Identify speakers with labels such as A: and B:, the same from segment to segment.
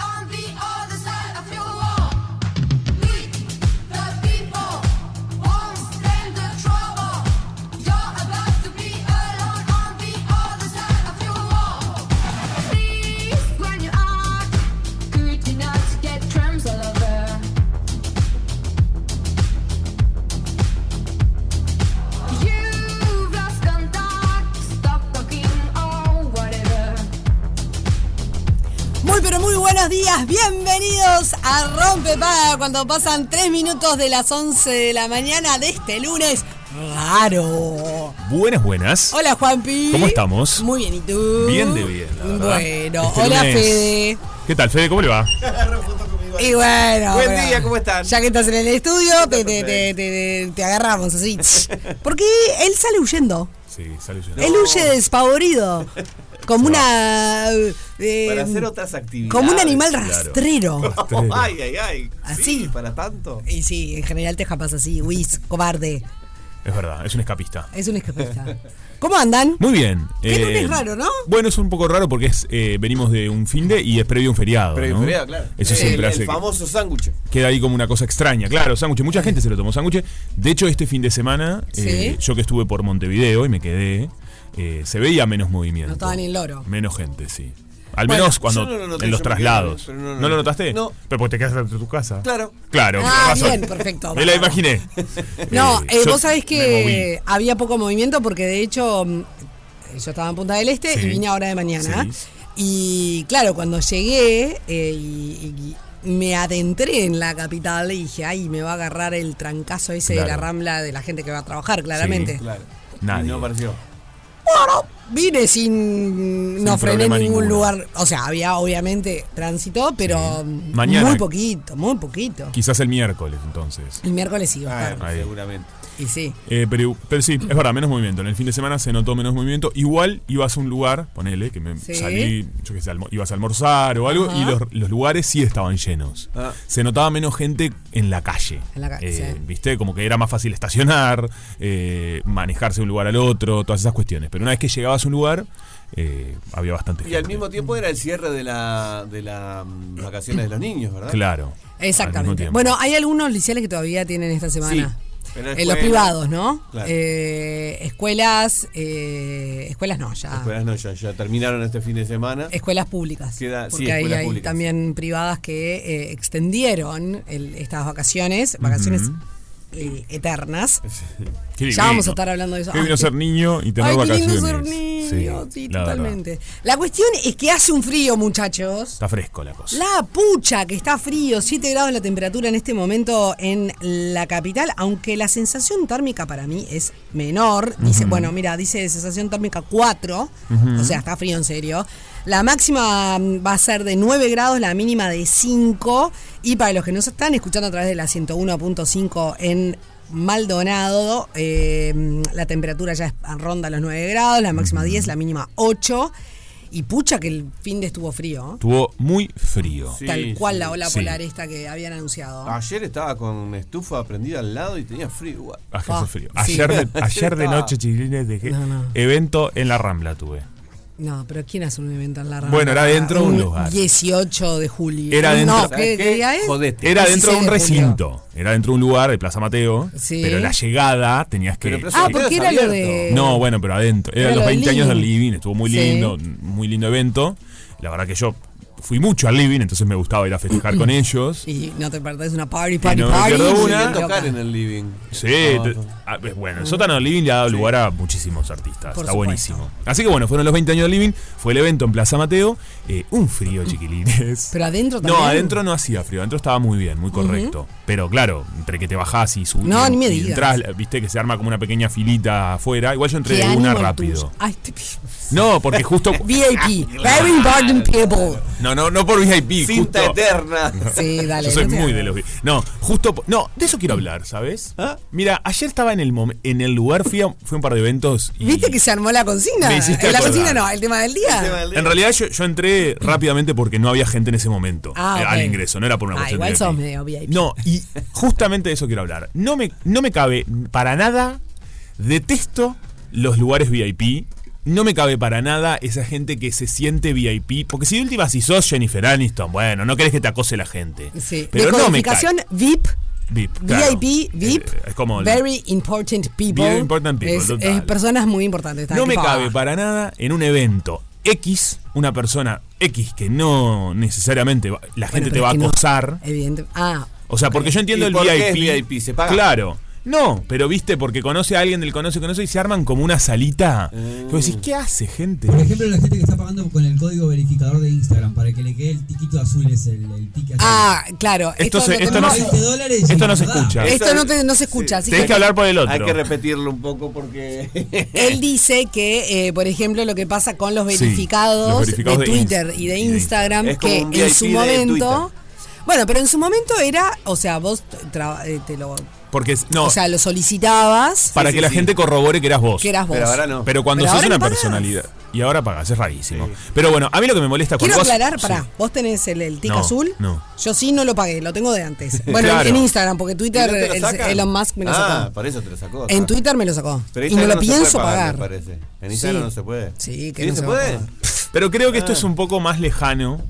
A: on the other side of your wall. We, the people, won't stand the trouble. You're about to be alone on the other side of your wall. Please, when you are, could you not get crumbs all over? You've lost contact. Stop talking or whatever.
B: Muy pero muy buenos días, bienvenidos a Rompe Paga cuando pasan 3 minutos de las 11 de la mañana de este lunes raro.
C: Buenas, buenas.
B: Hola Juanpi.
C: ¿Cómo estamos?
B: Muy bien, ¿y tú?
C: Bien de bien, la verdad.
B: Bueno,
C: Este
B: hola
C: lunes.
B: Fede.
C: ¿Qué tal, Fede? ¿Cómo le va?
B: Y bueno.
D: Buen
B: bueno,
D: día, ¿cómo están?
B: Ya que estás en el estudio, te, te, te, te- te agarramos así. Porque él sale huyendo.
C: Sí, salud. yo.
B: Él huye despavorido. Como una. eh,
D: Para hacer otras actividades.
B: como un animal
C: claro.
B: rastrero.
C: Rastrero.
D: ay, ay, ay.
B: Así.
D: Sí, para tanto.
B: Y sí, en general te escapas así, Wiz, cobarde.
C: Es verdad, es un escapista.
B: Es un escapista. ¿Cómo andan?
C: Muy bien. eh,
B: Qué lunes raro, ¿no?
C: Bueno, es un poco raro porque es, eh, venimos de un fin de y es previo a un feriado.
D: Pero
C: ¿no?
D: feriado, claro.
C: Eso
D: el, el
C: siempre hace. que-
D: famoso sándwich.
C: Queda ahí como una cosa extraña. Claro, sándwich. Mucha gente se lo tomó sándwich. De hecho, este fin de semana, eh,
B: Sí.
C: yo que estuve por Montevideo y me quedé, eh, se veía menos movimiento.
B: No estaba ni el loro.
C: Menos gente, sí. Al
D: Bueno,
C: menos cuando
D: yo no lo noté,
C: en los
D: yo me quedé,
C: traslados.
D: pero no lo
C: lo
D: noté.
C: notaste?
D: No.
C: Pero porque te quedas en tu casa.
D: Claro.
C: Claro. con
B: Ah,
C: razón.
B: bien, perfecto.
C: Me la imaginé.
B: No, eh,
C: yo
B: vos sabés
C: me moví.
B: que había poco movimiento porque de hecho mm, yo estaba en Punta del Este
C: Sí.
B: y vine ahora de mañana.
C: Sí.
B: Y claro, cuando llegué eh, y, y me adentré en la capital y dije, ay, me va a agarrar el trancazo ese de la
C: Claro.
B: rambla de la gente que va a trabajar, claramente.
D: Claro.
C: Nadie.
D: Y no apareció.
B: Bueno, vine sin. no frené en
C: problema
B: ningún
C: ninguno.
B: lugar. O sea, había obviamente tránsito, pero
C: Sí.
B: mm,
C: Mañana.
B: muy poquito, muy poquito.
C: Quizás el miércoles, entonces.
B: El miércoles iba a
D: Ah,
B: estar.
C: Ahí.
D: seguramente.
B: Y sí.
C: Eh, pero, pero sí, es verdad, menos movimiento. En el fin de semana se notó menos movimiento. Igual ibas a un lugar, ponele, que me
B: Sí.
C: salí, yo qué sé, almo- ibas a almorzar o algo, y los, los lugares sí estaban llenos.
D: Ah.
C: Se notaba menos gente en la calle.
B: En la calle,
C: Eh,
B: sí.
C: ¿Viste? Como que era más fácil estacionar, eh, manejarse de un lugar al otro, todas esas cuestiones. Pero una vez que llegabas a un lugar, eh, había bastante
D: Y
C: gente.
D: al mismo tiempo era el cierre de la de las vacaciones de los niños, ¿verdad?
C: Claro. al mismo
B: Exactamente.
C: tiempo.
B: Bueno, hay algunos liceales que todavía tienen esta semana.
D: Sí, pero
B: Eh, los
D: escuelas-
B: privados, ¿no?
D: Claro.
B: Eh, escuelas. eh, escuelas no, ya. Escuelas,
D: Escuelas no, Ah. ya, ya terminaron este fin de semana.
B: públicas.
D: Queda- sí,
B: porque hay,
D: escuelas
B: hay
D: públicas.
B: también privadas que eh, extendieron el- estas vacaciones, vacaciones eh, eternas.
C: Qué
B: Ya vamos a
C: divino.
B: estar hablando de eso.
C: Qué
B: Ay,
C: divino
B: qué-
C: ser niño y tener
B: Ay, qué
C: vacaciones.
B: lindo ser niño, sí,
C: la verdad.
B: totalmente. La cuestión es que hace un frío, muchachos.
C: Está fresco la cosa.
B: La pucha que está frío, 7 grados la temperatura en este momento en la capital, aunque la sensación térmica para mí es menor. Dice, bueno, mira, dice sensación térmica 4, o sea, está frío en serio. La máxima mm, va a ser de 9 grados, la mínima de 5. Y para los que nos están escuchando a través de la 101.5 en Maldonado, eh, la temperatura ya es- ronda los 9 grados, la máxima 10, la mínima 8. Y pucha que el fin de estuvo frío. ¿eh?
C: Estuvo muy frío.
D: Sí,
B: Tal cual la ola
C: Sí. Ah.
B: polar esta que habían anunciado.
D: Ayer estaba con estufa prendida al lado y tenía frío. igual.
C: Ah, que
B: Ah,
C: hace frío.
B: sí.
C: Ayer, de, ayer de
D: Estaba.
C: noche, chiquilines, dejé
B: No, no.
C: evento en la Rambla tuve.
B: No, pero ¿quién hace un evento en la radio?
C: Bueno, era dentro de un lugar.
B: 18 de julio.
C: Era
B: No,
C: dentro-
D: ¿Sabes
B: ¿qué, Ah, qué
D: qué?
B: día es?
D: Jodete.
C: Era dentro de un
B: 16 de julio.
C: recinto. Era dentro de un lugar de Plaza Mateo.
B: Sí.
C: Pero la llegada tenías que.
D: Pero Plaza
B: Ah,
D: Sí,
B: porque era
D: era
B: lo de.
D: abierto.
C: No, bueno, pero adentro. Era,
B: Era
C: los
B: lo del
C: 20 años del
B: living.
C: living. Estuvo muy
B: Sí.
C: lindo, muy lindo evento. La verdad que yo fui mucho al living, entonces me gustaba ir a festejar con ellos.
B: Y no te perdés una party, party,
C: no me
B: party.
C: pierdo
B: y
C: una.
B: te
D: tocar
B: toca.
D: en el living.
C: Sí,
D: Ah,
C: te- ah, pues bueno, el sótano del Living le ha dado lugar a muchísimos artistas.
B: Por
C: está
B: supuesto.
C: buenísimo. Así que bueno, fueron los 20 años del Living, fue el evento en Plaza Mateo, eh, un frío, chiquilines.
B: Mm. Pero adentro también.
C: No, adentro no hacía frío, adentro estaba muy bien, muy correcto. Pero claro, entre que te bajás y subís
B: No, ni me
C: y
B: digas.
C: entrás, viste que se arma como una pequeña filita afuera. Igual yo entré
B: Qué
C: de
B: ánimo
C: una
B: el
C: rápido. Ah,
B: tuyo. Ay, te pido.
C: No, porque justo.
B: VIP, very important people.
C: No, no, no por VIP.
D: Cinta
C: justo-
D: eterna.
B: Sí, dale.
C: Yo soy
B: no te
C: muy
B: hagas. ¿Ah?
C: de los. vi- No, justo. po- No, de eso quiero hablar, ¿sabes? Mira, ayer estaba en el mom- en el lugar, fui a, fui a un par de eventos. Y
B: ¿Viste que se armó la consigna?
C: Me hiciste
B: Eh, la
C: acordar.
B: consigna no, el tema del día.
C: En realidad yo, yo entré rápidamente porque no había gente en ese momento
B: Ah,
C: eh,
B: ok.
C: al ingreso, no era por una
B: Ah,
C: cuestión
B: igual
C: de
B: sos
C: VIP.
B: medio VIP.
C: No, y justamente de eso quiero hablar. No me, no me cabe para nada, detesto los lugares VIP. No me cabe para nada esa gente que se siente VIP. Porque si de última, si sos Jennifer Aniston, bueno, no querés que te acose la gente.
B: Sí.
C: Pero no me cae.
B: Decodificación VIP.
C: VIP, claro.
B: VIP, VIP,
C: Eh, es como el-
B: Very Important People.
C: Very important people,
B: Es- es
C: total.
B: personas muy importantes. tal
C: No me
B: que-
C: cabe para nada en un evento X, una persona X que no necesariamente va- la
B: Bueno,
C: gente
B: pero
C: te
B: es
C: va a
B: que no,
C: acosar.
B: evidente. Ah,
C: O sea, porque yo entiendo
D: ¿Y
C: el
D: por
C: VIP.
D: qué es VIP? ¿Se paga?
C: Claro. No, pero viste, porque conoce a alguien del conoce, conoce y se arman como una salita. Que vos decís, ¿qué hace, gente?
E: Por ejemplo, la gente que está pagando con el código verificador de Instagram para que le quede el tiquito azul es el, el tique azul.
B: ah, claro.
C: Esto, se-
B: lo
C: esto no,
B: tenemos-
C: se-
E: 20 dólares y
C: esto no se
E: nada.
C: escucha.
D: Es-
B: esto no te- no se escucha. así
C: Tenés que hablar por el otro.
D: Hay que repetirlo un poco porque.
B: Él dice que, eh, por ejemplo, lo que pasa con los
C: Sí,
B: verificados,
C: los verificados
B: de
C: de
B: Twitter
C: Inst-
B: y de
C: y de
B: Instagram,
D: Es como
B: que
D: un
B: en su
D: VIP de
B: momento... Bueno, pero en su momento era, o sea, vos tra- eh, te lo,
C: Porque, es- no,
B: o sea, lo solicitabas
C: para
D: sí,
C: que la
D: sí.
C: gente corrobore que eras vos.
B: que eras vos.
D: Pero ahora no.
C: Pero cuando
B: Pero
C: sos
B: ahora
C: una
B: no pagás.
C: personalidad. Y ahora pagás, es rarísimo. Pero bueno, a mí lo que me molesta cuando
B: Quiero
C: vos-
B: aclarar,
C: Sí.
B: pará, vos tenés el, el tic
C: No,
B: azul.
C: no.
B: Yo sí no lo pagué, lo tengo de antes. Bueno,
C: Claro.
B: en Instagram, porque Twitter,
D: ¿Y no te lo
B: el-
D: sacan?
B: Elon Musk me lo
D: Ah,
B: sacó.
D: por eso te lo sacó.
B: En
D: claro.
B: Twitter me lo sacó.
D: Pero
B: y me
D: Instagram
B: lo
D: no se
B: pienso
D: puede
B: pagar.
D: me parece. En Instagram
B: Sí.
D: no se puede.
B: Sí, que
D: ¿Sí
B: no
D: se
B: se va a
D: puede.
B: pagar.
C: Pero creo que esto
B: Ah.
C: es un poco más lejano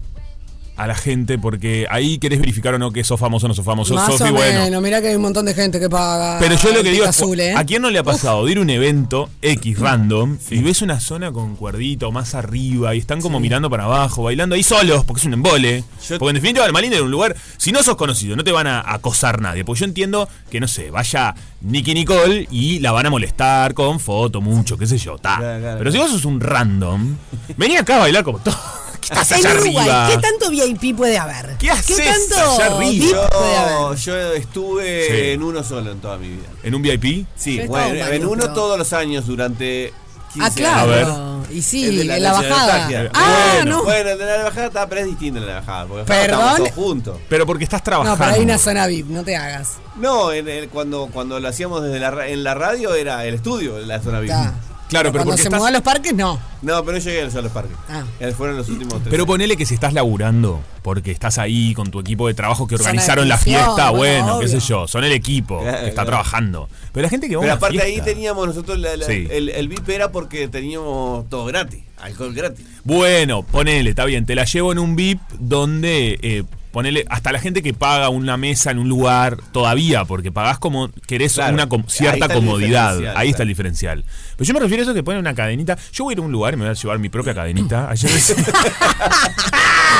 C: a la gente porque ahí querés verificar o no que sos famoso o no sos famoso.
B: Más
C: sos
B: o
C: y bueno.
B: menos, mirá que hay un montón de gente que paga.
C: Pero yo lo que
B: el tic
C: digo es,
B: azul, ¿eh?
C: ¿a quién no le ha pasado de ir a un evento X random y ves una zona con cuerdito más arriba y están como mirando para abajo, bailando ahí solos, porque es un embole?
D: Yo-
C: porque en definitiva el Malín era un lugar, si no sos conocido, no te van a acosar nadie. Porque yo entiendo que, no sé, vaya Nicky Nicole y la van a molestar con foto mucho, qué sé yo, ta.
D: Claro, claro,
C: Pero si
D: claro.
C: vos sos un random, vení acá a bailar como todo. ¿Qué estás allá
B: En Uruguay,
C: arriba?
B: ¿qué tanto VIP puede haber?
C: ¿Qué haces
B: tanto
C: allá arriba?
B: VIP puede haber? Ah,
D: Yo, yo estuve
C: Sí.
D: en uno solo en toda mi vida.
C: ¿En un VIP?
D: Sí,
B: Yo he
D: bueno,
B: estado en
D: en
B: varios,
D: uno
B: pero-
D: todos los años durante 15
B: Ah,
D: años.
B: claro. Y
D: El
B: sí,
D: de
B: en la
D: noche de
B: bajada.
D: nostalgia.
B: Ah,
C: Bueno,
B: no.
D: Bueno, el de la bajada está, pero es distinto el de la bajada. Porque
B: Perdón.
D: estábamos todos juntos.
C: Pero porque estás trabajando.
B: No, pero hay una zona VIP, no te hagas.
D: No, en el- cuando, cuando lo hacíamos desde la, ra- en la radio era el estudio, la zona VIP.
B: Está.
C: Claro, pero
B: Cuando
C: porque
B: se
C: estás-
B: mudó a los parques, no.
D: No, pero yo llegué a los, a los parques.
B: Ah.
D: Eh, Fueron los últimos tres.
C: Pero
D: años.
C: ponele que si estás laburando, porque estás ahí con tu equipo de trabajo que
B: Son la
C: organizaron la
B: exclusión,
C: fiesta,
B: bueno,
C: bueno, qué sé
B: obvio.
C: yo, son el equipo
D: Claro,
C: que está
D: claro.
C: trabajando. Pero la gente que va
D: Pero
C: a una
D: aparte ahí
C: fiesta-
D: teníamos nosotros la- la-
C: Sí.
D: el, el VIP era porque teníamos todo gratis, alcohol gratis.
C: Bueno, ponele, está bien, te la llevo en un VIP donde... eh, Ponele, hasta la gente que paga una mesa en un lugar todavía, porque pagás como querés
D: Claro,
C: una com-
D: ahí
C: cierta
D: está el
C: comodidad. Ahí
D: diferencial,
C: está
D: claro.
C: el diferencial. Pero yo me refiero a eso que ponen una cadenita. Yo voy a ir a un lugar y me voy a llevar mi propia cadenita. Ayer decía-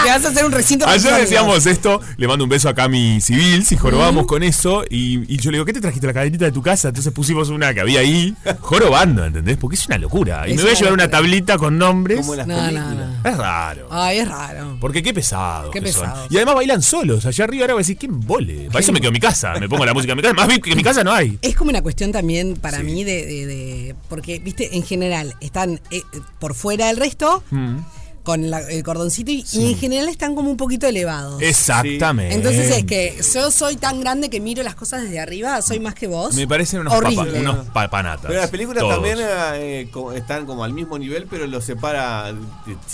B: Te vas a hacer un recinto con tus
C: Ayer
B: amigos.
C: decíamos esto, le mando un beso acá a mi civil, si jorobamos con eso, y, y yo le digo, ¿qué te trajiste la cadenita de tu casa? Entonces pusimos una que había ahí, jorobando, ¿entendés? Porque es una locura. Y
B: Es
C: me voy a
B: una
C: llevar una
B: locura.
C: tablita con nombres.
D: Como en las
B: No,
D: películas.
B: no, no.
C: Es raro.
B: Ay, es raro.
C: Porque qué pesado.
B: Qué
C: que son.
B: pesados.
C: Y además bailan solos. Allá arriba ahora voy a decir, ¿quién vole? Para eso me quedo en mi casa. Me pongo la música en mi casa. Más VIP que en mi casa no hay.
B: Es como una cuestión también para
C: Sí.
B: mí de, de- de- Porque, viste, en general están eh, por fuera del resto
C: Mm.
B: con la- el cordoncito y, y en general están como un poquito elevados.
C: Exactamente.
B: Entonces es que yo soy tan grande que miro las cosas desde arriba, soy más que vos.
C: Me parecen unos,
B: Horrible.
C: papa- unos papanatas.
D: Pero las películas
C: todos.
D: también eh, co- están como al mismo nivel, pero los separa.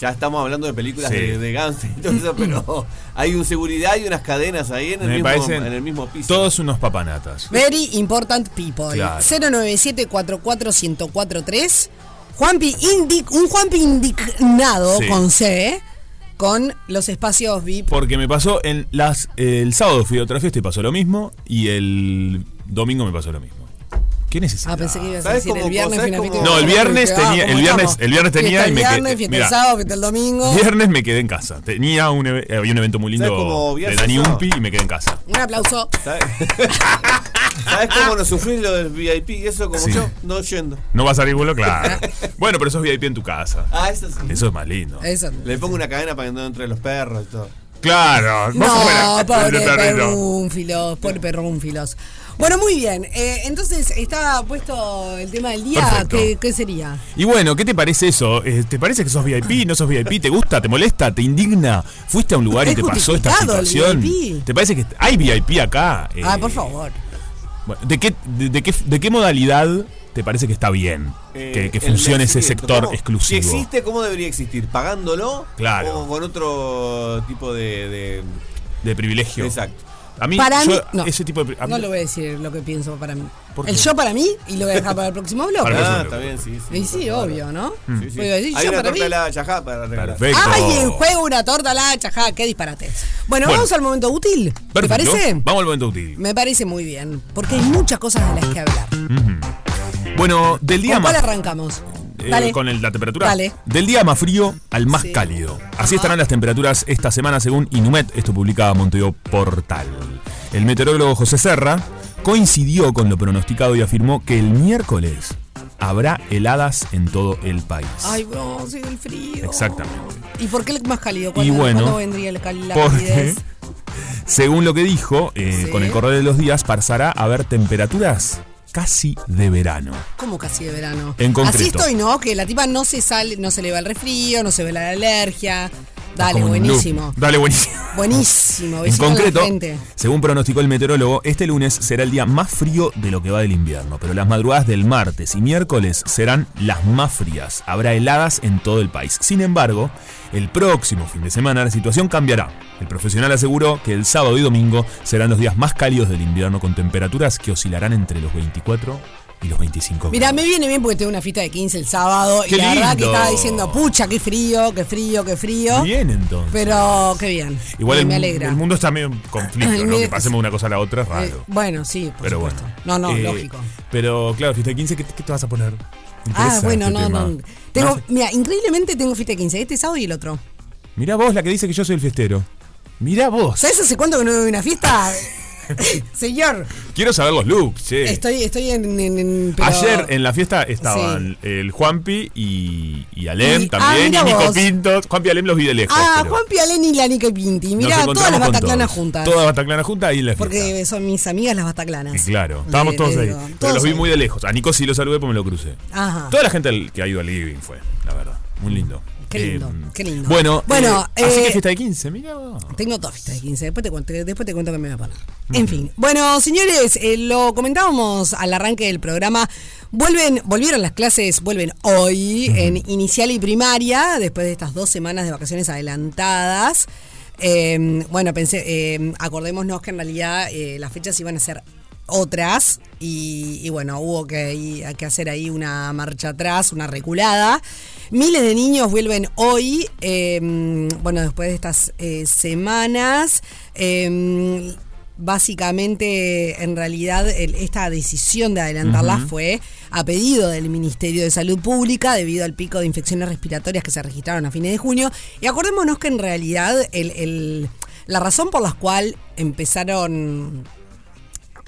D: Ya estamos hablando de películas
C: Sí.
D: de, de gangster y todo eso, pero hay un seguridad y unas cadenas ahí en el,
C: Me
D: mismo,
C: parecen
D: en el mismo piso.
C: todos unos papanatas.
B: Very important people.
C: Claro.
B: 097-44143. Juanpi indi- un Juanpi indignado
C: Sí.
B: con C, con los espacios VIP.
C: Porque me pasó en las. eh, el sábado fui a otra fiesta y pasó lo mismo. Y el domingo me pasó lo mismo. ¿Qué necesidad?
B: Ah, pensé que ibas a
D: ¿Sabes
B: decir
D: cómo-
B: el viernes,
D: sabes
B: fiesta
D: cómo-
B: fiesta,
D: No, el
B: fiesta,
C: viernes
B: fiesta,
C: tenía-
B: ah,
C: el
B: ¿cómo
C: viernes-
B: estamos?
C: el viernes
B: Fiesta
C: tenía y me
B: el viernes,
C: quedé-
B: fiesta
C: mirá.
B: el sábado, fiesta el domingo.
C: Viernes me quedé en casa. Tenía un, eve- eh, había un evento muy
D: ¿Sabes
C: lindo
D: cómo
C: de
D: viernes
C: Dani
D: eso?
C: Umpi y me quedé en casa.
B: Un aplauso.
D: ¿Sabes? ¿Sabes cómo no sufrís lo del VIP? Y eso como
C: Sí.
D: yo, no yendo.
C: No vas a salir vuelo, claro. bueno, pero sos VIP en tu casa.
D: Ah, eso sí.
C: Eso es más lindo.
B: Eso.
D: Le pongo una cadena para que no entre los perros y todo.
C: Claro. vos
B: No,
C: fuera-
B: pobre
C: Pero- pero-
B: perrúnfilos, pobre perrúnfilos. Bueno, muy bien. eh, entonces, está puesto el tema del día.
C: Perfecto.
B: ¿Qué, qué sería?
C: Y bueno, ¿qué te parece eso? Eh, ¿Te parece que sos VIP? ¿No sos VIP? ¿Te gusta? ¿Te molesta? ¿Te indigna? ¿Fuiste a un lugar y
B: Es
C: te pasó esta
B: justificado el
C: situación?
B: VIP.
C: ¿Te parece que hay VIP acá? Eh,
B: Ah, por favor.
C: bueno, ¿De qué, de, de qué, de qué modalidad te parece que está bien
D: Eh,
C: que, que
D: el
C: funcione ese
D: nacimiento,
C: sector
D: ¿cómo?
C: exclusivo?
D: Si existe, ¿cómo debería existir? ¿Pagándolo?
C: Claro.
D: ¿O con otro tipo de-
C: De
D: de
C: privilegio.
D: exacto.
C: A mí,
B: Para
C: yo-
B: mí, no.
C: ese tipo de. pri- a mí-
B: No lo voy a decir lo que pienso para mí.
C: ¿Por
B: El
C: qué?
B: yo para mí y lo voy a dejar para el próximo blog.
C: Para el
D: Ah,
C: próximo
D: está
C: bloque.
D: bien, sí, sí.
B: Y sí,
D: Claro.
B: obvio, ¿no?
D: Sí, sí.
B: Voy a decir,
D: Hay
B: yo
D: una
B: para mí.
D: torta a la yajá para arreglar.
C: Mm. Perfecto.
B: ¡Ay, en juego una torta a la chajá! ¡Qué disparate! Bueno,
C: Bueno.
B: vamos al momento útil. ¿Te
C: Perfecto.
B: parece?
C: Vamos al momento útil.
B: Me parece muy bien, porque hay muchas cosas de las que hablar.
C: Bueno, del día
B: ¿Con cuál
C: más.
B: arrancamos?
C: eh,
B: Dale.
C: con el- la temperatura.
B: Dale.
C: Del día más frío al más
B: Sí.
C: cálido. Así estarán las temperaturas esta semana según Inumet. Esto publica Montevideo Portal. El meteorólogo José Serra coincidió con lo pronosticado y afirmó que el miércoles habrá heladas en todo el país.
B: Ay, bro, soy del frío.
C: Exactamente.
B: ¿Y por qué el más cálido? ¿Cuándo,
C: Y bueno,
B: cuándo vendría el cálido? La
C: Porque,
B: calidez?
C: según lo que dijo, eh,
B: Sí.
C: con el correr de los días pasará a haber temperaturas casi de verano.
B: ¿Cómo casi de verano?
C: En concreto.
B: Así estoy, ¿no? Que la tipa no se sale, no se le va el resfrío, no se ve la alergia. Dale,
C: Como en un loop.
B: buenísimo.
C: Dale, buenísimo.
B: Buenísimo,
C: En
B: besito a la
C: concreto,
B: gente.
C: según pronosticó el meteorólogo, este lunes será el día más frío de lo que va del invierno, pero las madrugadas del martes y miércoles serán las más frías. Habrá heladas en todo el país. Sin embargo, el próximo fin de semana la situación cambiará. El profesional aseguró que el sábado y domingo serán los días más cálidos del invierno con temperaturas que oscilarán entre los 24 y los 25 grados.
B: Mirá, me viene bien porque tengo una fiesta de 15 el sábado y
C: ¡Qué
B: la verdad que
C: lindo!
B: estaba diciendo, pucha, qué frío, qué frío, qué frío.
C: Bien entonces.
B: Pero qué bien.
C: Igual
B: me,
C: el,
B: me
C: mu-
B: alegra.
C: el mundo está medio en conflicto,
B: El
C: ¿no?
B: mi-
C: Que pasemos de una cosa a la otra es
B: Eh,
C: raro.
B: bueno, sí, por
C: Pero bueno.
B: supuesto. No, no,
C: Eh,
B: lógico.
C: Pero claro, fiesta de 15, ¿qué, qué te vas a poner?
B: Ah,
C: Interesante
B: bueno, no,
C: tema.
B: no. Tengo,
C: No,
B: mira, increíblemente tengo fiesta de 15, este sábado y el otro.
C: Mirá vos la que dice que yo soy el fiestero. Mirá vos.
B: ¿Sabes hace cuánto que no veo una fiesta? Señor,
C: Quiero saber los looks, che.
B: estoy, estoy en. en- en- pero-
C: Ayer en la fiesta estaban el Juanpi y, y Alem
B: Y- ah,
C: también,
B: mirá
C: y Nico
B: vos.
C: Pintos. Juanpi y Alem los vi de lejos.
B: Ah,
C: pero
B: Juan Pialén y la Nica Pinti.
C: nos
B: Mirá, todas
C: encontramos
B: las
C: con
B: bataclanas
C: todos.
B: juntas.
C: Todas Bataclanas juntas ahí en la fiesta.
B: Porque son mis amigas las bataclanas.
C: Y claro, estábamos
B: Le-
C: todos
B: le
C: ahí.
B: digo,
C: Pero
B: todos
C: los vi
B: ahí.
C: muy de lejos. A Nico sí lo saludé porque me lo crucé.
B: Ajá. Mm.
C: Toda la gente al- que ha ido al living fue, la verdad. Muy lindo.
B: Qué lindo,
C: Eh,
B: qué lindo.
C: Bueno,
B: Bueno,
C: eh, así
B: eh,
C: que fiesta de 15, mira vos.
B: Tengo dos fiestas de 15, después te cuento, después te cuento que me voy a poner. En fin. Bueno, señores, eh, lo comentábamos al arranque del programa. Vuelven, volvieron las clases, vuelven hoy, en inicial y primaria, después de estas dos semanas de vacaciones adelantadas. Eh, bueno, pensé, eh, acordémonos que en realidad eh, las fechas iban a ser otras y, y bueno, hubo que, ahí- que hacer ahí una marcha atrás, una reculada. Miles de niños vuelven hoy, eh, bueno, después de estas eh, semanas. eh, Básicamente, en realidad, el- esta decisión de adelantarlas fue a pedido del Ministerio de Salud Pública debido al pico de infecciones respiratorias que se registraron a fines de junio. Y acordémonos que en realidad el- el- la razón por la cual empezaron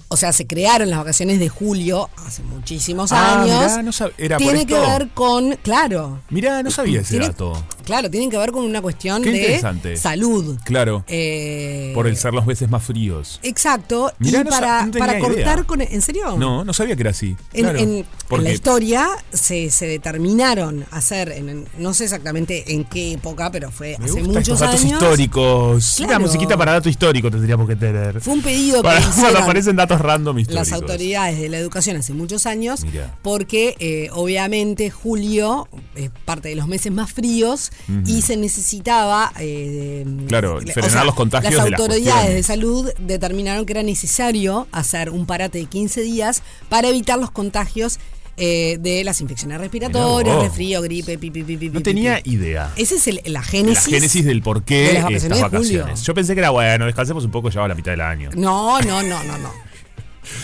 B: o sea, se crearon las vacaciones de julio hace muchísimos
C: Ah,
B: años.
C: mirá, no sab- era por
B: tiene que
C: esto.
B: ver con, claro,
C: Mirá, no sabía ese
B: tiene-
C: dato.
B: claro, tienen que ver con una cuestión
C: Qué
B: de
C: interesante.
B: salud.
C: Claro,
B: Eh,
C: por el ser las veces más fríos.
B: Exacto.
C: Mirá,
B: y
C: no sa-
B: para,
C: no tenía
B: para cortar
C: idea.
B: con, ¿en serio?
C: No, no sabía que era así.
B: eh, En,
C: Claro.
B: en- en la
C: Porque-
B: historia se, se determinaron hacer, en- en- no sé exactamente en qué época, pero fue
C: Me gustan
B: hace
C: estos
B: muchos
C: datos
B: años.
C: históricos. Una
B: Claro.
C: musiquita para dato histórico tendríamos que tener.
B: Fue un pedido que
C: para cuando
B: hicieron
C: aparecen datos random históricos.
B: las autoridades de la educación hace muchos años,
C: Mirá.
B: porque eh, obviamente julio es parte de los meses más fríos y se necesitaba... eh, de-
C: Claro,
B: o
C: frenar los contagios
B: Las
C: de las
B: autoridades de
C: cuestiones.
B: salud determinaron que era necesario hacer un parate de 15 días para evitar los contagios eh, de las infecciones respiratorias,
C: vos.
B: resfrío, gripe, pipi, pipi,
C: No tenía idea.
B: Esa es el- la
C: La
B: génesis.
C: génesis del por
B: de
C: qué
B: las vacaciones
C: estas
B: de julio.
C: vacaciones. Yo pensé que era bueno, descansemos un poco ya a la mitad del año.
B: No, no, no, no, no.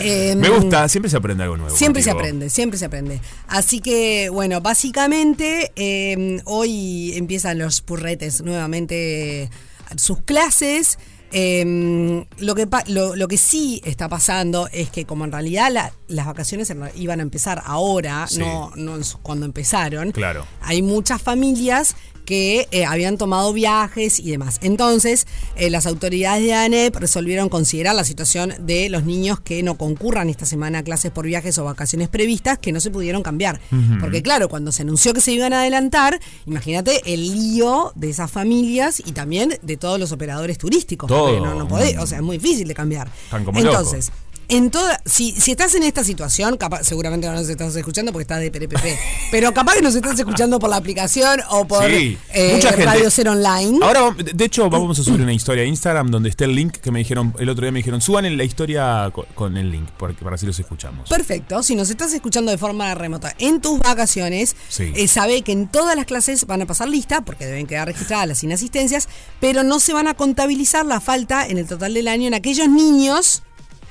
B: Eh,
C: Me gusta, siempre se aprende algo nuevo.
B: Siempre se
C: contigo.
B: aprende, siempre se aprende. Así que, bueno, básicamente eh, hoy empiezan los purretes nuevamente eh, sus clases. Eh, lo, que pa- lo, lo que sí está pasando es que como en realidad la- las vacaciones en ra- iban a empezar ahora,
C: Sí.
B: no, no en su- cuando empezaron,
C: Claro.
B: hay muchas familias que eh, habían tomado viajes y demás. Entonces, eh, las autoridades de ANEP resolvieron considerar la situación de los niños que no concurran esta semana a clases por viajes o vacaciones previstas que no se pudieron cambiar. Porque claro, cuando se anunció que se iban a adelantar, imagínate el lío de esas familias y también de todos los operadores turísticos. porque
C: Todo.
B: No, no podés, o sea, es muy difícil de cambiar.
C: Están como
B: Entonces, en toda, si, si estás en esta situación, capaz, seguramente no nos estás escuchando porque estás de PRPP, pero capaz que nos estás escuchando por la aplicación o por
C: Sí,
B: eh,
C: mucha gente.
B: Radio Ser Online.
C: Ahora, vam- de hecho, vamos a subir una historia a Instagram donde está el link que me dijeron el otro día. Me dijeron, suban en la historia co- con el link porque para así los escuchamos.
B: Perfecto, si nos estás escuchando de forma remota en tus vacaciones,
C: Sí.
B: eh, sabe que en todas las clases van a pasar lista, porque deben quedar registradas las inasistencias, pero no se van a contabilizar la falta en el total del año en aquellos niños,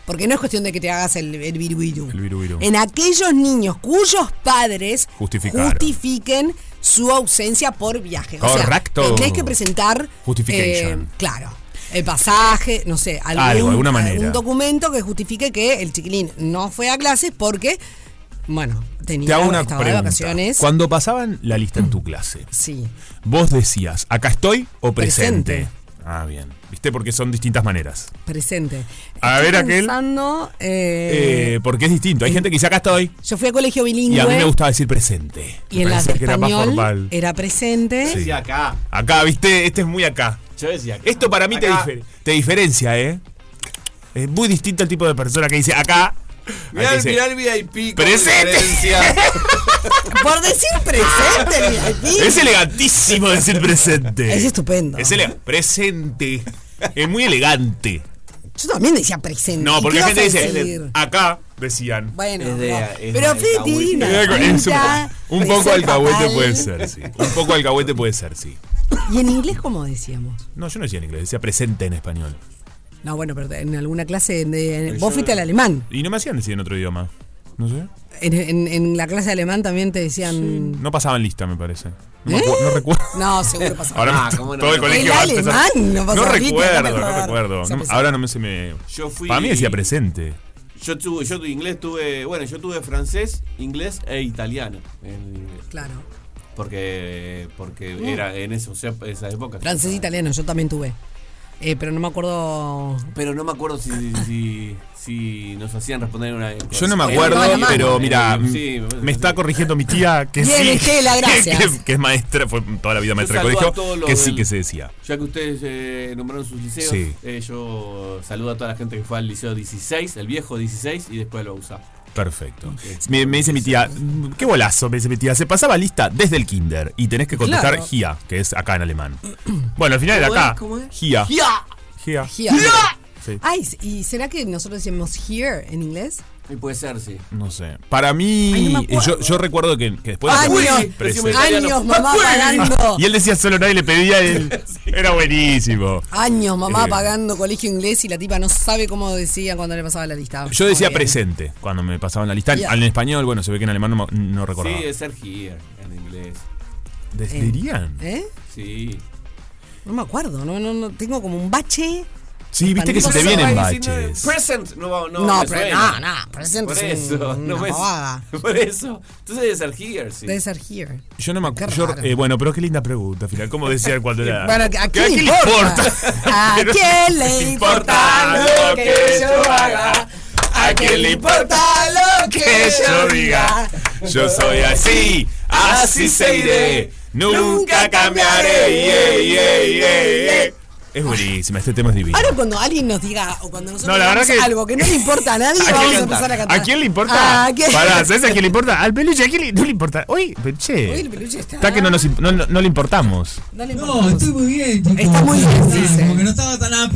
B: porque no es cuestión de que te hagas el, el virubiru.
C: El virubiru.
B: En aquellos niños cuyos padres
C: Justificaron.
B: justifiquen su ausencia por viaje. O sea,
C: Correcto.
B: tenés que presentar...
C: Justification.
B: eh, claro. El pasaje, no sé, algún,
C: Algo, alguna manera.
B: algún documento que justifique que el chiquilín no fue a clases porque, bueno, tenía
C: Te hago una
B: estaba de
C: pregunta.
B: vacaciones.
C: Cuando pasaban la lista en tu clase,
B: Sí.
C: vos decías, acá estoy o presente.
B: Presente.
C: Ah, bien. ¿Viste? Porque son distintas maneras.
B: Presente.
C: A
B: Estoy
C: ver, aquel.
B: pensando, eh,
C: Eh, porque es distinto. Hay gente que dice, acá estoy.
B: yo fui a colegio bilingüe
C: Y a mí me gustaba decir presente.
B: y
C: Me
B: en la de
C: parecía que era más
B: español eh.
C: formal.
B: era presente.
C: Sí.
D: Decía acá.
C: Acá, viste, este es muy acá.
D: Yo decía acá.
C: Esto para mí te,
D: Acá.
C: difer- te diferencia, ¿eh? Es muy distinto el tipo de persona que dice acá. al
D: Mirá
C: que
D: el,
C: dice,
D: mirá el VIP. con
C: ¡Presente!
D: diferencia.
B: Por decir presente, VIP.
C: Es elegantísimo decir presente.
B: Es estupendo.
C: Es ele- presente. Es muy elegante.
B: Yo también decía presente.
C: No,
B: ¿Y
C: porque
B: qué
C: la
B: vas
C: gente
B: a
C: dice,
B: decir?
C: acá decían.
B: Bueno,
D: Es de-
B: no.
D: es de
B: pero
D: alcahuete.
B: Fiti, una
C: Es un,
B: pinta,
C: po- un poco
B: presenta
C: alcahuete
B: mal.
C: puede ser, sí. Un poco alcahuete puede ser, sí.
B: ¿Y en inglés cómo decíamos?
C: No, yo no decía en inglés, decía presente en español.
B: No, bueno, pero en alguna clase. de- vos
D: yo-
B: fuiste al alemán.
C: Y no me hacían decir en otro idioma. No sé.
B: En, en- en la clase de alemán también te decían.
C: No pasaban lista, me parece. No, me
B: ¿Eh?
C: acu- no recuerdo.
B: No, seguro pasaba.
C: Ahora
D: Ah,
C: me-
D: cómo no,
C: todo el
D: no.
C: colegio
B: El
C: va a empezar-
B: alemán no pasaba lista,
C: recuerdo,
B: no
C: no
B: pasaba.
C: recuerdo.
B: Se
C: No-
B: pasaba.
C: ahora no me se me.
D: Yo fui-
C: Para mí decía presente.
D: Yo tuve, yo tuve inglés, tuve. Bueno, yo tuve francés, inglés e italiano. en-
B: Claro. Mm.
D: porque porque era en eso, o sea, esa época.
B: Francés e italiano, yo también tuve. Eh, pero no me acuerdo.
D: Pero no me acuerdo si, si, si nos hacían responder una. Eh,
C: Yo no me
B: Sí,
C: acuerdo,
B: alemán.
C: pero mira,
D: Sí,
C: m- me está corrigiendo mi tía que
B: Bien,
C: sí.
B: Estela, gracias.
C: Que, que es maestra, fue toda la vida maestra de
D: saludo a
C: colegio.
D: todos los
C: Que sí
D: del-
C: que se decía.
D: Ya que ustedes eh, nombraron sus liceos,
C: Sí.
D: eh, yo saludo a toda la gente que fue al liceo 16, el viejo 16 y después lo usa.
C: Perfecto. Me, me dice mi tía, mm, qué bolazo, me dice mi tía. Se pasaba lista desde el kinder y tenés que contestar
B: Claro.
C: GIA, que es acá en alemán. Bueno, al final era
D: ¿Cómo es?
C: acá.
D: ¿Cómo es?
C: GIA.
D: ¡Ya!
C: GIA.
B: Here.
C: Sí.
B: Ay, ¿y será que nosotros decíamos here en inglés?
D: Y puede ser, sí.
C: No sé. Para mí,
B: Ay, no me
C: eh, yo, yo recuerdo que, que después...
B: Ay,
C: Uy,
B: no.
C: presente.
D: Decime-
B: Años,
D: Italiano.
B: mamá pagando.
C: Y él decía solo, nadie le pedía. él- Era buenísimo.
B: Años, mamá
C: Eh.
B: pagando colegio inglés y la tipa no sabe cómo decía cuando le pasaba la lista.
C: Yo decía
B: Muy bien.
C: presente cuando me pasaban la lista. En-
B: Ya.
C: En español, bueno, se ve que en alemán no, me- no recordaba.
D: Sí, es ser here en inglés.
C: Des- ¿Dirían?
B: ¿Eh?
D: Sí.
B: No me acuerdo, no, no, no, tengo como un bache.
C: Sí, viste que se te
B: Entonces,
C: vienen
D: Ay, si no-
C: baches.
D: Present. No, no,
B: No,
D: me
B: pero
D: suena.
B: no, no, present
D: Por
B: es un-
D: eso. no
B: una
D: me-
B: pavada.
D: Por eso. Entonces debe ser here, sí.
B: Debe ser here.
C: Yo no me
B: Qué
C: acuerdo.
B: raro.
C: eh, bueno, pero qué linda pregunta, al final. ¿Cómo decía cuando era?
B: Bueno, ¿a
C: ¿Qué-
B: quién le importa? ¿A
C: Pero-
B: quién le importa lo que yo haga?
C: ¿A quién le importa
B: lo
C: que yo diga? Yo soy así, así seguiré. Nunca cambiaré. yeah, yeah, yeah, yeah. Es buenísima, este tema es divino.
B: Ahora cuando alguien nos diga o cuando
C: No,
B: nosotros
C: la
B: digamos
C: verdad que-
B: algo que no le importa a nadie,
C: ¿A
B: vamos
C: quién,
B: a
C: le-
B: empezar a cantar. Ah,
C: ¿A quién le importa?
B: ¿A quién?
C: Pará, ¿sabes a quién le importa? Al peluche, ¿a quién le, no le importa? Uy, pero che.
B: Uy, el peluche está-
C: que no, nos imp- no, no- no le importamos.
B: No le importa.
E: No, estoy muy bien, chicos.
B: Está muy bien,
E: Ah,
B: sí, sí.
E: Como que no estaba tan Ah,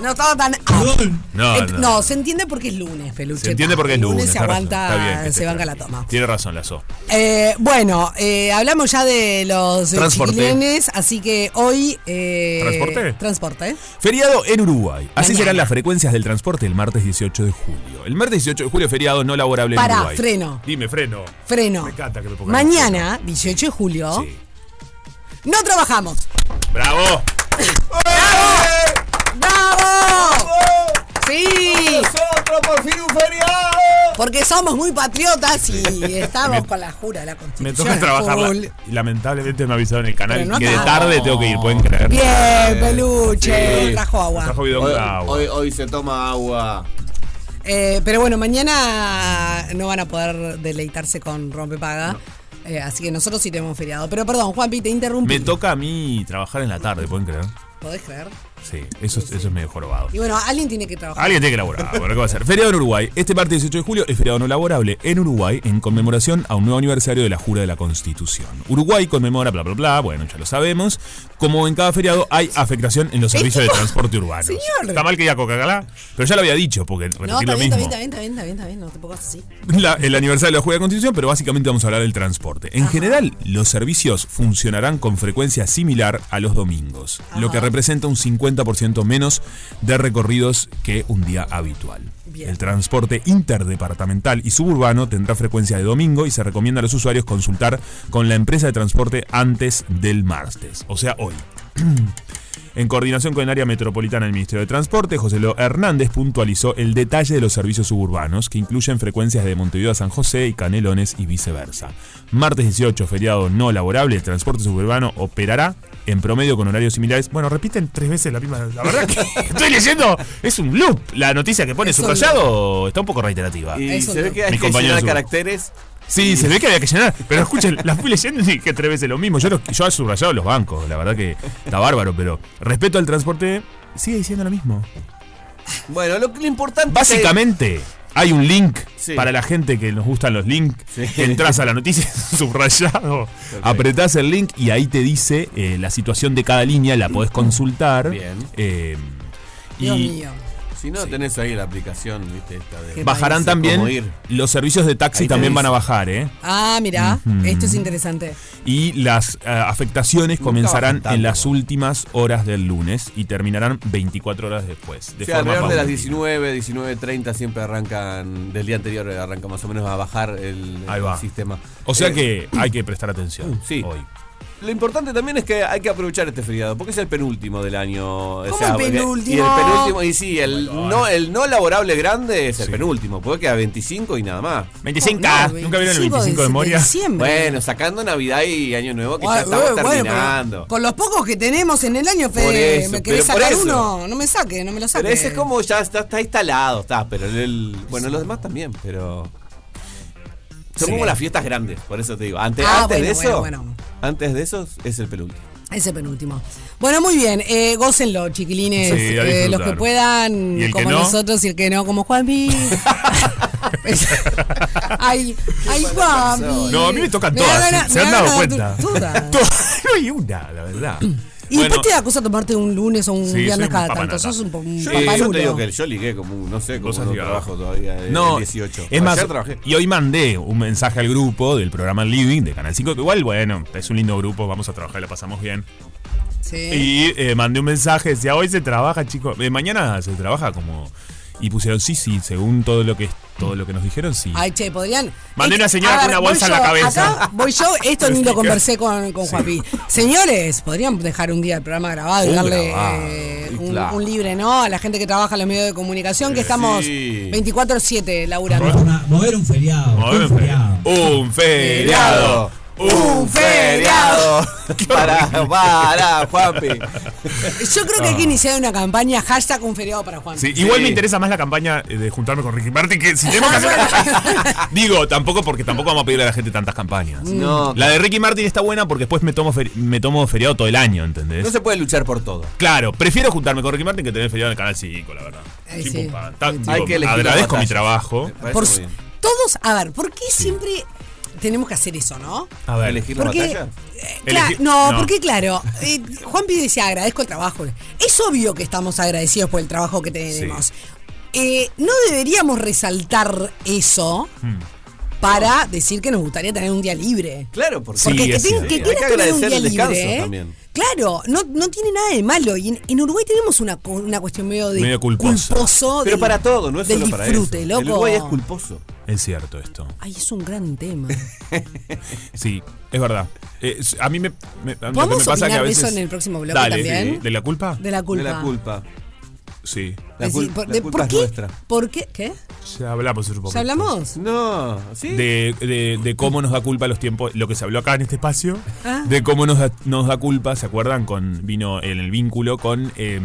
B: No estaba tan.
E: Perdón.
C: No,
B: Ent-
C: no.
B: se entiende porque es lunes, peluche.
C: Se entiende porque es lunes.
B: se
C: está razón,
B: aguanta,
C: está bien que
B: se
C: te-
B: banca la toma.
C: Tiene razón, la SO.
B: Eh, bueno, eh, hablamos ya de los eh,
C: Transporte.
B: chiquilenes, así que hoy. eh,
C: ¿Transporte?
B: Transporte.
C: Feriado en Uruguay. Así
B: Mañana.
C: serán las frecuencias del transporte el martes 18 de julio. El martes 18 de julio, feriado no laborable
B: Pará,
C: en Uruguay.
B: freno.
C: Dime, freno.
B: Freno.
C: Me encanta que me pongan
B: Mañana, 18 de julio,
C: Sí.
B: no trabajamos.
C: ¡Bravo!
B: ¡Bravo! Sí,
D: ¡Oh! ¡Nosotros por fin un feriado!
B: porque somos muy patriotas y estamos
C: Me-
B: con la jura, de la constitución.
C: Me toca
B: a
C: trabajar. la-
B: full.
C: y lamentablemente me avisaron en el canal
B: Pero no
C: que de
B: acabamos.
C: tarde tengo que ir, pueden creer.
B: Bien, peluche.
D: Sí.
B: Trajo agua.
C: Eh, Trajo bidón
D: Hoy,
C: de agua.
D: hoy- hoy se toma agua.
B: Eh, pero bueno, mañana no van a poder deleitarse con Rompepaga. eh, así que nosotros iremos feriado. Pero perdón, Juanpi, te interrumpí.
C: Me toca a mí trabajar en la tarde, pueden creer.
B: ¿Podés creer?
C: Sí, eso, es- eso es medio jorobado.
B: Y bueno, alguien tiene que trabajar.
C: Alguien tiene que laborar. Bueno, ¿qué va a ser? Feriado en Uruguay. Este martes 18 de julio es feriado no laborable en Uruguay en conmemoración a un nuevo aniversario de la Jura de la Constitución. Uruguay conmemora bla bla bla, bueno, ya lo sabemos. Como en cada feriado hay afectación en los servicios de transporte urbano.
B: Señor.
C: Está mal que diga Coca-Cola, pero ya lo había dicho, porque repetir
B: No, está
C: lo
B: bien, está
C: mismo.
B: bien, está bien, está bien, está bien, está bien, no te pongas así.
C: La- el aniversario de la Jura de la Constitución, pero básicamente vamos a hablar del transporte. En general, los servicios funcionarán con frecuencia similar a los domingos, lo que representa un 50% menos de recorridos que un día habitual.
B: Bien.
C: El transporte interdepartamental y suburbano tendrá frecuencia de domingo y se recomienda a los usuarios consultar con la empresa de transporte antes del martes, o sea, hoy. En coordinación con el área metropolitana del Ministerio de Transporte, José Lo Hernández puntualizó el detalle de los servicios suburbanos, que incluyen frecuencias de Montevideo a San José y Canelones y viceversa. Martes 18, feriado no laborable, el transporte suburbano operará en promedio con horarios similares. Bueno, repiten tres veces la misma. La verdad que estoy leyendo, es un loop. La noticia que pone
B: Es
C: subrayado está un poco reiterativa.
D: Ah, Y
B: Eso
D: se ve
B: no.
D: que hay
C: Mi
D: que
C: compañero
D: llenar
C: sube.
D: caracteres.
C: Sí, se ve que había que llenar. Pero escuchen, las fui leyendo y que tres veces lo mismo. Yo, los- yo he subrayado los bancos, la verdad que está bárbaro, pero respeto al transporte, sigue diciendo lo mismo.
D: Bueno, lo, lo importante es que-
C: Básicamente, hay un link
D: Sí.
C: para la gente que nos gustan los links.
D: Sí.
C: Que entras a la noticia subrayado, apretás el link y ahí te dice eh, la situación de cada línea, la podés consultar.
D: Bien.
C: Eh,
B: Dios
C: y
B: mío.
D: Si no, tenés ahí la aplicación, viste, esta de-
B: Qué
C: bajarán
B: país.
C: también
D: Cómo ir.
C: los servicios de taxi
D: Ahí te
C: también van a
D: dice.
C: bajar, ¿eh?
B: Ah, mirá, esto es interesante.
C: y las eh, afectaciones
D: Nunca
C: comenzarán
D: bajan tanto,
C: en las
D: ¿no?
C: últimas horas del lunes y terminarán 24 horas después. De
D: O sea,
C: forma
D: alrededor de las
C: paulatina.
D: 19, 19.30 siempre arrancan, del día anterior arranca más o menos a bajar el,
C: Ahí va.
D: el sistema.
C: O sea
D: Eh,
C: que hay que prestar atención
D: Sí.
C: hoy.
D: Lo importante también es que hay que aprovechar este feriado, porque es el penúltimo del año. o
B: ¿Cómo
D: sea,
B: el
D: porque-
B: penúltimo?
D: Y el penúltimo, y sí, el, no, el no laborable grande es el
C: Sí.
D: penúltimo, porque queda 25 y nada más.
C: 25,
B: Oh, No,
C: ah, ¿nunca vieron el 25 de Moria?
B: diciembre.
D: Bueno, sacando Navidad y Año Nuevo, que ya
B: Bueno,
D: estamos
B: bueno, pero
D: terminando.
B: con los pocos que tenemos en el año,
D: Por
B: Fede,
D: eso,
B: ¿me querés
D: pero por
B: sacar
D: eso.
B: uno? No me saque, no me lo saque.
D: pero ese es como ya está, está instalado, está, pero el, el- bueno, los demás también, pero son
C: Sí.
D: como las fiestas grandes, por eso te digo. Ante- Antes,
B: Ah,
D: de
B: bueno,
D: eso,
B: bueno, bueno.
D: antes de eso es el penúltimo.
B: Ese penúltimo. Bueno, muy bien. Eh, gócenlo, chiquilines.
C: Sí, a
B: Eh, los
C: disfrutar.
B: que puedan,
C: Y el que
B: como
C: no.
B: nosotros, y el que no, como Juanpi. ay, ay, Juanpi.
C: No, a mí me tocan
B: Me da
C: todas.
B: gana-
C: ¿Se
B: me
C: han
B: da
C: dado
B: gana
C: cuenta?
B: tu- todas.
C: Todas. no hay una, la verdad.
B: Y
C: Bueno,
B: después te da cosa tomarte un lunes o un
C: Sí, soy
B: viernes
C: un
B: cada
C: papanata.
B: tanto. Sos un, po- un
D: Yo,
B: papalulo.
D: yo te digo que yo ligué como, un- no sé, como
C: Vos has
D: no
C: ligado.
D: trabajo todavía de
C: no,
D: 18.
C: es más,
D: Eh, Ayer trabajé.
C: y hoy mandé un mensaje al grupo del programa Living de Canal 5, que igual, bueno, es un lindo grupo, vamos a trabajar, la pasamos bien.
B: Sí.
C: Y eh, mandé un mensaje, decía, hoy se trabaja, chicos. Eh, mañana se trabaja como. Y pusieron sí, sí, según todo lo que todo lo que nos dijeron, sí.
B: Ay, che, podrían.
C: Mandé
B: Es-
C: una señora
B: a
C: con
B: ver,
C: una
B: voy
C: bolsa en la
B: yo,
C: cabeza.
B: Acá voy yo, esto ni lo conversé con, con Juanpi. Señores, podrían dejar un día el programa grabado y
C: Uh,
B: darle
C: grabado.
B: eh,
D: Y
B: un,
D: claro.
B: un libre, ¿no? A la gente que trabaja en los medios de comunicación, que estamos
D: sí.
B: 24-7 laburando.
C: Eh, Bueno.
E: una- mover un feriado.
C: Mover
E: un feriado.
C: eh, Un feriado.
D: ¡Un feriado! Mm. para, para, Juanpi.
B: Yo creo que hay que iniciar una campaña hashtag un feriado para Juan.
C: Ah. Sí, igual
D: Sí.
C: me interesa más la campaña eh, de juntarme con Ricky Martin que si tenemos que hacer. Digo, tampoco porque tampoco vamos a pedirle a la gente tantas campañas.
D: No,
C: La de Ricky Martin está buena porque después me tomo, feri- me tomo feriado todo el año, ¿entendés?
D: no se puede luchar por todo.
C: Claro, prefiero juntarme con Ricky Martin que tener feriado en el canal 5, la verdad.
B: Ay,
C: Chim,
B: sí.
C: pum, pam. Ta-
B: Hay
C: digo,
D: que elegir las
C: agradezco mi
D: batallas.
C: trabajo.
D: Me parece
B: Por
D: muy
B: su-
D: bien.
B: todos, a ver, ¿por qué siempre tenemos que hacer eso, ¿no?
C: A ver,
D: elegir la
B: Porque,
D: batalla?
B: eh, cla-
C: Elegir-
B: no,
C: no.
B: porque claro, eh, Juan Pide decía, agradezco el trabajo. Es obvio que estamos agradecidos por el trabajo que tenemos. Eh, no deberíamos resaltar eso
D: Hmm.
B: para decir que nos gustaría tener un día libre.
D: Claro, porque.
C: Sí,
B: Porque que,
C: es
B: ten-
C: cierto.
B: que
C: Hay
D: que
B: quieras tener un
D: agradecer
B: día
D: el descanso
B: libre, ¿eh?
D: también.
B: claro, no, no tiene nada de malo. Y en, en Uruguay tenemos una, cu- una cuestión medio de
C: Medio culposa.
B: culposo
D: Pero
B: del-
D: para todo, no es
B: del
D: solo para eso.
B: disfrute,
D: El
B: loco.
D: Uruguay es culposo.
C: es cierto esto.
B: Ay, es un gran tema.
C: Sí, es verdad. Eh, s- a mí me, me- a mí lo que
B: ¿Podemos
C: me pasa
B: opinar
C: que a
B: de
C: veces...
B: eso en el próximo bloque
C: Dale,
B: también?
C: ¿de, de la culpa?
B: De la culpa.
D: De la culpa.
C: Sí.
D: La,
B: Es decir,
D: cul-
B: por-
D: la
B: de-
D: culpa
B: ¿por
D: es
B: qué?
D: nuestra.
B: ¿Por qué? ¿Qué?
C: Ya hablamos un poco.
B: ¿Ya hablamos?
D: No, sí.
C: De, de- de cómo nos da culpa los tiempos, lo que se habló acá en este espacio,
B: Ah.
C: de cómo nos da, nos da culpa, ¿se acuerdan? con Vino en el vínculo con eh,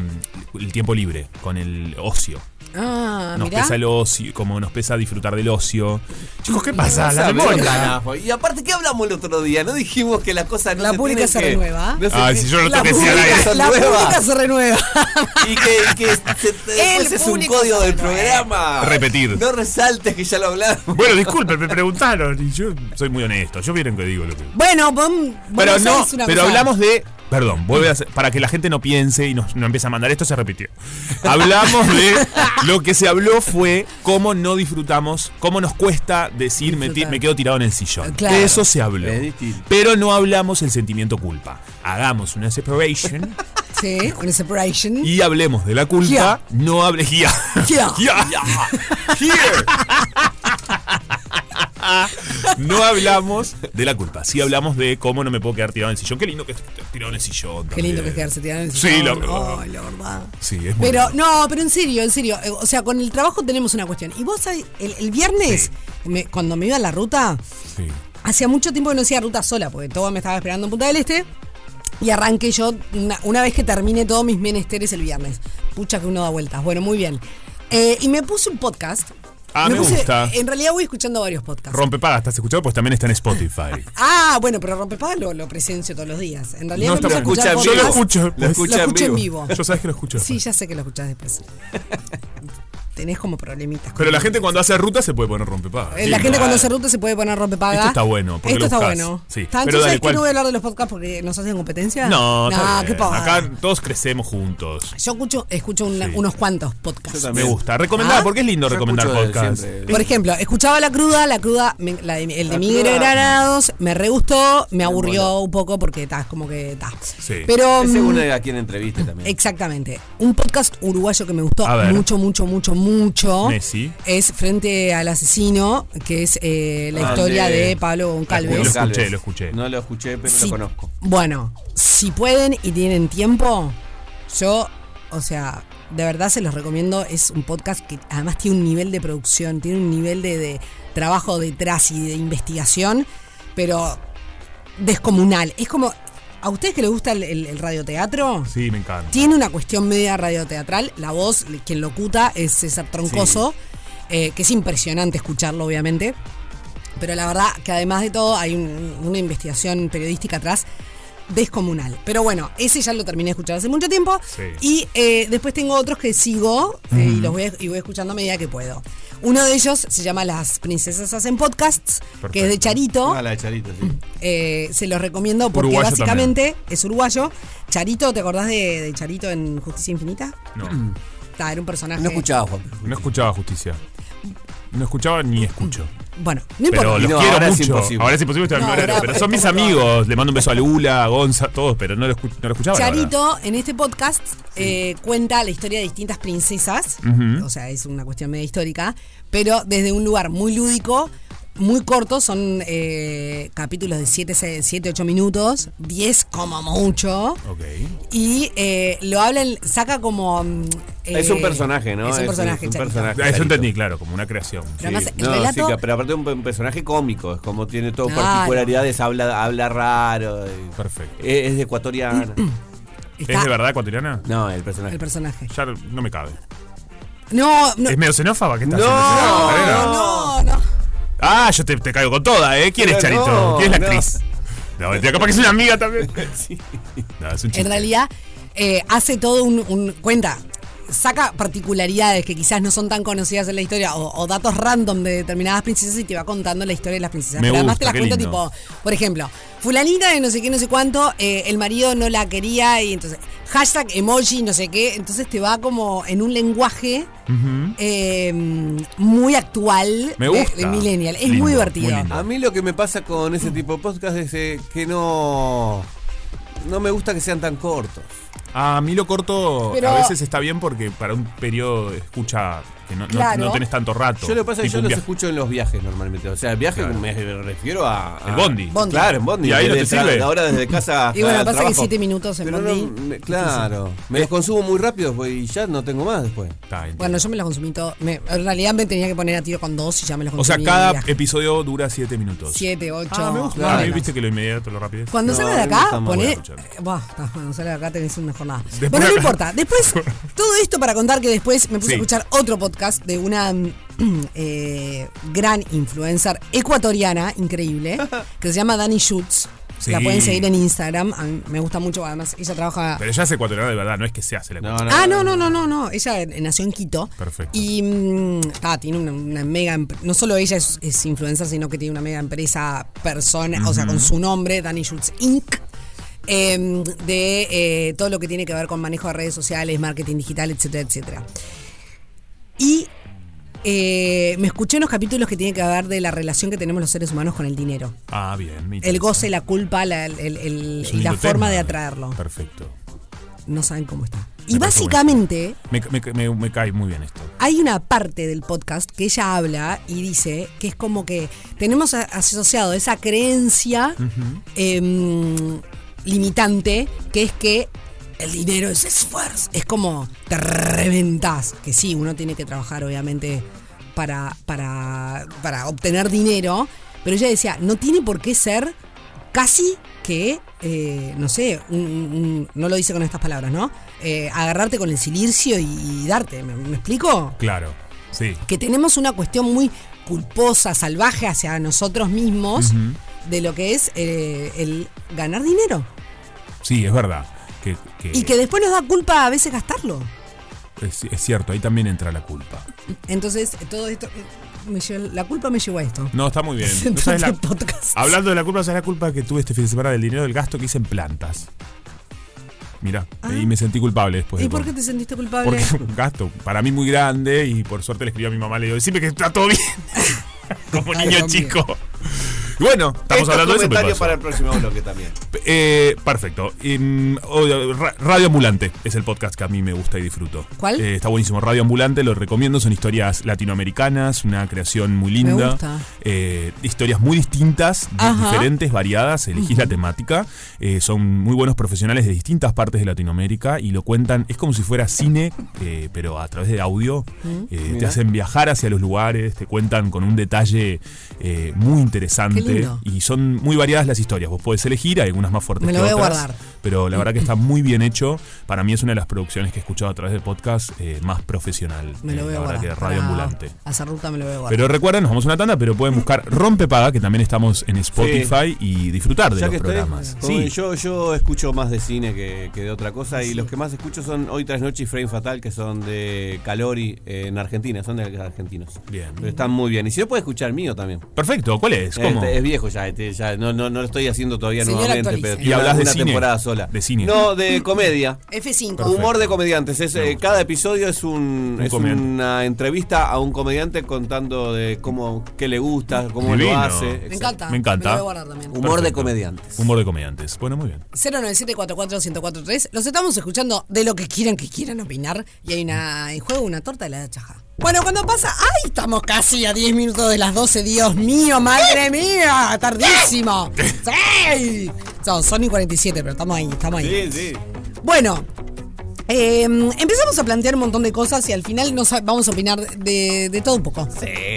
C: el tiempo libre, con el ocio.
B: Ah,
C: nos
B: mirá.
C: pesa el ocio, como nos pesa disfrutar del ocio. Chicos, ¿qué pasa?
D: Pasa,
C: La
D: veo
C: memoria.
D: canajo. Y aparte, ¿qué hablamos el otro día? No dijimos que las cosas no
B: La
D: se
B: pública
D: tienen
B: se
D: que-
B: renueva.
D: no se
C: Ah,
D: ti-
C: si yo no
B: La
C: tengo que decir al aire.
B: pública, la
D: Nueva.
B: pública se renueva.
D: Y que, y que se- después es un
B: público
D: código
B: se
D: del
B: renueva.
D: programa.
C: Repetir.
D: No resaltes que ya lo hablamos.
C: Bueno, disculpen, me preguntaron y yo soy muy honesto. Yo vieron que digo lo que.
B: Bueno, vamos
C: Pero no, pero hablamos de. Perdón, vuelve a hacer- para que la gente no piense y nos, no empiece a mandar esto, se repitió. Hablamos de. Lo que se habló fue cómo no disfrutamos, cómo nos cuesta decir me, ti-
B: Disfrutar. Eh,
C: me quedo tirado en el sillón.
B: Claro.
C: Eso se habló.
D: Es distinto.
C: Pero no hablamos el sentimiento culpa. Hagamos una separation
B: Sí, una separation.
C: y hablemos de la culpa.
B: Ya.
C: No hables. Ya.
B: Ya.
C: Ya. Here. No hablamos de la culpa, sí hablamos de cómo no me puedo quedar tirado en el sillón. Qué lindo que es tirado en el sillón.
B: Qué lindo
C: también.
B: que es quedarse tirado en el
C: Sí, la
B: sillón.
C: verdad.
B: Ay, la verdad.
C: Sí, es muy
B: Pero
C: lindo.
B: no, pero en serio, en serio. Eh, O sea, con el trabajo tenemos una cuestión. Y vos, sabés, el, el viernes, me- cuando me iba a la ruta,
C: Sí.
B: Hacía mucho tiempo que no hacía ruta sola, porque todo me estaba esperando en Punta del Este. Y arranqué yo una, una vez que terminé todos mis menesteres el viernes. Pucha que uno da vueltas. Bueno, muy bien. Eh, y me puse un podcast.
C: Ah, me
B: puse-
C: gusta.
B: En realidad voy escuchando varios podcasts.
C: Rompepagas, ¿estás escuchado? Pues también está en Spotify.
B: ah, bueno, pero Rompepaga lo, lo presencio todos los días. En realidad
C: No,
B: me
C: estamos
B: puse a escuchar
C: escuchando. Yo lo
B: podcasts.
C: escucho,
B: Lo
C: pues.
B: escucho en vivo.
C: Yo sabes que lo escucho.
B: Sí, ya sé que lo escuchás después. Tenés como problemitas.
C: Pero la
B: con-
C: gente cuando hace ruta se puede poner rompepagas.
B: Eh, La
C: Sí,
B: gente
C: claro.
B: cuando hace ruta se puede poner rompepaga.
C: ah. Esto está bueno, porque
B: Esto
C: lo
B: está
C: buscas.
B: bueno.
C: Sí.
B: Está,
C: Pero
B: entonces,
C: dale,
B: ¿qué
C: ¿cuál?
B: no voy a hablar de los podcasts porque nos hacen competencia?
C: No, está
B: Nah,
C: bien.
B: qué pavada.
C: Acá todos crecemos juntos.
B: Yo escucho, escucho un-
C: Sí.
B: unos cuantos podcasts.
D: Yo también.
C: Me gusta. Recomendar,
B: Ah.
C: porque es lindo
D: Yo
C: recomendar
D: escucho de
C: podcast.
D: siempre.
B: Por ejemplo, escuchaba La Cruda, La Cruda, me- la de- el de
D: La
B: Miguel
D: Cruda.
B: Granados, me re gustó, me
D: mola.
B: aburrió un poco porque está, como que está.
C: Sí.
B: Pero.
D: Es
B: mm,
D: según a quien entreviste también.
B: Exactamente. Un podcast uruguayo que me gustó
C: A ver.
B: mucho, mucho, mucho, mucho.
C: Messi.
B: Es Frente al Asesino, que es eh, la
D: Ah,
B: historia
D: de-
B: de, Pablo
C: Lo
B: Goncalves.
C: escuché,
D: Tal vez.
C: lo escuché.
D: No lo escuché, pero
B: Sí.
D: lo conozco.
B: Bueno, si pueden y tienen tiempo, yo, o sea, de verdad se los recomiendo. Es un podcast que además tiene un nivel de producción, tiene un nivel de, de trabajo detrás y de investigación, pero descomunal. Es como, a ustedes que les gusta el, el- el radioteatro,
C: Sí, me encanta.
B: tiene una cuestión media radioteatral. La voz, quien locuta, es César Troncoso, eh, que es impresionante escucharlo, obviamente. Pero la verdad que además de todo hay un- una investigación periodística atrás descomunal. Pero bueno, ese ya lo terminé de escuchar hace mucho tiempo.
C: Sí.
B: Y eh, después tengo otros que sigo eh, y los voy, y voy escuchando a medida que puedo. Uno de ellos se llama Las Princesas Hacen Podcasts, que es de
C: Perfecto.
B: Charito.
D: Ah, la de Charito, sí.
B: Eh, se los recomiendo porque
C: Uruguayo
B: básicamente es uruguayo. Charito, ¿te acordás de, de Charito en Justicia Infinita?
C: No,
B: Ta, era un personaje.
D: No escuchaba, Juan.
C: no escuchaba justicia. No escuchaba ni escucho.
B: Bueno, no importa.
C: Pero los
D: No,
C: quiero
D: ahora es
C: mucho.
D: imposible.
C: ahora es imposible estar en
B: No,
C: el horario,
B: ahora
C: Pero son mis
B: tampoco.
C: amigos. Le mando un beso a Lula, a Gonza, a todos, pero no lo, escu- no lo escuchaba. la verdad.
B: Charito, en este podcast, eh, cuenta la historia de distintas princesas. O sea, es una cuestión media histórica. Pero desde un lugar muy lúdico, muy corto. Son eh, capítulos de 7, 7, 8 minutos. 10 como mucho.
C: Ok.
B: Y eh, lo hablan, saca como. mm,
D: Es
B: eh,
D: un personaje, ¿no?
B: Es un personaje,
D: un
B: Charito.
D: personaje.
C: Ah, Eso
D: Charito.
C: entendí, claro, como una creación.
B: Pero además,
D: Sí.
B: el
D: No,
B: relato-
D: sí, que- pero aparte un, un personaje cómico, es como tiene todo
B: Claro.
D: particularidades, habla, habla raro. y-
C: Perfecto.
D: Es, es de ecuatoriana.
B: está
C: ¿Es de verdad ecuatoriana?
D: no, el
C: Eh.
D: personaje.
B: El personaje.
C: Ya no me cabe.
B: No, no.
C: ¿Es medio xenófoba? ¿Qué estás
D: No,
C: haciendo, Ferreira?
B: No, no, no.
C: Ah, yo te, te caigo con toda, ¿eh? ¿Quién es
D: Pero
C: Charito?
D: no,
C: ¿Quién es la
D: no.
C: actriz? No, mentira, capaz que es una amiga también. No, es un chiste.
B: En realidad, eh, hace todo un, un- Cuenta. saca particularidades que quizás no son tan conocidas en la historia o, o datos random de determinadas princesas y te va contando la historia de las princesas.
C: Me
B: Pero además
C: gusta,
B: te las
C: qué
B: cuenta
C: lindo.
B: tipo, por ejemplo, fulanita de no sé qué, no sé cuánto, eh, el marido no la quería y entonces hashtag emoji, no sé qué, entonces te va como en un lenguaje eh, muy actual
C: Me
B: de-
C: gusta.
B: de, millennial. Es
C: Lindo,
B: muy
C: muy
B: divertido.
C: lindo.
D: A mí lo que me pasa con ese tipo de podcast es eh, que no. No me gusta que sean tan cortos.
C: A mí lo corto
B: Pero-
C: a veces está bien porque para un periodo de escucha que no, no-
B: Claro.
C: no tenés tanto rato.
D: Yo lo que pasa es que
C: Tipo
D: yo
C: un
D: los
C: viaje.
D: escucho en los viajes normalmente. O sea, el viaje
C: Claro.
D: me refiero a. a-
C: El bondi.
B: Bondi.
D: Claro, en Bondi.
C: Y ahí no
D: Desde
C: te
D: tra-
C: sirve.
D: Ahora desde casa.
B: Y bueno,
D: al
B: pasa que
D: trabajo.
B: siete minutos en
D: Pero
B: Bondi,
D: me-
B: difícil.
D: claro. Me los consumo muy rápido pues, y ya no tengo más después.
C: Está, entiendo.
B: Bueno, yo me las consumí todo. me- en realidad me tenía que poner a tiro con dos y ya me las
C: o
B: consumí.
C: sea,
B: en
C: cada em-
B: el viaje.
C: episodio dura 7 minutos.
B: Siete, ocho.
C: Ah, me gusta.
B: más o
C: a mí
B: menos.
C: viste que lo inmediato, lo rápido. es.
B: Cuando
D: No,
B: salgas de
D: a mí me
B: acá,
D: gusta más.
B: poné. Eh,
C: Voy a escuchar.
B: Buah, está, cuando salgas de acá tenés una jornada.
C: Después
B: bueno, no
C: acá-
B: importa. Después, todo esto para contar que después me puse a
C: Sí.
B: escuchar otro podcast de una mm, eh, gran influencer ecuatoriana, increíble, que se llama Dani Schutz.
C: Sí.
B: La pueden seguir en Instagram. A mí me gusta mucho, además ella trabaja.
C: Pero ya es ecuatoriana de verdad, no es que se hace la
D: No,
C: ecuatoriana.
B: Ah, no, no, no, no, no. Ella eh, nació en Quito.
C: Perfecto.
B: Y mm, ah, tiene una, una mega. emp- No solo ella es, es influencer, sino que tiene una mega empresa persona, o sea, con su nombre, Danny Schultz Inc. em, de eh, todo lo que tiene que ver con manejo de redes sociales, marketing digital, etcétera, etcétera. Y eh, me escuché unos capítulos que tienen que ver de la relación que tenemos los seres humanos con el dinero.
C: Ah, bien. me
B: El
C: interesa.
B: goce, la culpa, la, el- el- el-
C: Es
B: y
C: un
B: la
C: lindo
B: forma
C: tema.
B: de atraerlo.
C: Perfecto.
B: No saben cómo está. Y
C: Me parece
B: básicamente,
C: Me, me- me- me cae muy bien esto.
B: hay una parte del podcast que ella habla y dice que es como que tenemos a- asociado esa creencia em, limitante que es que el dinero es esfuerzo. Es como te reventás. Que sí, uno tiene que trabajar, obviamente, para, para, para obtener dinero. Pero ella decía, no tiene por qué ser casi que, eh, no sé, un- un- un- no lo dice con estas palabras, ¿no? Eh, agarrarte con el silicio y, y darte, ¿me, me explico?
C: Claro. Sí.
B: Que tenemos una cuestión muy culposa, salvaje hacia nosotros mismos de lo que es eh, el ganar dinero.
C: Sí, es verdad. Que, que-
B: Y que después nos da culpa a veces gastarlo.
C: es, es cierto, ahí también entra la culpa.
B: Entonces, todo esto, eh, me llevó- la culpa me llevó a esto.
C: No, está muy bien. No
B: Entonces,
C: sabes la-
B: podcast.
C: hablando de la culpa, ¿sabes la culpa que tuve este fin de semana del dinero del gasto que hice en plantas? Mira, y me sentí culpable después.
B: Ah. ¿Y
C: de
B: por
C: todo.
B: qué te sentiste culpable?
C: pues, Porque fue un gasto para mí muy grande y por suerte le escribí a mi mamá, le digo, decime que está todo bien. Como
B: Ay,
C: niño
B: Dios mío.
C: chico. Y bueno, estamos
D: Estos
C: hablando de eso. pero
D: comentarios
C: pasó.
D: para el próximo bloque también.
C: Eh, perfecto. Em, o- ra- Radio Ambulante es el podcast que a mí me gusta y disfruto.
B: ¿Cuál?
C: Eh, está buenísimo. Radio Ambulante, lo recomiendo. Son historias latinoamericanas, una creación muy linda.
B: gusta.
C: Eh, historias muy distintas, di-
B: Ajá.
C: diferentes, variadas. Elegís la temática. Eh, son muy buenos profesionales de distintas partes de Latinoamérica y lo cuentan. Es como si fuera cine, eh, pero a través de audio. Eh, te
D: Mira.
C: hacen viajar hacia los lugares, te cuentan con un detalle eh, muy interesante.
B: Qué lindo.
C: Y son muy variadas las historias. Vos podés elegir, hay algunas más fuertes
B: Me lo
C: que
B: voy a
C: otras.
B: guardar.
C: Pero la verdad que está muy bien hecho. Para mí es una de las producciones que he escuchado a través del podcast eh, más profesional.
B: me lo
C: Eh,
B: voy a
C: la verdad
B: guardar.
C: que
B: para
C: Radio Ambulante.
B: Hacer ruta me lo voy a guardar.
C: Pero recuerden, nos vamos a una tanda, pero pueden buscar Rompepaga, que también estamos en Spotify, y disfrutar de
D: Ya
C: los
D: que estoy,
C: programas.
D: como
C: Sí.
D: yo, yo escucho más de cine que, que de otra cosa y los que más escucho son Hoy Tras Noche y Frame Fatal, que son de Calori eh, en Argentina, son de argentinos.
C: Bien.
D: Pero están muy bien. Y si no, puedes escuchar mío también.
C: Perfecto, ¿cuál es? ¿Cómo?
D: Este, es viejo ya, este, ya no, no, no lo estoy haciendo todavía
B: Señora,
D: nuevamente,
B: actualice.
D: pero
B: Y
D: tiene
C: hablas de
D: una
C: cine.
D: temporada sola.
C: De cine.
D: No, de comedia.
B: F5.
D: Humor de comediantes. Es, eh, cada episodio es, un,
C: Un
D: es
C: comediante.
D: una entrevista a un comediante contando de cómo qué le gusta, cómo
C: Divino.
D: lo hace.
C: Me
B: Me
D: Exacto.
B: encanta.
C: Me encanta.
B: Me lo voy a guardar también.
D: Humor de
C: Perfecto.
D: comediantes.
C: Humor de comediantes. Bueno, muy bien.
B: 097-441-1043. Los estamos escuchando de lo que quieran que quieran opinar. Y hay una en juego una torta de la chaja. Bueno, cuando pasa. ¡Ay! Estamos casi a 10 minutos de las 12. Dios mío, madre mía. Tardísimo. ¡Sí! Son, son y 47, pero estamos ahí, estamos ahí.
D: Sí, sí.
B: Bueno, eh, empezamos a plantear un montón de cosas y al final nos vamos a opinar de, de todo un poco.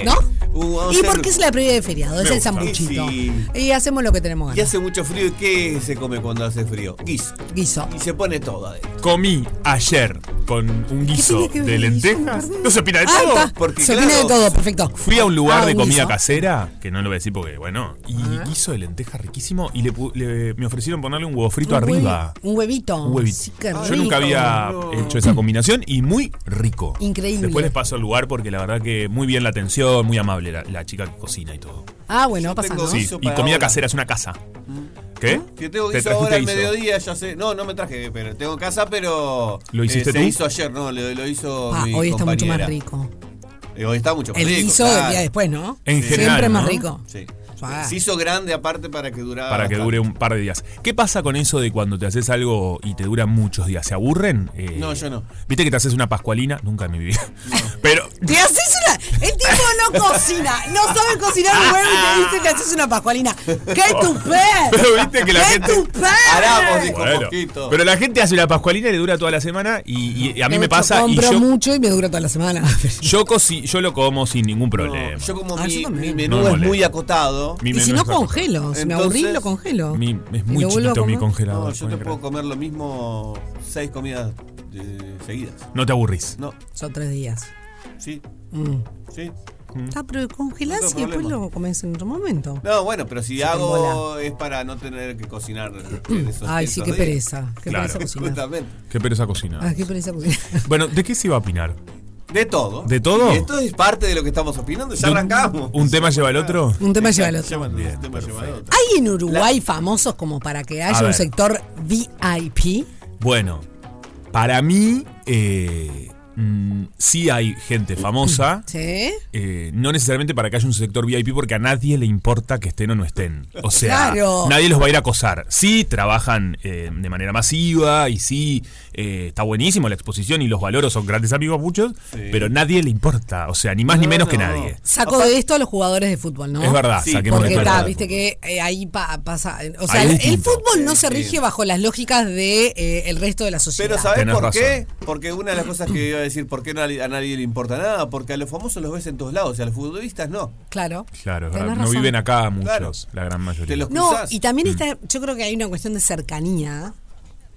B: ¿No?
D: Uh, vamos a
B: y
D: hacer-
B: porque es la previa de feriado, es el
C: gusta.
B: sambuchito.
D: Sí.
B: Y hacemos lo que tenemos
D: Y
B: ganas.
D: hace mucho frío. ¿Y qué se come cuando hace frío? Guiso.
B: Guiso.
D: Y se pone todo adentro.
C: Comí ayer con un guiso
B: tiene que ver
C: de
B: el guiso
C: lentejas.
B: con carne?
C: No se opina de
B: Ah,
C: todo.
B: está.
D: porque,
B: se
D: claro,
B: opina de todo, perfecto.
C: Fui a un lugar
B: Ah,
C: de
B: un
C: comida
B: guiso.
C: casera, que no lo voy a decir porque, bueno, y guiso de lenteja riquísimo y le, pu- le- me ofrecieron ponerle un huevo frito
B: Un hue-
C: arriba.
B: Un huevito.
C: Un huevito.
B: Sí, qué
C: Yo
B: rico.
C: nunca había hecho esa combinación y muy rico.
B: Increíble.
C: Después les paso el lugar porque la verdad que muy bien la atención, muy amable la, la chica que cocina y todo.
B: Ah, bueno,
D: Yo
B: pasa,
D: tengo
B: ¿no?
C: Sí,
D: guiso
C: y
D: para
C: comida
D: ahora.
C: casera es una casa. ¿Qué?
D: Que tengo
C: Te
D: guiso
C: trajiste
D: ahora al
C: guiso.
D: mediodía, ya sé. No, no me traje, pero tengo en casa, pero. eh,
C: ¿Lo hiciste
D: se
C: tú?
D: hizo ayer, no, lo, lo hizo.
B: Pa,
D: mi
B: hoy está mucho más
D: compañera.
B: rico.
D: Eh, hoy está mucho más
B: El
D: rico.
B: guiso del
D: claro.
B: día después, ¿no?
C: En general,
B: Siempre más
C: ¿no?
B: rico.
D: Sí.
B: Suave.
D: Se hizo grande aparte para que durara.
C: Para que
D: bastante.
C: dure un par de días. ¿Qué pasa con eso de cuando te haces algo y te dura muchos días? ¿Se aburren? Eh,
D: No, yo no.
C: ¿Viste que te haces una pascualina? Nunca en mi vida. Pero
B: Te haces una. El tipo no cocina. No sabe cocinar un huevo y te dice que haces una pascualina. ¡Qué tupé!
C: Pero viste que la
B: ¡Qué
C: gente-
B: tupé!
D: Haramos, dijo
C: Bueno,
D: Mosquito.
C: pero la gente hace la pascualina y le dura toda la semana y, y a mí
B: Yo
C: me pasa y
B: compro
C: yo,
B: mucho y me dura toda la semana.
C: yo, coci- yo lo como sin ningún problema.
D: No, yo como
B: Ah,
D: mi,
B: yo
D: mi
B: también.
D: menú
C: No me
D: es muy
C: molesta.
D: acotado.
C: Mi
B: y si
C: menú
B: no
C: es bastante-
B: congelo. Si me
D: Entonces,
B: aburrí, lo congelo.
C: Mi- es
B: Y
C: muy
B: lo vuelvo a
C: chiquito mi
B: comer.
C: congelador.
D: No, yo te
C: Muy
D: puedo
C: grande.
D: comer lo mismo seis comidas eh, seguidas.
C: No te aburrís.
D: No,
B: Son tres días.
D: sí,
B: Mm.
D: sí.
B: Ah, pero
D: No
B: congelás
D: tengo
B: y después
D: problema.
B: lo comés en otro momento.
D: No, bueno, pero si hago
B: embola.
D: es para no tener que cocinar. en esos-
B: Ay,
D: esos
B: sí, qué
D: días.
B: pereza. Qué
C: Claro.
B: pereza cocinar.
D: Justamente.
C: Qué pereza cocinar.
B: Ah, qué pereza cocinar.
C: Bueno, ¿de qué se iba a opinar?
D: De todo.
C: ¿De todo?
D: Y esto es parte de lo que estamos opinando. Ya
C: ¿De un-
D: arrancamos.
C: ¿Un tema lleva al otro?
B: Un tema lleva al
D: Ya,
B: otro.
D: bueno,
C: Bien,
D: un tema lleva al otro.
B: ¿Hay en Uruguay famosos como para que haya
C: A
B: un
C: ver.
B: sector VIP?
C: Bueno, para mí eh, mm, sí hay gente famosa.
B: ¿Sí?
C: eh, no necesariamente para que haya un sector VIP porque a nadie le importa que estén o no estén. O sea,
B: Claro.
C: nadie los va a ir a acosar. Sí, trabajan eh, de manera masiva y sí, eh, está buenísimo la exposición y los valoros son grandes amigos muchos, pero nadie le importa. O sea, ni más ni
D: No,
C: menos que
D: no.
C: nadie.
B: Saco de esto a los jugadores de fútbol, ¿no?
C: Es verdad,
D: Sí,
C: saquemos
B: Porque
C: de
B: está,
C: verdad.
B: viste que eh, ahí pa- pasa. eh, O sea,
C: Ahí
B: el,
C: es distinto.
B: fútbol no se
D: Sí.
B: rige bajo las lógicas de eh, el resto de la sociedad.
D: Pero ¿sabés
C: Tenés
D: por
C: razón.
D: qué? Porque una de las cosas que iba a decir, ¿por qué no a a nadie le importa nada? Porque a los famosos los ves en todos lados y a los futbolistas no.
B: Claro.
C: Claro, es
B: Tenés
C: verdad. no
B: razón.
C: viven acá
D: Claro.
C: muchos, la gran mayoría.
D: Te los
B: No,
D: cruzás.
B: y
C: Mm.
B: también está, yo creo que hay una cuestión de cercanía.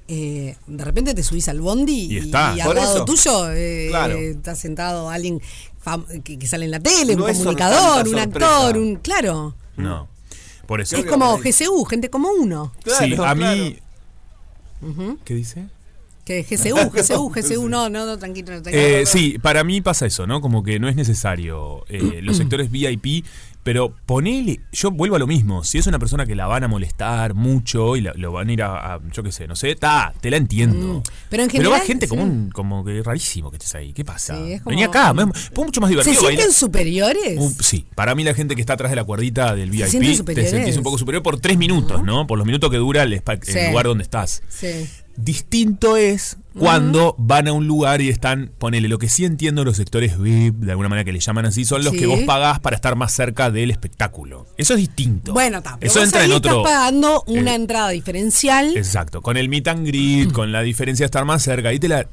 B: Eh, de repente te subís al bondi
C: Y está.
B: y al
D: Por
B: lado
D: eso.
B: tuyo eh,
D: Claro.
B: está sentado alguien fam- que, que sale en la tele,
D: No
B: un
D: es sor-
B: comunicador,
D: tanta
B: un
D: sorpresa.
B: actor, un. Claro.
C: No. Por eso.
B: Es como GCU, gente como uno.
C: sí,
D: Claro,
C: a
D: claro.
C: mí. ¿Qué dice?
B: Que GCU, GCU, GCU, no, no, no, tranquilo, no, tranquilo.
C: Eh, sí, para mí pasa eso, ¿no? Como que no es necesario eh, los sectores VIP, pero ponele, yo vuelvo a lo mismo, si es una persona que la van a molestar mucho y la- lo van a ir a, a- yo qué sé, no sé, ta, te la entiendo.
B: Mm, pero en
C: va
B: general,
C: gente
B: sí.
C: como, un- como que rarísimo que estés ahí, ¿qué pasa?
B: Sí, es como-
C: Vení acá, me- fue mucho más
B: ¿Se
C: divertido.
B: sienten
C: bailar.
B: superiores?
C: Un- sí, para mí la gente que está atrás de la cuerdita del VIP
B: sienten
C: te
B: superiores.
C: sentís un poco superior por tres minutos, ¿no? Por los minutos que dura el, spa- el
B: Sí.
C: lugar donde estás.
B: Sí.
C: Distinto es cuando van a un lugar y están, ponele, lo que sí entiendo los sectores VIP, de alguna manera que le llaman así, son los
B: Sí.
C: que vos pagás para estar más cerca del espectáculo. Eso es distinto.
B: Bueno, está. pero
C: Eso
B: vos
C: entra
B: ahí
C: en otro.
B: estás pagando una
C: Eh,
B: entrada diferencial.
C: Exacto, con el meet and greet, con la diferencia de estar más cerca, ahí te la...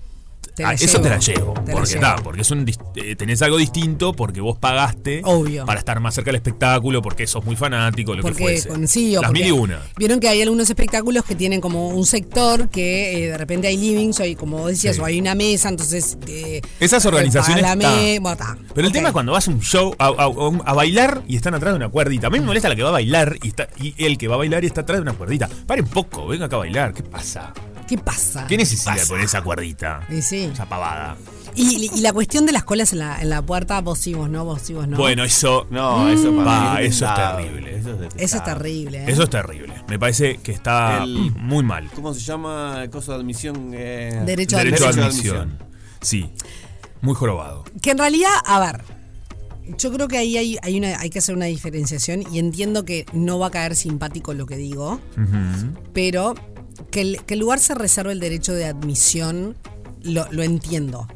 B: Te la
C: ah, eso
B: llevo,
C: te la llevo,
B: te la
C: porque,
B: llevo.
C: ta, porque es un dis- eh, tenés algo distinto, porque vos pagaste
B: Obvio.
C: para estar más cerca del espectáculo, porque sos muy fanático, lo que
B: porque
C: fuese.
B: con sí, o
C: Las
B: porque
C: mil y una.
B: Vieron que hay algunos espectáculos que tienen como un sector que eh, de repente hay livings, o hay, como decías,
C: Sí.
B: o hay una mesa, entonces. eh,
C: Esas organizaciones
B: paga la
C: está.
B: me- bueno, está.
C: Pero el
B: Ok.
C: tema es cuando vas a un show a, a- a un- a bailar y están atrás de una cuerdita. A mí me molesta la que va a bailar y, está, y el que va a bailar y está atrás de una cuerdita. Paren poco, venga acá a bailar. ¿Qué pasa?
B: ¿Qué pasa?
C: ¿Qué necesidad de poner esa cuerdita?
B: Y sí.
C: Esa pavada.
B: Y, y la cuestión de las colas en la, en la puerta, vos sí, vos no, vos sí, vos no.
C: Bueno, eso.
D: No,
B: Mm.
D: eso para
C: Va,
D: mí
C: eso es
D: detestable.
C: terrible.
D: Eso es detestable.
B: Eso es terrible. ¿eh?
C: Eso es terrible. Me parece que está
D: El-
C: mm, muy mal.
D: ¿Cómo se llama el coso de admisión? Eh,
B: Derecho a
C: Derecho a
D: admisión.
C: admisión. Sí. Muy jorobado.
B: Que en realidad, a ver, yo creo que ahí hay, hay, una, hay que hacer una diferenciación y entiendo que no va a caer simpático lo que digo, pero que el, que el lugar se reserve el derecho de admisión, lo, lo entiendo.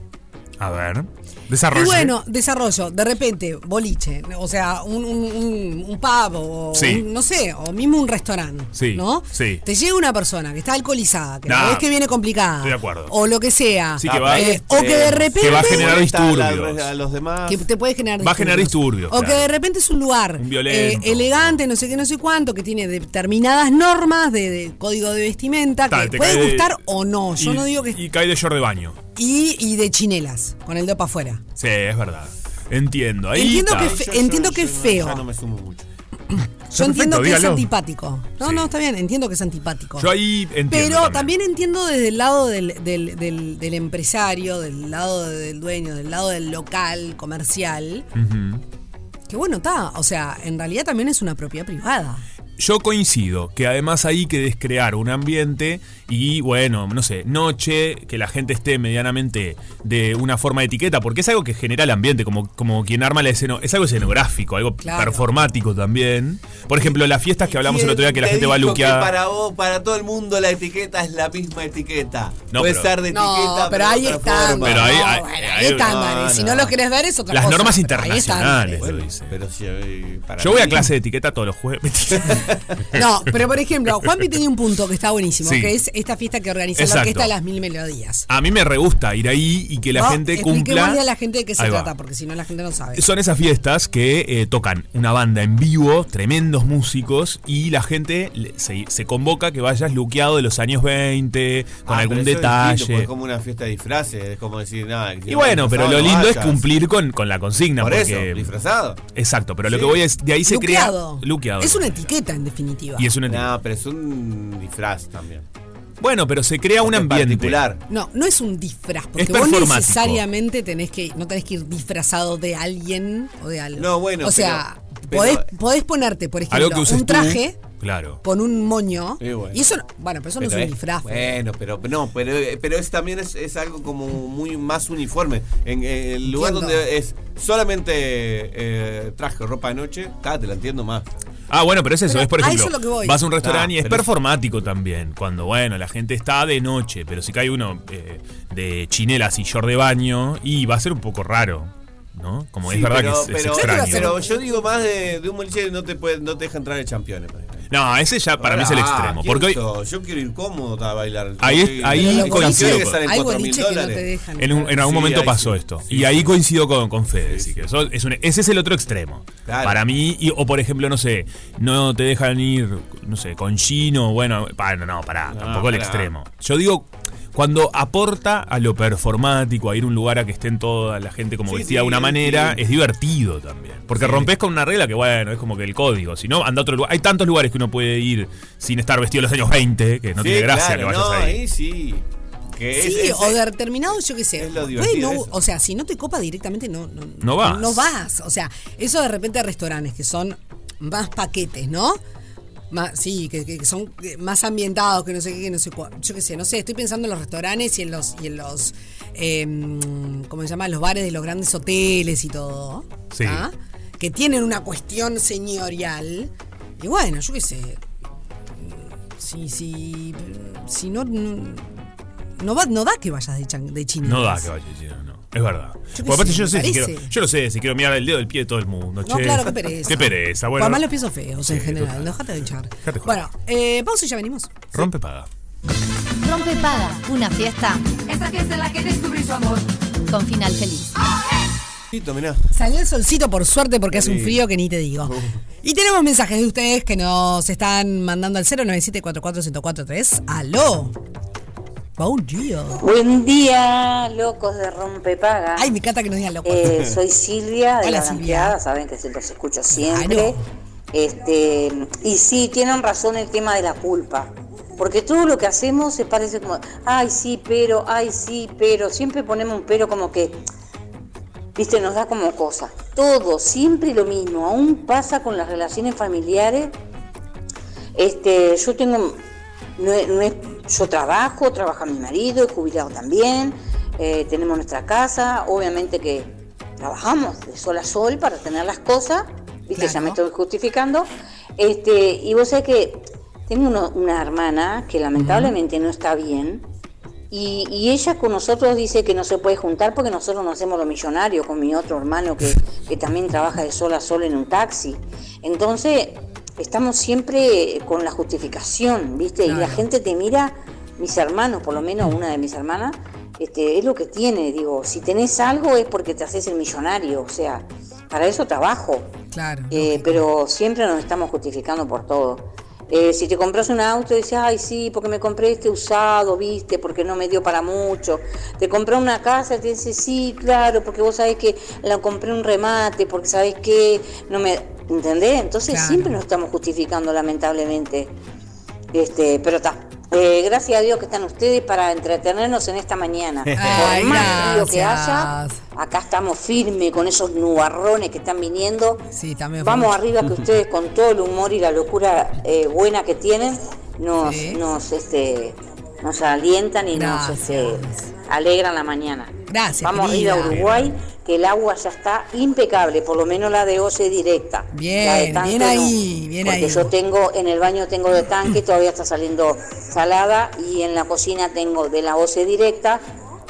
C: A ver.
B: Y
C: Desarrollo.
B: bueno, desarrollo, de repente, boliche, o sea, un, un, un- un pub o
C: Sí.
B: un- no sé, o mismo un restaurante,
C: Sí,
B: ¿no?
C: sí.
B: Te llega una persona que está alcoholizada, que
C: Nah,
B: la vez que viene complicada,
C: estoy de acuerdo.
B: o lo que sea,
C: Sí, que va- este,
B: eh, o que de repente...
C: va a generar
D: Molesta a la-
C: disturbios.
D: A, los demás. Ah,
B: que te puede generar
C: Va a generar disturbios,
B: O que
C: claro.
B: de repente es un lugar
C: Un violento.
B: eh, elegante, no sé qué, no sé cuánto, que tiene determinadas normas de, de código de vestimenta
C: Ta,
B: que
C: te
B: puede
C: cae de-
B: gustar o no. Yo
C: y-
B: no digo que
C: Y cae de short de baño.
B: Y, y de chinelas, con el dedo para afuera.
C: Sí, es verdad. Entiendo. Ahí
B: Entiendo
C: está.
B: que fe- entiendo que es
D: no-
B: feo.
D: ya no me sumo mucho.
B: Yo
C: perfecto,
B: entiendo que es
C: dígalo.
B: antipático. No,
C: Sí.
B: no, está bien, entiendo que es antipático.
C: Yo ahí entiendo.
B: Pero también. entiendo desde el lado del, del- del- del empresario, del lado del dueño, del lado del local comercial,
C: Ujú.
B: que bueno, está, o sea, en realidad también es una propiedad privada.
C: Yo coincido que además ahí querés crear un ambiente y bueno, no sé, noche, que la gente esté medianamente de una forma de etiqueta, porque es algo que genera el ambiente, como, como quien arma la escena, es algo escenográfico, algo
B: Claro.
C: performático también. Por ejemplo, las fiestas que hablamos el otro día que la
D: Te
C: gente
D: dijo
C: va luqueada.
D: que Para vos, para todo el mundo, la etiqueta es la misma etiqueta.
C: No,
D: Puede
C: pero-
D: ser de
B: No,
D: etiqueta,
B: pero
D: de
B: ahí
D: otra
B: están.
D: forma.
C: Pero ahí-
B: no,
C: ahí-
B: bueno,
C: ahí-
B: estándares.
D: no,
B: Si
D: no.
B: no los querés ver, es otra
C: Las
B: cosa.
C: normas
B: pero ahí están.
C: internacionales.
D: Bueno,
C: Lo dice.
D: pero si, eh, para
C: Yo voy a
D: mí-
C: clase de etiqueta todos los jueves.
B: No, pero por ejemplo, Juanpi tenía un punto que está buenísimo,
C: Sí.
B: que es esta fiesta que organiza
C: Exacto.
B: la Orquesta de las Mil Melodías.
C: A mí me re gusta ir ahí y que la
B: ¿No?
C: gente cumpla.
B: Ah, Expliquémosle a la gente de qué se
C: Ahí va.
B: trata, porque si no la gente no sabe.
C: Son esas fiestas que eh, tocan una banda en vivo, tremendos músicos, y la gente le- se, se convoca que vayas luqueado de los años 20, con
D: Ah,
C: algún
D: pero eso es distinto,
C: detalle.
D: porque Es como una fiesta de disfraces, es como decir nada. que si
C: y
D: no
C: bueno,
D: vas
C: pero lo
D: disfrazado,
C: lindo
D: no
C: es
D: vayas.
C: cumplir con, con la consigna.
D: Por eso,
C: porque,
D: disfrazado.
C: Exacto, pero lo
D: Sí.
C: que voy es, de ahí se
B: Luqueado.
C: crea... Luqueado.
B: Es una etiqueta, en definitiva.
C: Y es una
D: No, pero es un disfraz también.
C: Bueno, pero se crea un
D: En
C: ambiente.
D: particular.
B: No, no es un disfraz, porque
C: Es
B: vos
C: performático.
B: necesariamente tenés que, no tenés que ir disfrazado de alguien o de algo.
D: No, bueno,
B: O sea,
D: pero- pero-
B: podés, podés ponerte, por ejemplo,
C: Algo que uses
B: un traje
C: tú. Claro.
B: con un moño.
D: Y bueno.
B: Y eso, no- bueno, pero eso no
D: Pero
B: es un
D: es-
B: disfraz.
D: Bueno, pero no, pero, eh, pero es también es, es algo como muy más uniforme. En, eh, el lugar
B: Entiendo.
D: donde es solamente eh, traje, ropa de noche, ta, te la entiendo más.
C: Ah, bueno, pero es eso,
B: Pero
C: es por
B: a
C: ejemplo,
B: eso es lo que voy.
C: vas a un restaurante
D: Ah,
C: y es
D: pero-
C: performático también, cuando bueno, la gente está de noche, pero si cae uno eh, de chinelas y short de baño y va a ser un poco raro, ¿no? Como es
D: Sí,
C: verdad
D: pero,
C: que es- es,
D: pero-
C: extraño.
D: pero yo digo más de, de un boliche que no te puede, no te deja entrar el campeón.
C: No, ese ya para mí es el extremo, porque hoy
D: Ah, Yo quiero ir cómodo a bailar.
C: Ahí es- ahí
B: Pero los
C: coincido
B: boliches-
C: con-
B: Hay boliches que no te dejan.
C: en, un- en algún
D: Sí,
C: momento
D: ahí
C: pasó
D: sí.
C: esto.
D: Sí,
C: y
D: sí,
C: ahí
D: sí.
C: coincido con, con Fede. así que eso es un- ese es el otro extremo.
D: Claro.
C: Para mí, y- o por ejemplo, no sé, no te dejan ir, no sé, con chino, bueno, pa- no, no, pará, tampoco el
D: pará.
C: extremo. Yo digo, cuando aporta a lo performático, a ir a un lugar a que estén toda la gente como
D: Sí,
C: vestida de
D: sí,
C: una manera,
D: sí.
C: es divertido también. Porque rompes con una regla que, bueno, es como que el código. Si no, anda a otro lugar. Hay tantos lugares que uno puede ir sin estar vestido los años 20, que no
D: Sí,
C: tiene gracia
D: claro,
C: que vayas
D: no,
C: ahí.
D: sí. Que
B: Sí,
D: es- es-
B: o de determinado, yo qué sé.
D: es lo
B: puede
D: divertido
B: no-
D: de eso.
B: o sea, si no te copa directamente, no, no,
C: No vas.
B: No vas. O sea, eso de repente a restaurantes que son más paquetes, ¿no? Más, sí, que, que- que son más ambientados, que no sé qué, que no sé cuál. Yo qué sé, no sé, estoy pensando en los restaurantes y en los, y en los em, ¿cómo se llama? Los bares de los grandes hoteles y todo.
C: Sí.
B: ¿ah? Que tienen una cuestión señorial. Y bueno, yo qué sé. Si, si, si no, no, no va- no da que vayas de, chan- de chinelas.
C: No da que vaya chino, no. Es verdad.
B: Yo qué
C: Porque aparte
B: sé,
C: yo,
B: me
C: sé si
B: parece.
C: quiero, yo lo sé, si quiero mirar el dedo del pie de todo el mundo.
B: No,
C: che.
B: claro, qué pereza.
C: Qué pereza,
B: Pues
C: bueno.
B: además los pisos feos en
C: Sí,
B: general,
C: total.
B: déjate de echar.
C: Dejate joder.
B: Bueno, eh, pausa y ya venimos.
C: Rompe paga.
F: Rompe Paga, una fiesta
G: Esta fiesta es la que descubrí su amor.
F: con final feliz.
D: Tito, mirá.
B: Salió el solcito por suerte porque hace un
D: Sí.
B: frío que ni te
C: Oh.
B: digo. Y tenemos mensajes de ustedes que nos están mandando al 097441043. ¡Aló! ¡Buen día!
H: Buen día, locos de Rompepaga.
B: Ay, me encanta que nos digan loco.
H: Eh, soy Silvia de
B: Hola,
H: la
B: Silvia.
H: Blanqueada, saben que se los escucho siempre.
B: Claro.
H: Este, y sí, tienen razón el tema de la culpa. Porque todo lo que hacemos se parece como, ay, sí, pero, ay, sí, pero. Siempre ponemos un pero como que, viste, nos da como cosa. Todo, siempre lo mismo. Aún pasa con las relaciones familiares. Este, yo tengo, no es- no es- yo trabajo, trabaja mi marido, es jubilado también, eh, tenemos nuestra casa, obviamente que trabajamos de sol a sol para tener las cosas, viste, ya me
B: Claro.
H: estoy justificando, este, y vos sabés que tengo uno- una hermana que lamentablemente no está bien, y, y ella con nosotros dice que no se puede juntar porque nosotros no hacemos los millonarios con mi otro hermano que, que también trabaja de sol a sol en un taxi. Entonces, estamos siempre con la justificación, ¿viste? Y la
B: Claro.
H: gente te mira, mis hermanos, por lo menos una de mis hermanas, este, es lo que tiene. Digo, si tenés algo es porque te haces el millonario, o sea, para eso trabajo.
B: Claro.
H: Eh, pero siempre nos estamos justificando por todo. Eh, si te compras un auto, dices, ay, sí, porque me compré este usado, viste, porque no me dio para mucho. Te compré una casa, te dices, sí, claro, porque vos sabés que la compré un remate, porque sabés que no me. ¿Entendés? Entonces
B: Claro.
H: siempre nos estamos justificando, lamentablemente. Este, pero está. Eh, gracias a Dios que están ustedes para entretenernos en esta mañana.
B: Ay,
H: Por más frío que haya,
B: gracias.
H: acá estamos firmes con esos nubarrones que están viniendo.
B: Sí, también fue-
H: Vamos arriba que ustedes con todo el humor y la locura eh, buena que tienen nos
B: Sí.
H: nos este nos alientan y nos este,
B: Gracias.
H: alegran la mañana.
B: Gracias,
H: Vamos
B: querida.
H: arriba a Uruguay que el agua ya está impecable, por lo menos la de hoy es directa.
B: Bien,
H: La de tanque
B: bien
H: no,
B: ahí, bien
H: porque
B: ahí.
H: yo tengo en el baño tengo de tanque, todavía está saliendo salada y en la cocina tengo de la OCE directa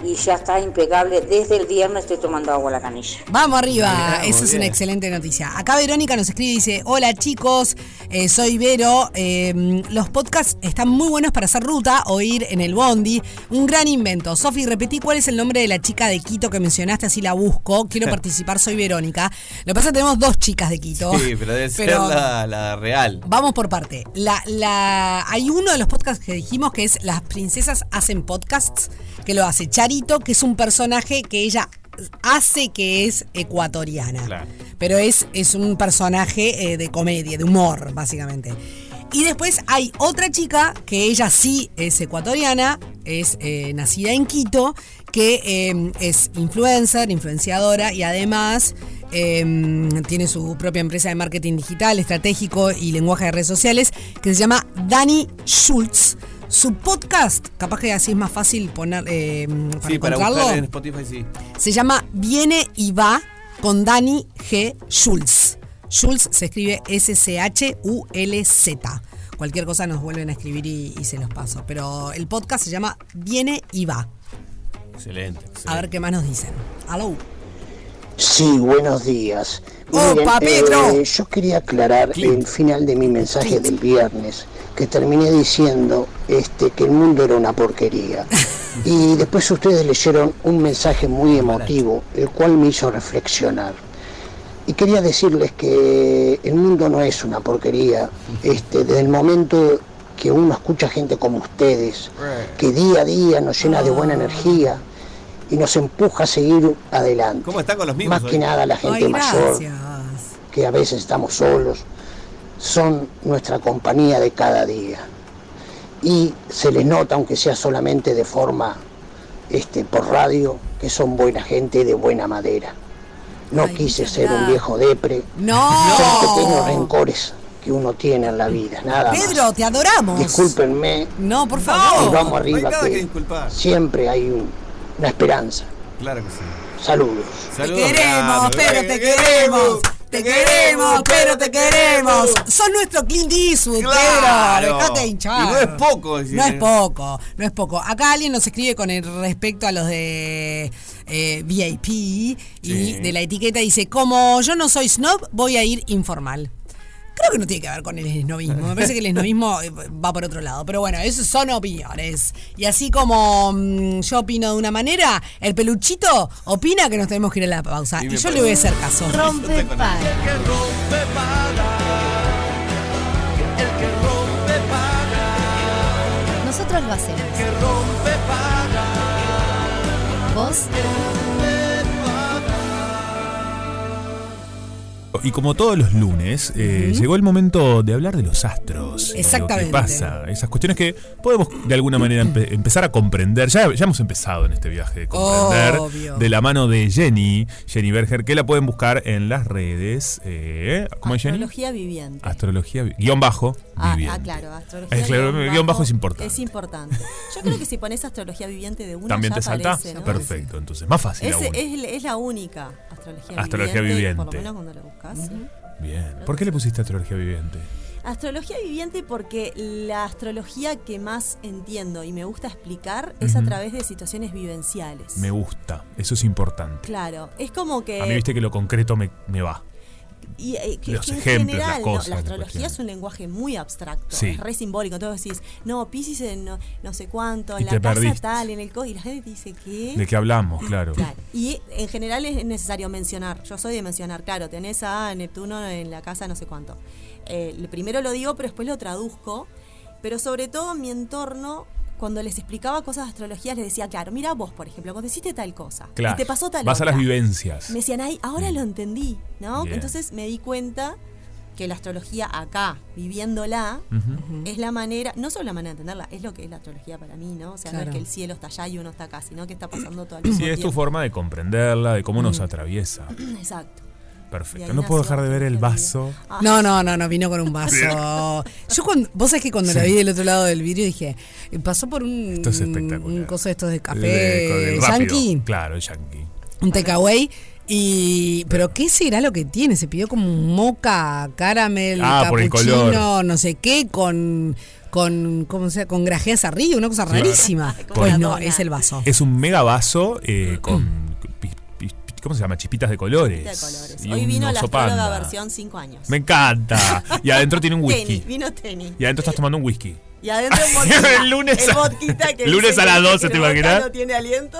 H: y ya está impecable desde el viernes estoy tomando agua a la canilla.
B: Vamos arriba, eso es
D: bien.
B: una excelente noticia. Acá Verónica nos escribe y dice, hola chicos, eh, soy Vero, eh, los podcasts están muy buenos para hacer ruta o ir en el bondi, un gran invento. Sofi, repetí cuál es el nombre de la chica de Quito que mencionaste, así la busco, quiero participar, soy Verónica. Lo que pasa es que tenemos dos chicas de Quito.
D: Sí, pero debe ser
B: Pero-
D: la, la real.
B: Vamos por parte. La, la, hay uno de los podcasts que dijimos que es Las princesas hacen podcasts, que lo hace Charito, que es un personaje que ella hace que es ecuatoriana.
C: Claro.
B: Pero es, es un personaje eh, de comedia, de humor, básicamente. Y después hay otra chica que ella sí es ecuatoriana, es eh, nacida en Quito, que eh, es influencer, influenciadora y además eh, tiene su propia empresa de marketing digital, estratégico y lenguaje de redes sociales, que se llama Dani Schultz. Su podcast, capaz que así es más fácil poner, eh, para
D: Sí, para
B: encontrarlo,
D: buscar en Spotify sí.
B: se llama Viene y va con Dani G. Schulz. Schulz se escribe S-C-H-U-L-Z. Cualquier cosa nos vuelven a escribir y, y se los paso. Pero el podcast se llama Viene y va.
D: Excelente.
B: A ver qué más nos dicen. Hello.
I: Sí, buenos días.
B: ¡Opa, Pedro!
I: eh, yo quería aclarar el final de mi mensaje del viernes, que terminé diciendo este, que el mundo era una porquería. Y después ustedes leyeron un mensaje muy emotivo, el cual me hizo reflexionar. Y quería decirles que el mundo no es una porquería. Este, desde el momento que uno escucha gente como ustedes, que día a día nos llena de buena energía y nos empuja a seguir adelante.
D: ¿Cómo están con los mismos?
I: Más que nada la gente
B: Ay,
I: mayor, Ah.
B: gracias.
I: que a veces estamos solos, son nuestra compañía de cada día. Y se les nota, aunque sea solamente de forma este, por radio, que son buena gente de buena madera. No
B: Ay,
I: quise
B: muchas
I: ser un
B: gracias.
I: viejo depre. Son pequeños
B: ¡No!
I: rencores que uno tiene en la vida, nada más.
B: Pedro, te adoramos.
I: Discúlpenme
B: No, por
I: y
B: favor.
I: vamos
D: no hay
I: arriba,
D: nada
I: que
D: que disculpar.
I: siempre hay un- una esperanza.
D: Claro que sí.
I: Saludos.
D: Saludos,
B: te queremos,
D: Brando.
B: pero te queremos. Te queremos, pero te queremos. Son nuestro Clint Eastwood,
D: Claro.
B: Pedro. Dejate de hinchar.
D: Y no es poco, es decir,
B: No es
D: eh.
B: poco, no es poco. Acá alguien nos escribe con el respecto a los de eh, VIP y de la etiqueta dice, como yo no soy snob, voy a ir informal. Creo que no tiene que ver con el esnovismo. Me parece que el esnovismo eh, va por otro lado. Pero bueno, eso son opiniones. Y así como mm, yo opino de una manera, el peluchito opina que nos tenemos que ir a la pausa.
D: Y
B: Y,
D: me
B: yo le voy a hacer caso.
F: Rompe para. Nosotros lo hacemos. Vos
C: Y como todos los lunes, eh, llegó el momento de hablar de los astros. de
B: Exactamente.
C: Lo que pasa, esas cuestiones que podemos de alguna manera empe- empezar a comprender. Ya, ya hemos empezado en este viaje de comprender.
B: Obvio.
C: De la mano de Jenny, Jenny Berger, que la pueden buscar en las redes. eh, ¿Cómo es Jenny?
J: Astrología viviente.
C: Astrología, vi- guión bajo,
J: Ah, ah,
C: viviente.
J: claro, astrología.
C: Eh, claro, guión bajo es importante.
J: Es importante. Yo creo que si pones astrología viviente de una
C: ¿También
J: ya
C: te salta?
J: aparece, ¿no?
C: Perfecto, entonces, más fácil
J: Es,
C: aún.
J: es- es la única astrología,
C: Astrología
J: viviente, por lo
C: viviente.
J: menos cuando la buscas.
C: Bien. ¿Por qué le pusiste astrología viviente?
J: Astrología viviente porque la astrología que más entiendo y me gusta explicar es a través de situaciones vivenciales.
C: Me gusta, eso es importante.
J: Claro, es como que...
C: A mí viste que lo concreto me, me va.
J: Y, eh, que-
C: Los
J: que en
C: ejemplos,
J: general,
C: las
J: no,
C: cosas,
J: la
C: las
J: astrología
C: cuestiones.
J: es un lenguaje muy abstracto,
C: Sí.
J: es re simbólico. Entonces decís, no, Pisces en no, no sé cuánto,
C: Y
J: en la
C: te
J: casa
C: perdiste.
J: tal, en el co. Y la gente te dice, ¿qué?
C: ¿De qué hablamos? Claro.
J: Claro. Y en general es necesario mencionar. Yo soy de mencionar, claro, tenés a Neptuno en la casa no sé cuánto. Eh, lo primero lo digo, pero después lo traduzco. Pero sobre todo en mi entorno, cuando les explicaba cosas de astrología, les decía, claro, mira vos, por ejemplo, cuando hiciste tal cosa.
C: Claro.
J: Y te pasó tal
C: Vas a
J: otra.
C: las vivencias. Mm.
J: Me decían, ay, ahora lo entendí, ¿no?
C: Bien.
J: Entonces me di cuenta que la astrología acá, viviéndola,
A: Ujú.
J: es la manera, no solo la manera de entenderla, es lo que es la astrología para mí, ¿no? O sea, no
C: Claro.
J: es que el cielo está allá y uno está acá, sino que está pasando todo el mismo
C: Sí, es tu
J: tiempo. Mm.
C: forma de comprenderla, de cómo nos atraviesa.
J: Exacto.
C: Perfecto. No puedo dejar de ver el vaso.
J: Ah.
B: No, no, no, no, vino con un vaso. Yo cuando, vos sabés que cuando la
C: Sí.
B: vi del otro lado del vidrio dije, eh, pasó por un,
C: Esto es espectacular.
B: un coso de estos de
C: De- con
B: café eh,
C: el rápido.
B: yankee,
C: Claro, el yankee.
B: un takeaway. Y, pero ¿qué será lo que tiene? Se pidió como un moca, caramel,
C: Ah, por el
B: cappuccino,
C: color.
B: no sé qué, con, con, ¿cómo se llama? Con grajeas arriba, una cosa
C: Claro.
B: rarísima.
C: Con-
B: Pues no, es el vaso.
C: Es un mega vaso
J: Mm.
C: eh, con. pi- pi- pi- ¿Cómo se llama? Chispitas de colores.
J: De colores.
C: Y
J: Hoy
C: un
J: vino la
C: oso
J: astróloga
C: panda.
J: versión 5 años.
C: Me encanta. Y adentro tiene un whisky.
J: Tenis, vino tenis.
C: Y adentro estás tomando un whisky.
J: Y adentro un vodka.
C: El lunes a-
J: vodquita que
C: lunes
J: dicen
C: a las
J: que-
C: 12,
J: que
C: ¿te
J: el vodka
C: imaginas?
J: No tiene aliento.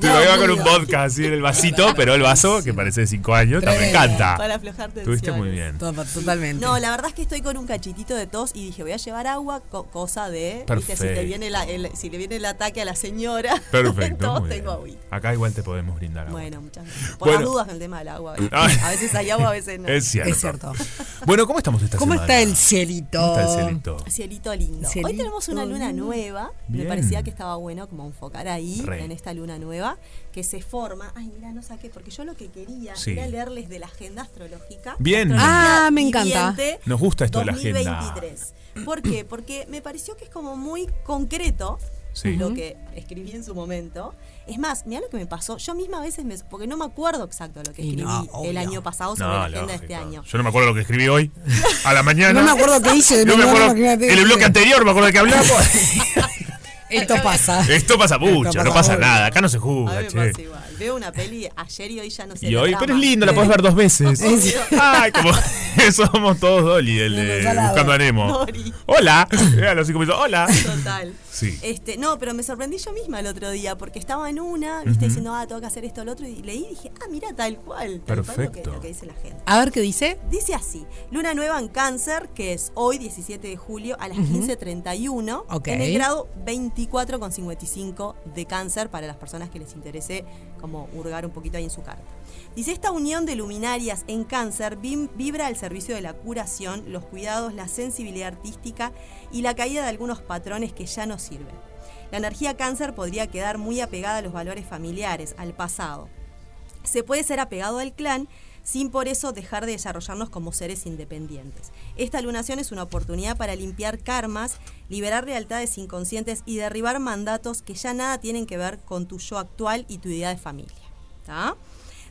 C: Te lo iba con un vodka así en el vasito, pero el vaso, que parece de 5 años, no, me encanta.
J: Para aflojar ¿Eh?
C: Tuviste muy bien.
B: Totalmente.
J: No, la verdad es que estoy con un cachitito de tos y dije, voy a llevar agua, co- cosa de. viste, si, te
C: Perfecto.
J: viene la- el, si le viene el ataque a la señora.
C: Perfecto,
J: Todos
C: muy
J: tengo
C: bien.
J: agüita.
C: Acá igual te podemos brindar. agua.
J: Bueno, muchas gracias. Por
C: Bueno.
J: las dudas con el tema del agua.
C: Ah.
J: A veces hay agua, a veces no.
C: Es cierto. Bueno, ¿cómo estamos esta
B: ¿Cómo
C: semana?
B: está el cielito?
C: ¿Cómo está el cielito?
J: Cielito lindo. Hoy
B: Cielito
J: tenemos una luna
B: lindo.
J: nueva.
C: Bien.
J: Me parecía que estaba Ah, bueno como enfocar ahí,
C: Re.
J: en este esta luna nueva, que se forma. Ay, mira, no saqué, porque yo lo que quería
C: Sí.
J: era leerles de la agenda astrológica.
C: Bien.
B: Ah, me encanta.
J: Viviente
C: Nos gusta esto de la agenda.
J: 2023. ¿Por qué? Porque me pareció que es como muy concreto
C: Sí.
J: lo
C: Ujú.
J: que escribí en su momento. Es más, mira lo que me pasó. Yo misma a veces me. Porque no me acuerdo exacto lo que
B: Y
J: escribí
B: no,
J: el
B: obvio.
J: año pasado sobre
C: No,
J: la agenda de
C: lógico.
J: este año.
C: Yo no me acuerdo lo que escribí hoy. A la mañana.
B: No me acuerdo qué hice.
C: No me
B: no,
C: acuerdo.
B: no, imagínate. este,
C: En el bloque anterior me acuerdo de qué hablamos.
B: Esto pasa.
C: Esto pasa mucho,
B: Esto
C: no pasa
B: mucho.
C: nada. Acá no se
J: A mí
C: juzga,
J: me
C: che.
J: pasa igual. Veo una peli ayer y hoy ya no sé.
C: Y
J: la
C: hoy,
J: trama.
C: pero es lindo, la podés ver dos veces.
J: Sí.
C: Ay, como somos todos Dolly, el de
J: salado.
C: Buscando a Nemo.
J: Dory.
C: Hola. Eh, Era así como hizo, hola.
J: Total.
C: Sí.
J: Este, no, pero me sorprendí yo misma el otro día porque estaba en una, viste,
C: Ujú.
J: diciendo, ah, tengo que hacer esto, lo otro, y leí y dije, ah, mira, tal cual. Tal cual lo que-
C: Perfecto.
J: lo que dice la gente.
B: A ver qué dice.
J: Dice así, Luna Nueva en Cáncer, que es hoy 17 de julio a las
B: Ujú.
J: 15.31,
B: Ok.
J: en el grado 24,55 de Cáncer, para las personas que les interese como hurgar un poquito ahí en su carta. Dice, esta unión de luminarias en Cáncer vim- vibra al servicio de la curación, los cuidados, la sensibilidad artística y la caída de algunos patrones que ya no sirven. La energía Cáncer podría quedar muy apegada a los valores familiares, al pasado. Se puede ser apegado al clan sin por eso dejar de desarrollarnos como seres independientes. Esta lunación es una oportunidad para limpiar karmas, liberar lealtades inconscientes y derribar mandatos que ya nada tienen que ver con tu yo actual y tu idea de familia. ¿tá?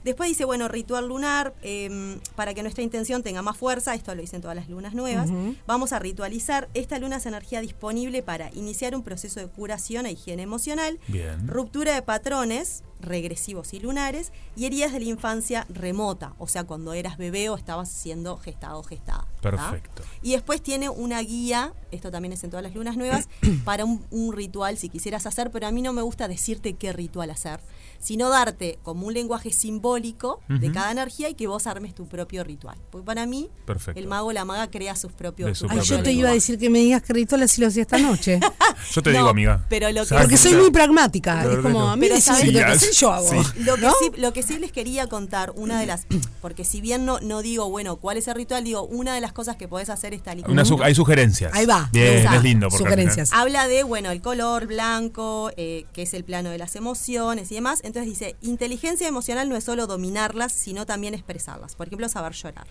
J: Después dice, bueno, ritual lunar, eh, para que nuestra intención tenga más fuerza, esto lo dicen todas las lunas nuevas,
K: Ujú.
J: vamos a ritualizar. Esta luna es energía disponible para iniciar un proceso de curación e higiene emocional,
K: Bien.
J: ruptura de patrones regresivos y lunares y heridas de la infancia remota, o sea, cuando eras bebé o estabas siendo gestado o gestada. ¿tá?
C: Perfecto.
J: Y después tiene una guía, esto también es en todas las lunas nuevas, para un, un ritual si quisieras hacer, pero a mí no me gusta decirte qué ritual hacer, sino darte como un lenguaje simbólico de
C: Ujú.
J: cada energía y que vos armes tu propio ritual. Porque para mí,
C: Perfecto.
J: el mago o la maga crea sus propios
C: De su
B: Ay,
J: rituales.
B: yo te iba a decir que me digas qué ritual así lo hacía esta noche.
C: Yo te digo, amiga.
J: pero lo que-
B: Porque soy muy pragmática.
C: Claro
B: es
C: que
B: como,
C: no.
B: a mí
C: Pero
B: decime
C: sabes-
B: lo que
C: Sí,
B: haces, yo hago.
C: sí.
J: Lo que, sí, lo que sí les quería contar, una de las. Porque si bien no, no digo, bueno, cuál es el ritual, digo, una de las cosas que podés hacer es tal y
C: Una su- hay sugerencias.
J: Ahí va.
C: Bien,
J: Exacto.
C: es lindo. Porque al
J: Sugerencias.
C: final-
J: Habla de, bueno, el color blanco, eh, que es el plano de las emociones y demás. Entonces dice, inteligencia emocional no es solo dominarlas, sino también expresarlas. Por ejemplo, saber llorar.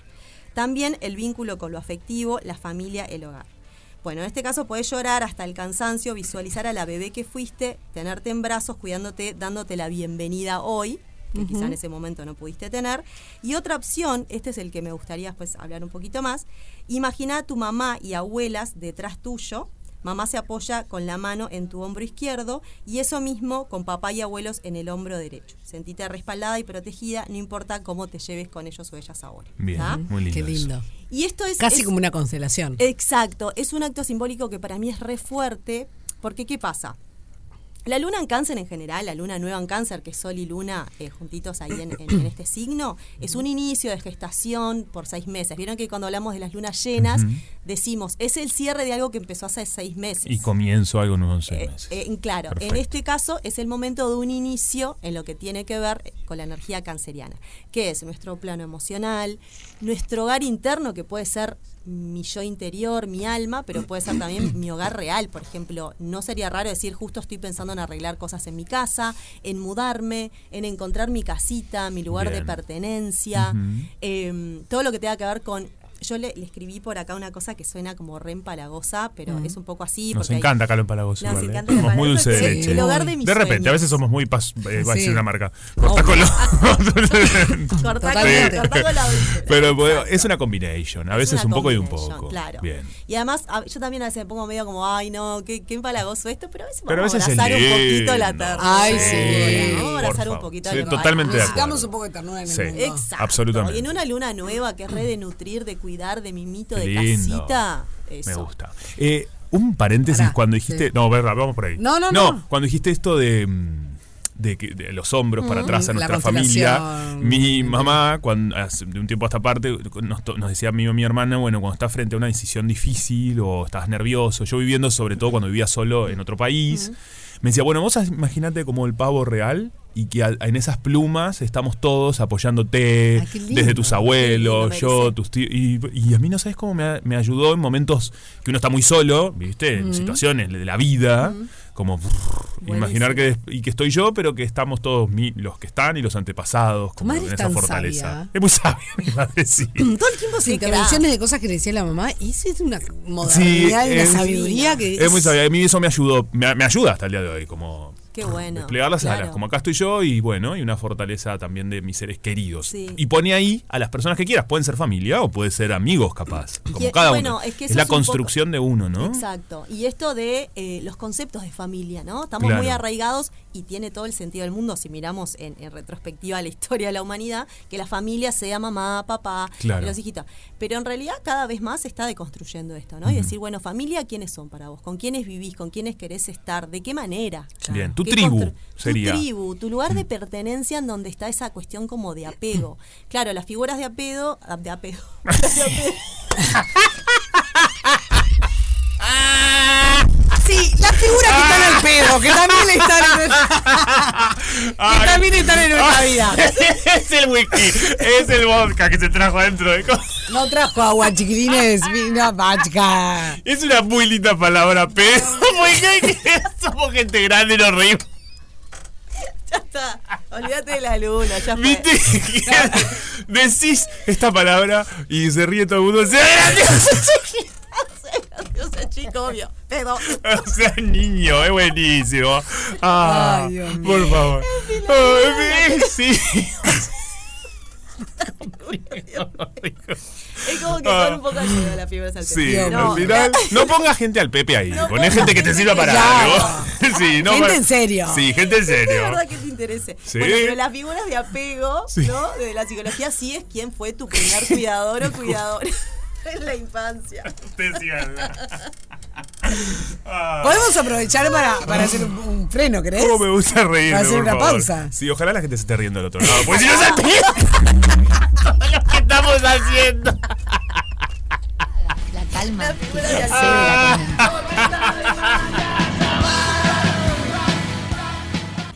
J: También el vínculo con lo afectivo, la familia, el hogar. Bueno, en este caso podés llorar hasta el cansancio, visualizar a la bebé que fuiste, tenerte en brazos, cuidándote, dándote la bienvenida hoy, que
K: Ujú.
J: quizá en ese momento no pudiste tener. Y otra opción, este es el que me gustaría después hablar un poquito más, imagina a tu mamá y abuelas detrás tuyo, Mamá se apoya con la mano en tu hombro izquierdo y eso mismo con papá y abuelos en el hombro derecho. Sentite respaldada y protegida, no importa cómo te lleves con ellos o ellas ahora.
C: Bien,
J: ¿Tá?
C: muy lindo.
B: Ah, Qué
C: eso.
B: lindo.
J: Y esto es
B: Casi
J: es-
B: como una constelación.
J: Exacto, es un acto simbólico que para mí es re fuerte, porque ¿qué pasa? La luna en cáncer en general, la luna nueva en cáncer, que es sol y luna eh, juntitos ahí en, en- en este signo, es un inicio de gestación por seis meses. Vieron que cuando hablamos de las lunas llenas,
C: Ujú.
J: decimos, es el cierre de algo que empezó hace seis meses.
C: Y comienzo algo nuevo en seis
J: Eh,
C: meses.
J: eh, claro,
C: Perfecto.
J: en este caso es el momento de un inicio en lo que tiene que ver eh, con la energía canceriana, que es nuestro plano emocional, nuestro hogar interno, que puede ser mi yo interior, mi alma, pero puede ser también mi hogar real. Por ejemplo, no sería raro decir, justo estoy pensando en arreglar cosas en mi casa, en mudarme, en encontrar mi casita, mi lugar de
K: Bien.
J: pertenencia,
K: Ujú.
J: em, todo lo que tenga que ver con... Yo le, le escribí por acá una cosa que suena como re empalagosa, pero es un poco así.
C: Nos
J: porque hay-
C: encanta Calo Empalagoso.
J: Nos
C: igual, ¿eh?
J: encanta Calo
C: Somos muy
J: Empalagoso,
C: dulce de
J: que es
C: leche.
J: el hogar de mis
C: repente,
J: sueños.
C: a veces somos muy. Pas, eh, va a
J: Sí.
C: decir una marca. Cortacolo.
J: Cortacolo,
C: Sí.
J: cortacolo dulce.
C: Pero bueno, es una combination. A
J: Es
C: veces
J: una
C: un poco y un
J: combination,
C: poco.
J: claro.
C: Bien.
J: Y además, a- yo también a veces me pongo medio como, ay, no, qué, qué empalagoso esto, pero a veces
C: Pero a
J: vamos a
C: veces es
J: abrazar un poquito la
C: lindo.
J: ternura.
C: Ay, sí.
J: Vamos a
C: Por
J: abrazar un
C: favor.
J: poquito la
C: Sí,
J: ternura.
C: totalmente de
B: Necesitamos un poco de ternura en el
C: Sí.
B: mundo.
J: Exacto.
C: Absolutamente.
J: Y en una luna nueva que es re de nutrir, de cuidar, de mimito, de
C: Qué lindo.
J: casita. Eso.
C: Me gusta. Eh, un paréntesis cuando dijiste.
J: sí.
C: No, verdad, vamos por ahí.
J: No, no, no.
C: Cuando dijiste esto de. mm, De, que- de los hombros para
J: Mm.
C: atrás a
J: La
C: nuestra familia.
J: constelación.
C: Mi mamá, cuando, hace- de un tiempo a esta parte, nos, to- nos decía a mí o a mi hermana, bueno, cuando estás frente a una decisión difícil o estás nervioso, yo viviendo sobre todo cuando vivía solo en otro país, me decía, bueno, vos imagínate como el pavo real y que al- en esas plumas estamos todos apoyándote,
L: Ay, qué lindo.
C: desde tus abuelos,
L: Qué lindo,
C: yo, tus tíos. Y, y a mí no sabes cómo me, a- me ayudó en momentos que uno está muy solo, ¿viste? En
L: Mm.
C: situaciones de la vida, como brrr, imaginar que, y que estoy yo, pero que estamos todos mi- los que están y los antepasados, como
B: madre
C: en
B: es
C: esa
B: tan
C: fortaleza.
B: sabia.
C: Es muy sabia, mi madre, sí.
B: Todo el tiempo se
J: Qué
B: intervenciones de cosas que decía la mamá. Y eso es una modernidad y una
C: es-
B: sabiduría que
C: Es muy sabia. A mí eso me ayudó, me, me ayuda hasta el día de hoy, como
J: Qué bueno.
C: desplegar las
J: claro.
C: alas, como acá estoy yo y bueno, y una fortaleza también de mis seres queridos.
J: Sí.
C: Y pone ahí a las personas que quieras, pueden ser familia o puede ser amigos capaz, como
J: Y-
C: cada
J: bueno,
C: uno.
J: es que eso
C: la
J: es un
C: construcción de uno, ¿no?
J: Exacto. Y esto de eh, los conceptos de familia, ¿no? Estamos
C: Claro.
J: muy arraigados y tiene todo el sentido del mundo si miramos en, en retrospectiva la historia de la humanidad, que la familia sea mamá, papá,
K: Claro.
J: y los hijitos. Pero en realidad cada vez más se está deconstruyendo esto, ¿no? Y
C: Ujú.
J: decir, bueno, familia, ¿quiénes son para vos? ¿Con quiénes vivís? ¿Con quiénes querés estar? ¿De qué manera?
C: Bien, tu
J: ¿Qué
C: tribu
J: constru-
C: sería.
J: Tu tribu, tu lugar de pertenencia en donde está esa cuestión como de apego. Claro, las figuras de apego, ah, de apego,
B: Ah, Sí, las figuras que están al pedo, que también están en
C: que
B: también están en nuestra
C: Ay.
B: vida.
C: es el whisky, es el vodka que se trajo adentro de cosas.
B: No trajo agua, chiquilines, vino vaca.
C: Es una muy linda palabra, pero porque somos gente grande y nos reímos.
J: Olvídate de la luna, ya fue.
C: Decís esta palabra y se ríe todo el mundo. ¡Se
J: Yo soy chico, obvio. Pero.
C: O sea, niño, es buenísimo. Ah,
J: Ay, Dios mío.
C: por favor. Ay, sí.
J: Es como que
C: Ah.
J: son un poco ayuda las fibras al
C: Sí, al final. No pongas gente al Pepe ahí.
J: No
C: Poné
J: pongas
C: gente que te
J: gente
C: sirva
J: que-
C: para
J: Claro.
C: algo. Sí, no
J: Gente
C: para-
J: en serio.
C: Sí, gente
J: De
C: en serio.
J: verdad que te interese.
C: Sí.
J: Bueno, pero las figuras de apego,
C: Sí.
J: ¿no? De la psicología sí es quién fue tu primer cuidador o cuidadora en la infancia.
B: Podemos aprovechar para, para hacer un, un freno, ¿crees?
C: ¿Cómo me gusta reírme?
B: Para hacer
C: por
B: una
C: favor.
B: pausa.
C: Sí, ojalá la gente se esté riendo del otro lado. Porque si no se ¿Qué estamos haciendo?
F: La calma. que
A: de
F: se
A: Ah.
F: acelera con el-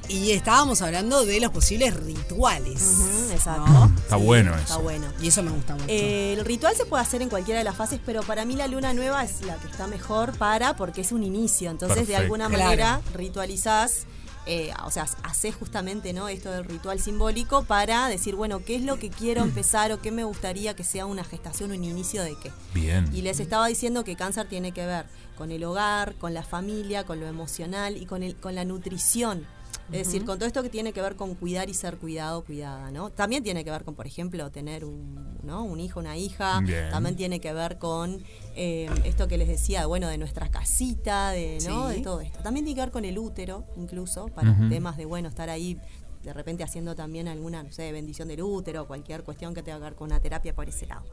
B: Y estábamos hablando de los posibles rituales.
J: exacto.
C: Está bueno
J: Está
C: eso.
J: bueno.
B: Y eso me gusta mucho.
J: Eh, el ritual se puede hacer en cualquiera de las fases, pero para mí la luna nueva es la que está mejor para, porque es un inicio. Entonces,
K: Perfecto.
J: de alguna
K: Claro.
J: manera, ritualizás, eh, o sea, haces justamente ¿no? esto del ritual simbólico para decir, bueno, qué es lo que quiero empezar o qué me gustaría que sea una gestación, un inicio de qué.
C: Bien.
J: Y les estaba diciendo que cáncer tiene que ver con el hogar, con la familia, con lo emocional y con, el, con la nutrición. Es decir, con todo esto que tiene que ver con cuidar y ser cuidado, cuidada, ¿no? También tiene que ver con, por ejemplo, tener un, ¿no? un hijo, una hija.
K: Bien.
J: También tiene que ver con eh, esto que les decía, bueno, de nuestra casita, de, ¿no?
K: Sí.
J: de todo esto. También tiene que ver con el útero, incluso, para
K: Ujú.
J: temas de, bueno, estar ahí de repente haciendo también alguna, no sé, bendición del útero, cualquier cuestión que tenga que ver con una terapia por ese lado.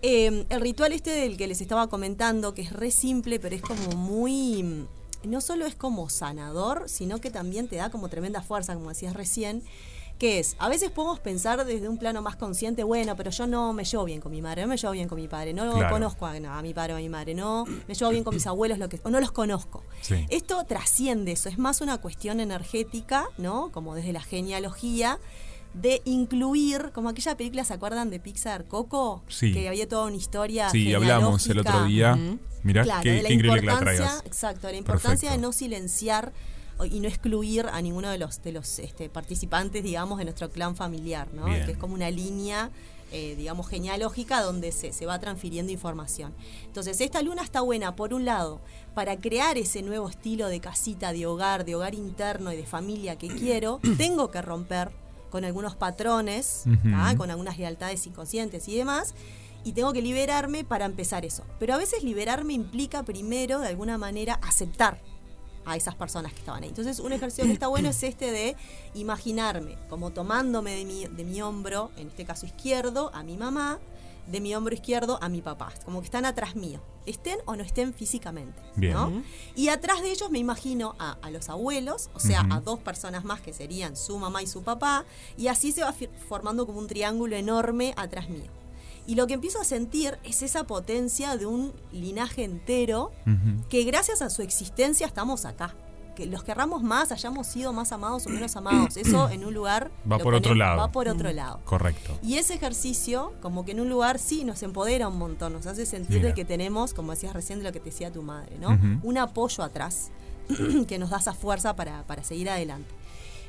J: Eh, el ritual este del que les estaba comentando, que es re simple, pero es como muy... mm, No solo es como sanador, sino que también te da como tremenda fuerza, como decías recién, que es, a veces podemos pensar desde un plano más consciente, bueno, pero yo no me llevo bien con mi madre, no me llevo bien con mi padre, no
K: Claro.
J: conozco a, a mi padre o a mi madre, no me llevo bien con mis abuelos, lo que, o no los conozco.
K: Sí.
J: Esto trasciende eso, es más una cuestión energética, ¿no? Como desde la genealogía, de incluir, como aquella película, ¿se acuerdan de Pixar Coco?
C: Sí.
J: Que había toda una historia.
C: Sí, hablamos el otro día.
J: genealógica.
C: Mirá,
J: Claro,
C: qué-
J: de la
C: qué increíble que la
J: importancia-
C: traigas.
J: Exacto, de la importancia
C: Perfecto.
J: de no silenciar o- y no excluir a ninguno de los, de los este, participantes, digamos, de nuestro clan familiar, ¿no?
K: Bien.
J: Que es como una línea, eh, digamos, genealógica donde se, se va transfiriendo información. Entonces, esta luna está buena, por un lado, para crear ese nuevo estilo de casita, de hogar, de hogar interno y de familia que quiero, tengo que romper con algunos patrones,
K: Ujú.
J: ¿tá? con algunas lealtades inconscientes y demás, y tengo que liberarme para empezar eso. Pero a veces liberarme implica primero, de alguna manera, aceptar a esas personas que estaban ahí. Entonces, un ejercicio que está bueno es este de imaginarme, como tomándome de mi, de mi hombro, en este caso izquierdo, a mi mamá, de mi hombro izquierdo a mi papá, como que están atrás mío, estén o no estén físicamente.
K: Bien.
J: ¿no? Y atrás de ellos me imagino a, a los abuelos, o sea,
K: Ujú.
J: a dos personas más que serían su mamá y su papá, y así se va fir- formando como un triángulo enorme atrás mío. Y lo que empiezo a sentir es esa potencia de un linaje entero que gracias a su existencia estamos acá. Que los querramos más, hayamos sido más amados o menos amados. Eso en un lugar.
C: Va
J: lo
C: por otro
J: ponemos-
C: lado.
J: Va por otro lado.
C: Correcto.
J: Y ese ejercicio, como que en un lugar sí nos empodera un montón, nos hace sentir
C: Mira.
J: de que tenemos, como decías recién de lo que te decía tu madre, ¿no?
K: Ujú.
J: Un apoyo atrás que nos da esa fuerza para, para seguir adelante.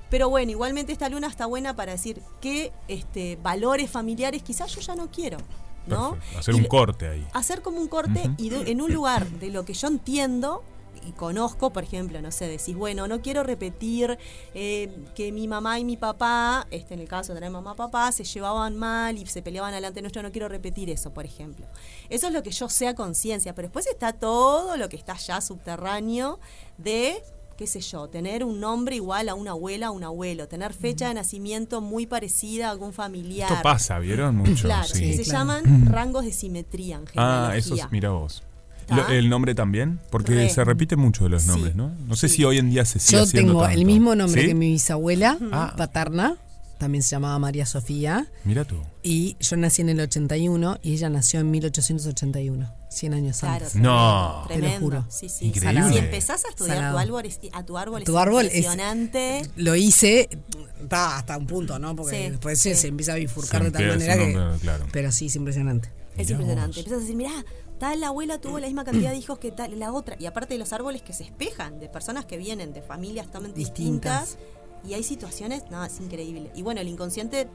J: Pero bueno, igualmente esta luna está buena para decir qué este, valores familiares quizás yo ya no quiero, ¿no?
C: Perfecto. Hacer
J: Y
C: un
J: lo-
C: corte ahí.
J: hacer como un corte y de- en un lugar de lo que yo entiendo y conozco, por ejemplo, no sé, decís, bueno, no quiero repetir eh, que mi mamá y mi papá, este en el caso de tener mamá papá, se llevaban mal y se peleaban adelante nuestro, no quiero repetir eso, por ejemplo. Eso es lo que yo sé a conciencia, pero después está todo lo que está ya subterráneo de qué sé yo, tener un nombre igual a una abuela, a un abuelo, tener fecha de nacimiento muy parecida a algún familiar.
C: Esto pasa, ¿vieron? Mucho.
J: Claro,
C: sí.
J: que se llaman rangos de simetría en
C: Ah,
J: genealogía.
C: eso, es- mira vos.
J: ¿Tá?
C: Lo- ¿El nombre también? Porque
J: Re.
C: se repite mucho de los
J: Sí.
C: nombres, ¿no? No sé si hoy en día se sigue
B: Yo
C: haciendo
B: tengo el
C: tanto.
B: mismo nombre
C: ¿Sí?
B: que mi bisabuela
C: Ah.
B: paterna, también se llamaba María Sofía,
C: Mira tú.
B: y yo nací en el 81 y ella nació en 1881, 100 años
J: Claro,
B: antes.
C: No.
B: Te lo juro.
J: Sí, sí.
C: Increíble.
J: Si empezás a estudiar
B: Salado.
J: tu árbol, es- a tu árbol,
B: Tu
J: es
B: árbol es-
J: impresionante.
B: Lo hice ta, hasta un punto, ¿no? Porque
J: Sí,
B: después se- se empieza a bifurcar
C: Se
B: de tal
C: empieza,
B: manera
C: no,
B: que...
C: claro, claro.
B: Pero sí, es impresionante.
J: Es
C: Mirá
J: impresionante. Empiezas a decir, mirá, tal abuela tuvo la misma cantidad de hijos que tal la otra. Y aparte de los árboles que se espejan, de personas que vienen de familias totalmente distintas.
B: Distintas.
J: Y hay situaciones, nada, es increíble. Y bueno, el inconsciente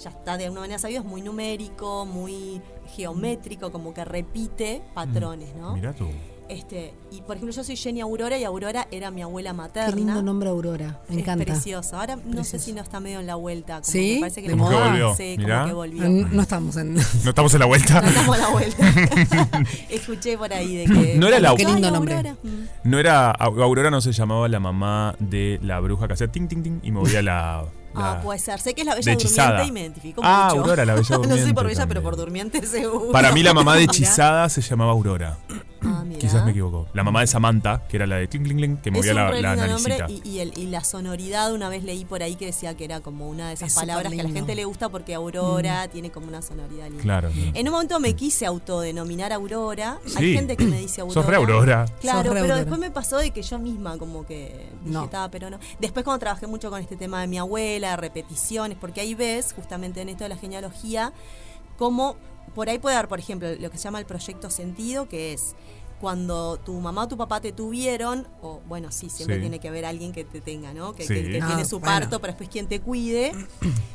J: ya está de alguna manera sabido, es muy numérico, muy geométrico, como que repite patrones, ¿no?
C: Mira tú.
J: Este, y por ejemplo, yo soy Jenny Aurora y Aurora era mi abuela materna.
B: Qué lindo nombre Aurora, me encanta.
J: Es precioso. Ahora no sé
B: Precioso.
J: si no está medio en la vuelta. Como
B: ¿Sí? Mm.
J: Me parece que
B: ¿De
J: la-
C: Como que
B: moda?
C: volvió.
J: Sí, como
C: Mirá.
J: que volvió.
B: Ah, No, no estamos en...
C: No estamos en la
J: No
C: vuelta.
J: estamos a la vuelta. Escuché por ahí de que.
C: No era la-
B: Qué lindo
J: Ay,
B: nombre.
J: Aurora. Mm.
C: No era. Aurora no se llamaba la mamá de la bruja que hacía ting, ting, ting y movía la.
J: Ah,
C: la-
J: puede ser. Sé que es la
C: de
J: Bella
C: hechizada.
J: Durmiente y me identifico
C: Ah,
J: mucho.
C: Aurora, la Bella
J: No
C: Durmiente
J: sé por Bella, pero
C: también.
J: por Durmiente seguro.
C: Para mí, la mamá de Hechizada se llamaba Aurora.
J: Ah, mirá.
C: Quizás me equivoco. La mamá de Samantha, que era la de ting, ting, ting, que
J: Es
C: movía
J: un
C: la,
J: re
C: la
J: lindo nombre
C: naricita.
J: y, y el- y la sonoridad, una vez leí por ahí que decía que era como una de esas
B: Es
J: palabras que a la
B: superlindo.
J: gente le gusta porque Aurora tiene como una sonoridad linda.
C: Claro. claro.
J: En un momento me quise autodenominar Aurora.
C: Sí.
J: Hay gente que me dice
C: Sos
J: Aurora.
C: re Aurora.
J: Claro,
B: Sos
J: pero
B: re Aurora.
J: después me pasó de que yo misma como que dije,
B: No.
J: "Ta, pero no. Después cuando trabajé mucho con este tema de mi abuela, repeticiones, porque ahí ves, justamente en esto de la genealogía, cómo por ahí puede dar, por ejemplo, lo que se llama el proyecto sentido, que es cuando tu mamá o tu papá te tuvieron, o bueno, sí, siempre
C: Sí.
J: tiene que haber alguien que te tenga, ¿no? Que,
C: Sí.
J: que- que
B: Ah,
J: tiene su
B: bueno.
J: parto, pero después quien te cuide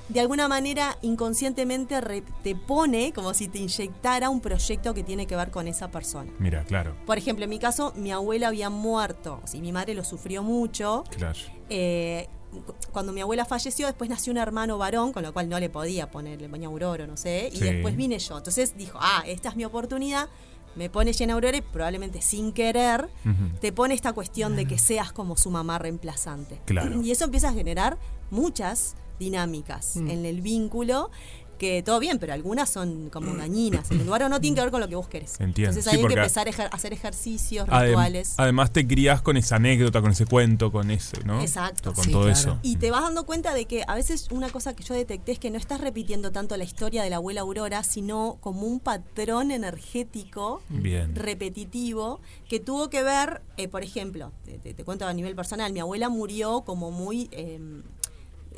J: de alguna manera inconscientemente re- te pone como si te inyectara un proyecto que tiene que ver con esa persona.
C: Mira, claro.
J: Por ejemplo, en mi caso, mi abuela había muerto, o sea, mi madre lo sufrió mucho.
C: Claro.
J: eh, cuando mi abuela falleció, después nació un hermano varón, con lo cual no le podía poner, le ponía Aurora, no sé, y
K: Sí.
J: después vine yo. Entonces dijo, ah, esta es mi oportunidad, me pone llena Aurora y probablemente sin querer
K: Ujú.
J: te pone esta cuestión de que seas como su mamá reemplazante.
K: Claro.
J: Y eso empieza a generar muchas dinámicas en el vínculo que todo bien, pero algunas son como dañinas. El lugar o no tiene que ver con lo que vos querés.
C: Entiendo.
J: Entonces
C: Sí,
J: hay que
C: porque-
J: empezar a ejer- hacer ejercicios,
C: Adem-
J: rituales.
C: además te crías con esa anécdota, con ese cuento, con ese, ¿no?
J: Exacto.
C: Con todo eso.
J: Y te vas dando cuenta de que a veces una cosa que yo detecté es que no estás repitiendo tanto la historia de la abuela Aurora, sino como un patrón energético
C: Bien.
J: repetitivo que tuvo que ver, eh, por ejemplo, te, te- te cuento a nivel personal, mi abuela murió como muy... eh,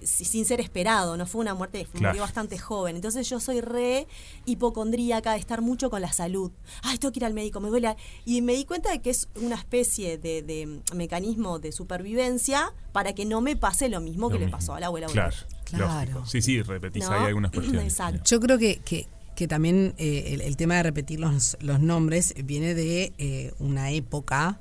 J: si- sin ser esperado, no fue una muerte, fue-
K: Claro.
J: murió bastante joven. Entonces yo soy re hipocondríaca de estar mucho con la salud. Ay, tengo que ir al médico, me duele. la-". Y me di cuenta de que es una especie de, de mecanismo de supervivencia para que no me pase lo mismo
C: Lo
J: que le
C: mismo.
J: pasó a la abuela.
C: Claro.
B: Claro.
C: lógico. Sí, sí, repetís
J: ¿No?
C: ahí algunas cuestiones.
B: Yo creo que, que, que también eh, el, el tema de repetir los, los nombres viene de eh, una época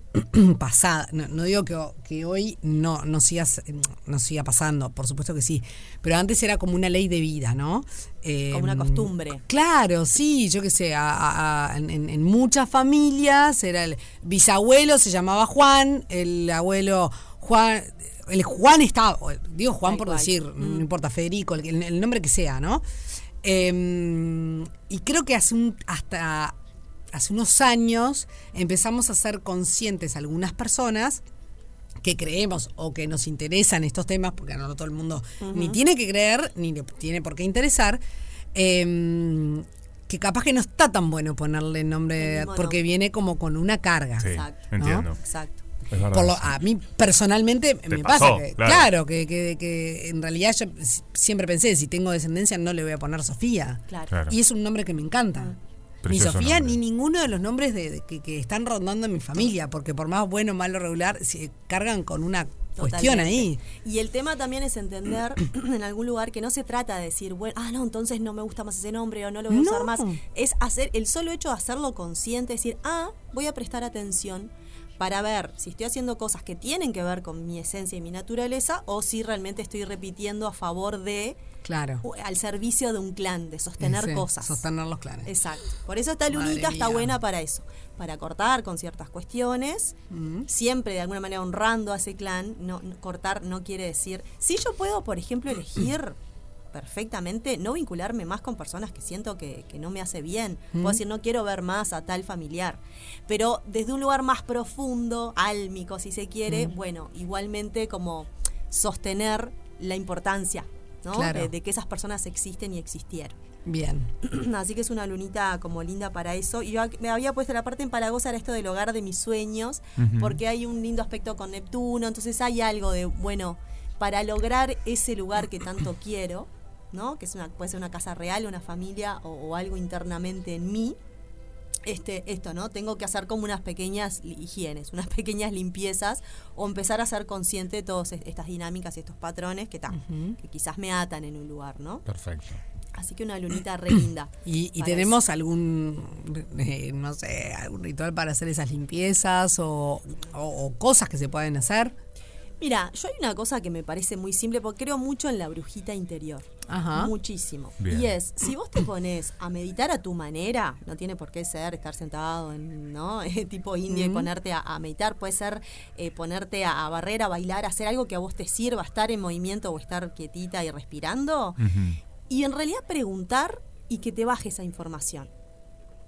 B: pasada. No, no digo que, ho- que hoy no, no, sigas, no siga pasando, por supuesto que sí. Pero antes era como una ley de vida, ¿no? Eh,
J: Como una costumbre.
B: Claro, sí, yo qué sé, a- a- a- en, en- en muchas familias era el bisabuelo se llamaba Juan, el abuelo Juan, el Juan estaba, digo Juan por decir, no importa, Federico, el, el- el nombre que sea, ¿no? Eh, y creo que hace un, hasta hace unos años empezamos a ser conscientes algunas personas que creemos o que nos interesan estos temas, porque no todo el mundo
K: Ujú.
B: ni tiene que creer, ni le tiene por qué interesar, eh, que capaz que no está tan bueno ponerle nombre,
J: mismo
B: porque viene como con una carga.
C: Sí,
B: ¿no?
C: entiendo.
J: Exacto.
C: Es verdad.
B: Por lo- ah, a mí personalmente me pasa
C: pasó,
B: que,
C: claro.
B: claro, que, que- que en realidad yo si- siempre pensé, si tengo descendencia no le voy a poner Sofía.
J: Claro.
C: Claro.
B: Y es un nombre que me encanta.
J: Ah.
C: Precioso
B: ni Sofía
C: nombre.
B: ni ninguno de los nombres de, de- que, que están rondando en mi familia, porque por más bueno, malo, regular, se cargan con una cuestión ahí.
J: Y el tema también es entender en algún lugar que no se trata de decir, bueno, ah, no, entonces no me gusta más ese nombre o no lo voy a usar
B: No.
J: más. Es hacer el solo hecho de hacerlo consciente, decir, ah, voy a prestar atención para ver si estoy haciendo cosas que tienen que ver con mi esencia y mi naturaleza o si realmente estoy repitiendo a favor de,
B: Claro.
J: u- al servicio de un clan, de sostener
B: Sí,
J: cosas.
B: Sostener los clanes.
J: Exacto. Por eso esta
B: Madre
J: lunita está
B: mía.
J: buena para eso, para cortar con ciertas cuestiones,
B: Mm.
J: siempre de alguna manera honrando a ese clan. No, no- cortar no quiere decir. Si yo puedo, por ejemplo, elegir perfectamente no vincularme más con personas que siento que, que no me hace bien. Puedo
K: Mm.
J: decir, no quiero ver más a tal familiar. Pero desde un lugar más profundo, álmico, si se quiere,
K: Mm.
J: bueno, igualmente como sostener la importancia ¿no?
B: Claro.
J: de, de que esas personas existen y existieron.
B: Bien.
J: Así que es una lunita como linda para eso. Y yo ac- me había puesto la parte empalagosa era esto del hogar de mis sueños,
K: Ujú.
J: porque hay un lindo aspecto con Neptuno, entonces hay algo de, bueno, para lograr ese lugar que tanto quiero, ¿no? Que es una, puede ser una casa real, una familia o, o algo internamente en mí. Este, esto, ¿no? Tengo que hacer como unas pequeñas li- higienes, unas pequeñas limpiezas o empezar a ser consciente de todas es- estas dinámicas y estos patrones que, tan, que quizás me atan en un lugar, ¿no?
C: Perfecto.
J: Así que una lunita re linda.
B: ¿Y, y
J: para
B: tenemos algún, eh, no sé, algún ritual para hacer esas limpiezas o, o- o cosas que se pueden hacer?
J: Mira, yo hay una cosa que me parece muy simple porque creo mucho en la brujita interior.
B: Ajá.
J: Muchísimo.
B: Bien.
J: Y es, si vos te pones a meditar a tu manera, no tiene por qué ser estar sentado en, ¿no? tipo indio y
K: Mm.
J: ponerte a, a meditar, puede ser eh, ponerte a, a barrer, a bailar, hacer algo que a vos te sirva, estar en movimiento o estar quietita y respirando. Y en realidad preguntar y que te baje esa información.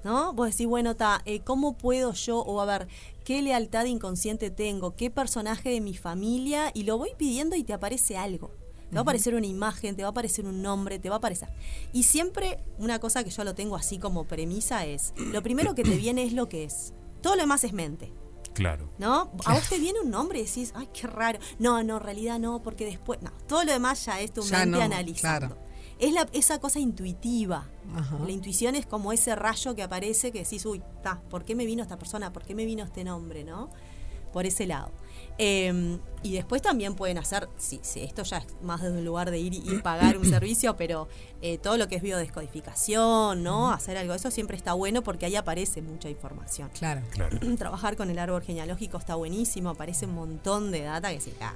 J: ¿No? Vos decís, bueno, ta, eh, ¿cómo puedo yo? O a ver, ¿qué lealtad inconsciente tengo? ¿Qué personaje de mi familia? Y lo voy pidiendo y te aparece algo. Te va
K: Ujú.
J: a aparecer una imagen, te va a aparecer un nombre, te va a aparecer. Y siempre una cosa que yo lo tengo así como premisa es, lo primero que te viene es lo que es. Todo lo demás es mente.
C: Claro.
J: ¿No? A vos te viene un nombre y decís, ay, qué raro. No, no, en realidad no, porque después. No, todo lo demás ya es tu
B: Ya
J: mente
B: no,
J: analizando. Es la, esa cosa intuitiva.
B: Ajá.
J: La intuición es como ese rayo que aparece que decís, uy, ta, ¿por qué me vino esta persona? ¿Por qué me vino este nombre? ¿No? Por ese lado. Eh, y después también pueden hacer, sí, sí, esto ya es más desde un lugar de ir y pagar un servicio, pero eh, todo lo que es biodescodificación, ¿no? Hacer algo de eso siempre está bueno porque ahí aparece mucha información.
B: Claro.
C: Claro.
J: Trabajar con el árbol genealógico está buenísimo, aparece un montón de data que se ah,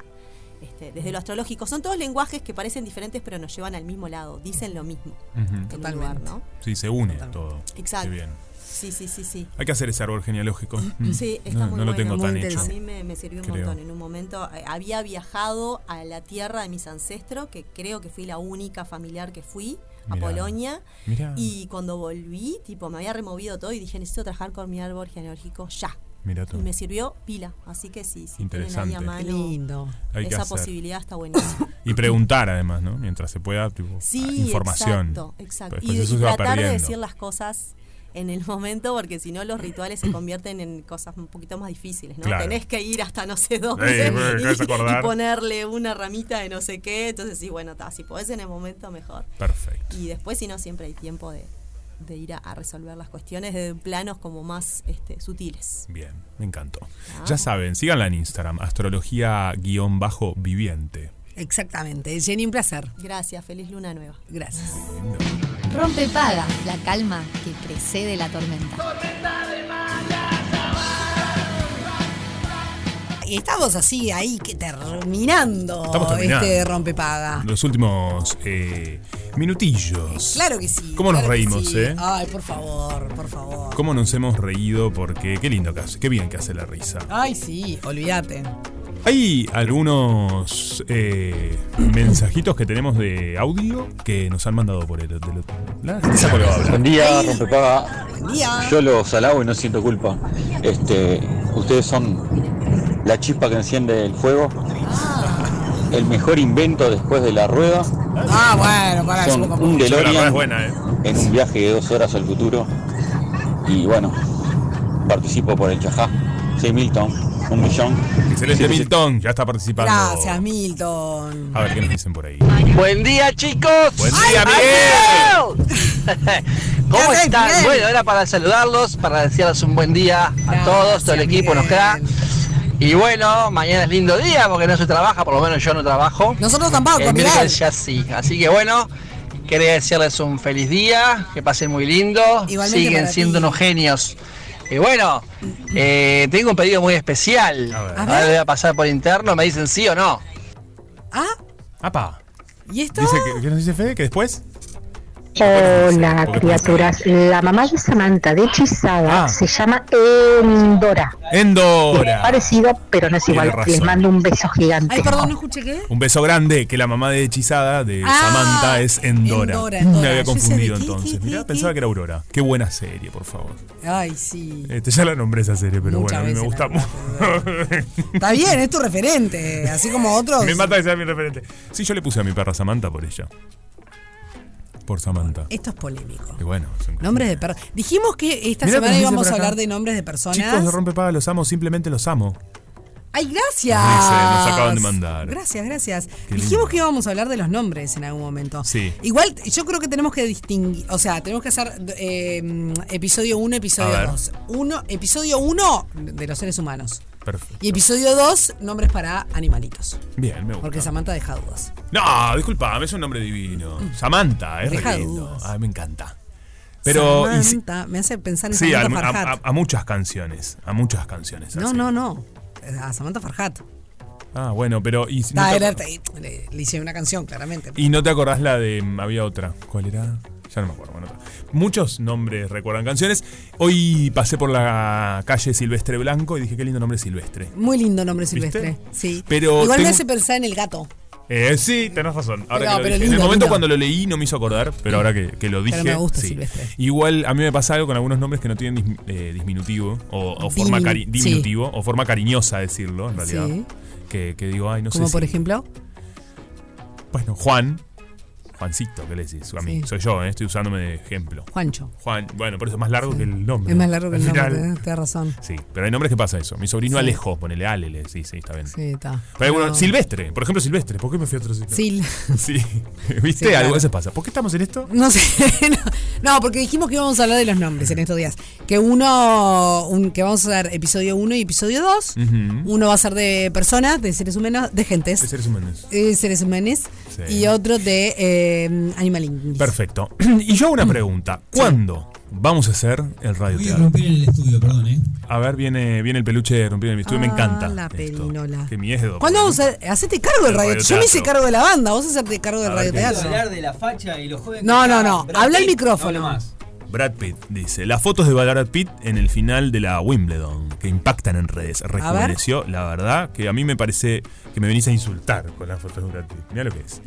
J: este, desde lo astrológico. Son todos lenguajes que parecen diferentes pero nos llevan al mismo lado, dicen lo mismo.
C: Ujú.
J: en un lugar, ¿no?
C: Sí, se une todo.
J: Exacto.
C: Qué bien.
J: Sí, sí, sí, sí.
C: Hay que hacer ese árbol genealógico. Mm.
J: Sí, está
C: no,
J: muy
C: no lo
J: bueno,
C: tengo
J: muy
C: tan hecho.
J: interesante. A mí me, me sirvió un
C: creo.
J: montón. En un momento eh, había viajado a la tierra de mis ancestros, que creo que fui la única familiar que fui, a
C: Mirá.
J: Polonia.
C: Mirá.
J: Y cuando volví, tipo, me había removido todo y dije, necesito trabajar con mi árbol genealógico ya.
C: Mirá tú.
J: Y me sirvió pila. Así que sí, sí.
C: Interesante.
J: Ah, lindo.
C: Hay que
J: Esa
C: hacer.
J: posibilidad está buenísima.
C: Y preguntar además, ¿no? Mientras se pueda, tipo,
J: Sí,
C: información.
J: exacto, exacto.
C: Después
J: Y,
C: eso
J: y
C: se va
J: tratar de
C: perdiendo.
J: decir las cosas en el momento, porque si no los rituales se convierten en cosas un poquito más difíciles, ¿no?
C: Claro.
J: Tenés que ir hasta no sé
C: Ey,
J: dónde
C: bueno,
J: y,
C: ¿querés acordar?
J: y ponerle una ramita de no sé qué. Entonces, sí, bueno, ta, si podés en el momento, mejor.
C: Perfecto.
J: Y después, si no, siempre hay tiempo de, de ir a, a resolver las cuestiones de planos como más este, sutiles.
C: Bien, me encantó.
J: Ah.
C: Ya saben, síganla en Instagram, astrología-viviente.
B: Exactamente. Jenny, un placer.
J: Gracias, feliz luna nueva.
B: Gracias.
F: Rompe paga, la calma que precede la tormenta.
B: Y estamos así, ahí, que terminando,
C: Estamos terminando.
B: este rompepaga.
C: Los últimos eh, minutillos.
B: Claro que sí.
C: ¿Cómo nos
B: claro que
C: reímos,
B: sí. Ah.
C: eh?
B: Ay, por favor, por favor.
C: ¿Cómo nos hemos reído? Porque qué lindo que hace, qué bien que hace la risa.
B: Ay, sí, olvídate.
C: Hay algunos eh, mensajitos que tenemos de audio que nos han mandado por el. de lo- la- esa por lo habla.
K: Buen día, rompepaga.
B: día.
K: Yo los alabo y no siento culpa. Este, ustedes son la chispa que enciende el fuego.
J: Ah.
K: El mejor invento después de la rueda.
B: Ah, bueno, para
K: Son un
C: Pero la verdad
K: DeLorean
C: es buena, ¿eh?
K: en un viaje de dos horas al futuro. Y bueno, participo por el chajá. Sí, Milton, un millón.
C: Excelente, Milton, ya está participando.
B: Gracias, Milton.
C: A ver qué nos dicen por ahí.
L: Buen día, chicos.
C: Buen día,
L: Miguel. ¿Cómo
B: Hola,
L: están?
B: Miguel.
L: Bueno, era para saludarlos, para desearles un buen día a todos, todo el equipo nos queda. Y bueno, mañana es lindo día porque no se trabaja, por lo menos yo no trabajo.
B: Nosotros tampoco,
L: El
B: Miguel.
L: miércoles ya sí. Así que bueno, quería desearles un feliz día, que pasen muy lindo.
B: Igualmente
L: Siguen
B: para
L: siendo
B: ti.
L: unos genios. Y bueno, eh, tengo un pedido muy especial.
C: ver.
L: Ahora lo voy a pasar por interno, me dicen sí o no.
B: Ah,
C: Apa.
B: ¿y esto?
C: Dice que, ¿Qué nos dice Fede? ¿Que después?
M: Hola
C: Porque
M: criaturas, la mamá de Samantha de Hechizada
C: Ah.
M: se llama Endora.
C: Endora.
M: Es parecida, pero no es
C: Tiene
M: igual. Les
C: razón.
M: mando un beso gigante.
B: Ay, perdón, no escuché qué.
C: Un beso grande, que la mamá de hechizada de
B: Ah,
C: Samantha es Endora.
B: Endora, Endora.
C: Me había
B: Yo decía,
C: confundido
B: ¿de qué,
C: entonces.
B: qué, qué,
C: Mirá,
B: qué?
C: pensaba que era Aurora. Qué buena serie, por favor.
B: Ay, sí.
C: Este, ya la nombré esa serie, pero
B: Muchas
C: bueno, a mí me
B: veces
C: gusta
B: la
C: mucho.
B: Está bien, es tu referente. Así como otros.
C: me mata que sea mi referente. Sí, yo le puse a mi perra Samantha por ella. Por Samantha.
B: Esto es polémico.
C: Y bueno, son-
B: Nombres de perros. Dijimos que
C: Mirá lo que
B: esta
C: nos
B: semana
C: dice
B: íbamos
C: por
B: a
C: acá.
B: hablar de nombres de personas.
C: Chicos de Rompepaga los amo, simplemente los amo.
B: Ay, gracias.
C: Nos dice, nos acaban de mandar.
B: Gracias, gracias.
C: Qué lindo.
B: Dijimos que íbamos a hablar de los nombres en algún momento.
C: Sí.
B: Igual yo creo que tenemos que distinguir, o sea, tenemos que hacer eh, episodio 1,
C: A
B: episodio
C: ver.
B: 2. Uno, episodio 1 de los seres humanos.
C: Perfecto.
B: Y episodio 2, nombres para animalitos.
C: Bien, me gusta.
B: Porque Samantha deja dudas.
C: No, disculpame, es un nombre divino. Samantha, es
B: Mm. Deja
C: re lindo.
B: dudas.
C: Ay, me encanta. Pero. y si-
B: Samantha, me hace pensar en
C: sí, a,
B: Samantha
C: a-
B: Farhat.
C: a- a muchas canciones. A muchas canciones.
B: no,
C: así.
B: no, no. A Samantha Farhat.
C: Ah, bueno, pero. Y, si no
B: Da,
C: te-
B: era- le, le hice una canción, claramente.
C: y no te acordás la de. mm, Había otra. ¿Cuál era? Ya no me acuerdo. bueno, otra. Muchos nombres recuerdan canciones. Hoy pasé por la calle Silvestre Blanco y dije, qué lindo nombre Silvestre.
B: Muy lindo nombre
C: ¿Viste?
B: silvestre. Sí.
C: Pero
B: Igual
C: tengo-
B: me hace pensar en el gato.
C: Eh, sí, tenés razón. Ahora
B: Pero-
C: que lo
B: pero
C: dije. en
B: lindo,
C: el momento
B: lindo.
C: cuando lo leí no me hizo acordar, pero ahora que, que lo dije.
B: Pero me gusta
C: sí.
B: Silvestre.
C: Igual a mí me pasa algo con algunos nombres que no tienen dis- eh, disminutivo o, o forma
B: Dimin-
C: cari-
B: sí.
C: diminutivo o forma cariñosa decirlo, en realidad.
B: Sí.
C: Que, que digo, ay, no
B: Como
C: sé.
B: por
C: si-
B: ejemplo.
C: Bueno, Juan. Juancito, ¿qué le decís? A mí,
B: Sí.
C: soy yo, eh, estoy usándome de ejemplo.
B: Juancho.
C: Juan, bueno, por eso es más largo que el nombre.
B: Es más largo que
C: Al
B: el nombre, ¿eh?
C: final-
B: tenés, tenés razón.
C: Sí, pero hay nombres que pasa eso. Mi sobrino
B: Sí.
C: Alejo, ponele Ale, le- sí, sí, está bien.
B: Sí, está.
C: Pero hay algunos-
B: No.
C: Silvestre, por ejemplo, Silvestre. ¿Por qué me fui a otro Silvestre?
B: Sil.
C: Sí, ¿viste?
B: Sí, claro.
C: Algo a veces pasa. ¿Por qué estamos en esto?
B: No sé. No, no, porque dijimos que íbamos a hablar de los nombres en estos días. Que uno. un- que vamos a dar episodio 1 y episodio 2.
C: Ujú.
B: Uno va a ser de personas, de seres humanos, de gentes.
C: De seres humanos.
B: eh, seres humanos.
C: Sí.
B: Y otro de eh, animalingüis.
C: Perfecto. Y yo hago una pregunta. ¿Cuándo Vamos a hacer el radio
E: Voy a
C: teatro.
E: romper en el estudio, perdón, ¿eh? Ah,
C: A ver, viene, viene el peluche de rompiendo mi estudio. me encanta.
B: La perinola.
C: Que mi es de doble.
B: ¿Cuándo vamos a hacerte cargo del
C: El
B: radio? Yo me hice
C: radioteatro.
B: cargo de la banda, vos hacerte cargo del
C: ver, ¿qué
B: radioteatro.
N: de la facha y los jóvenes.
B: No, no, no. Habla el micrófono.
C: Brad Pitt dice, las fotos de Brad Pitt en el final de la Wimbledon, que impactan en redes, rejuveneció, la verdad, que a mí me parece que me venís a insultar con las fotos de Brad Pitt. Mirá lo que es.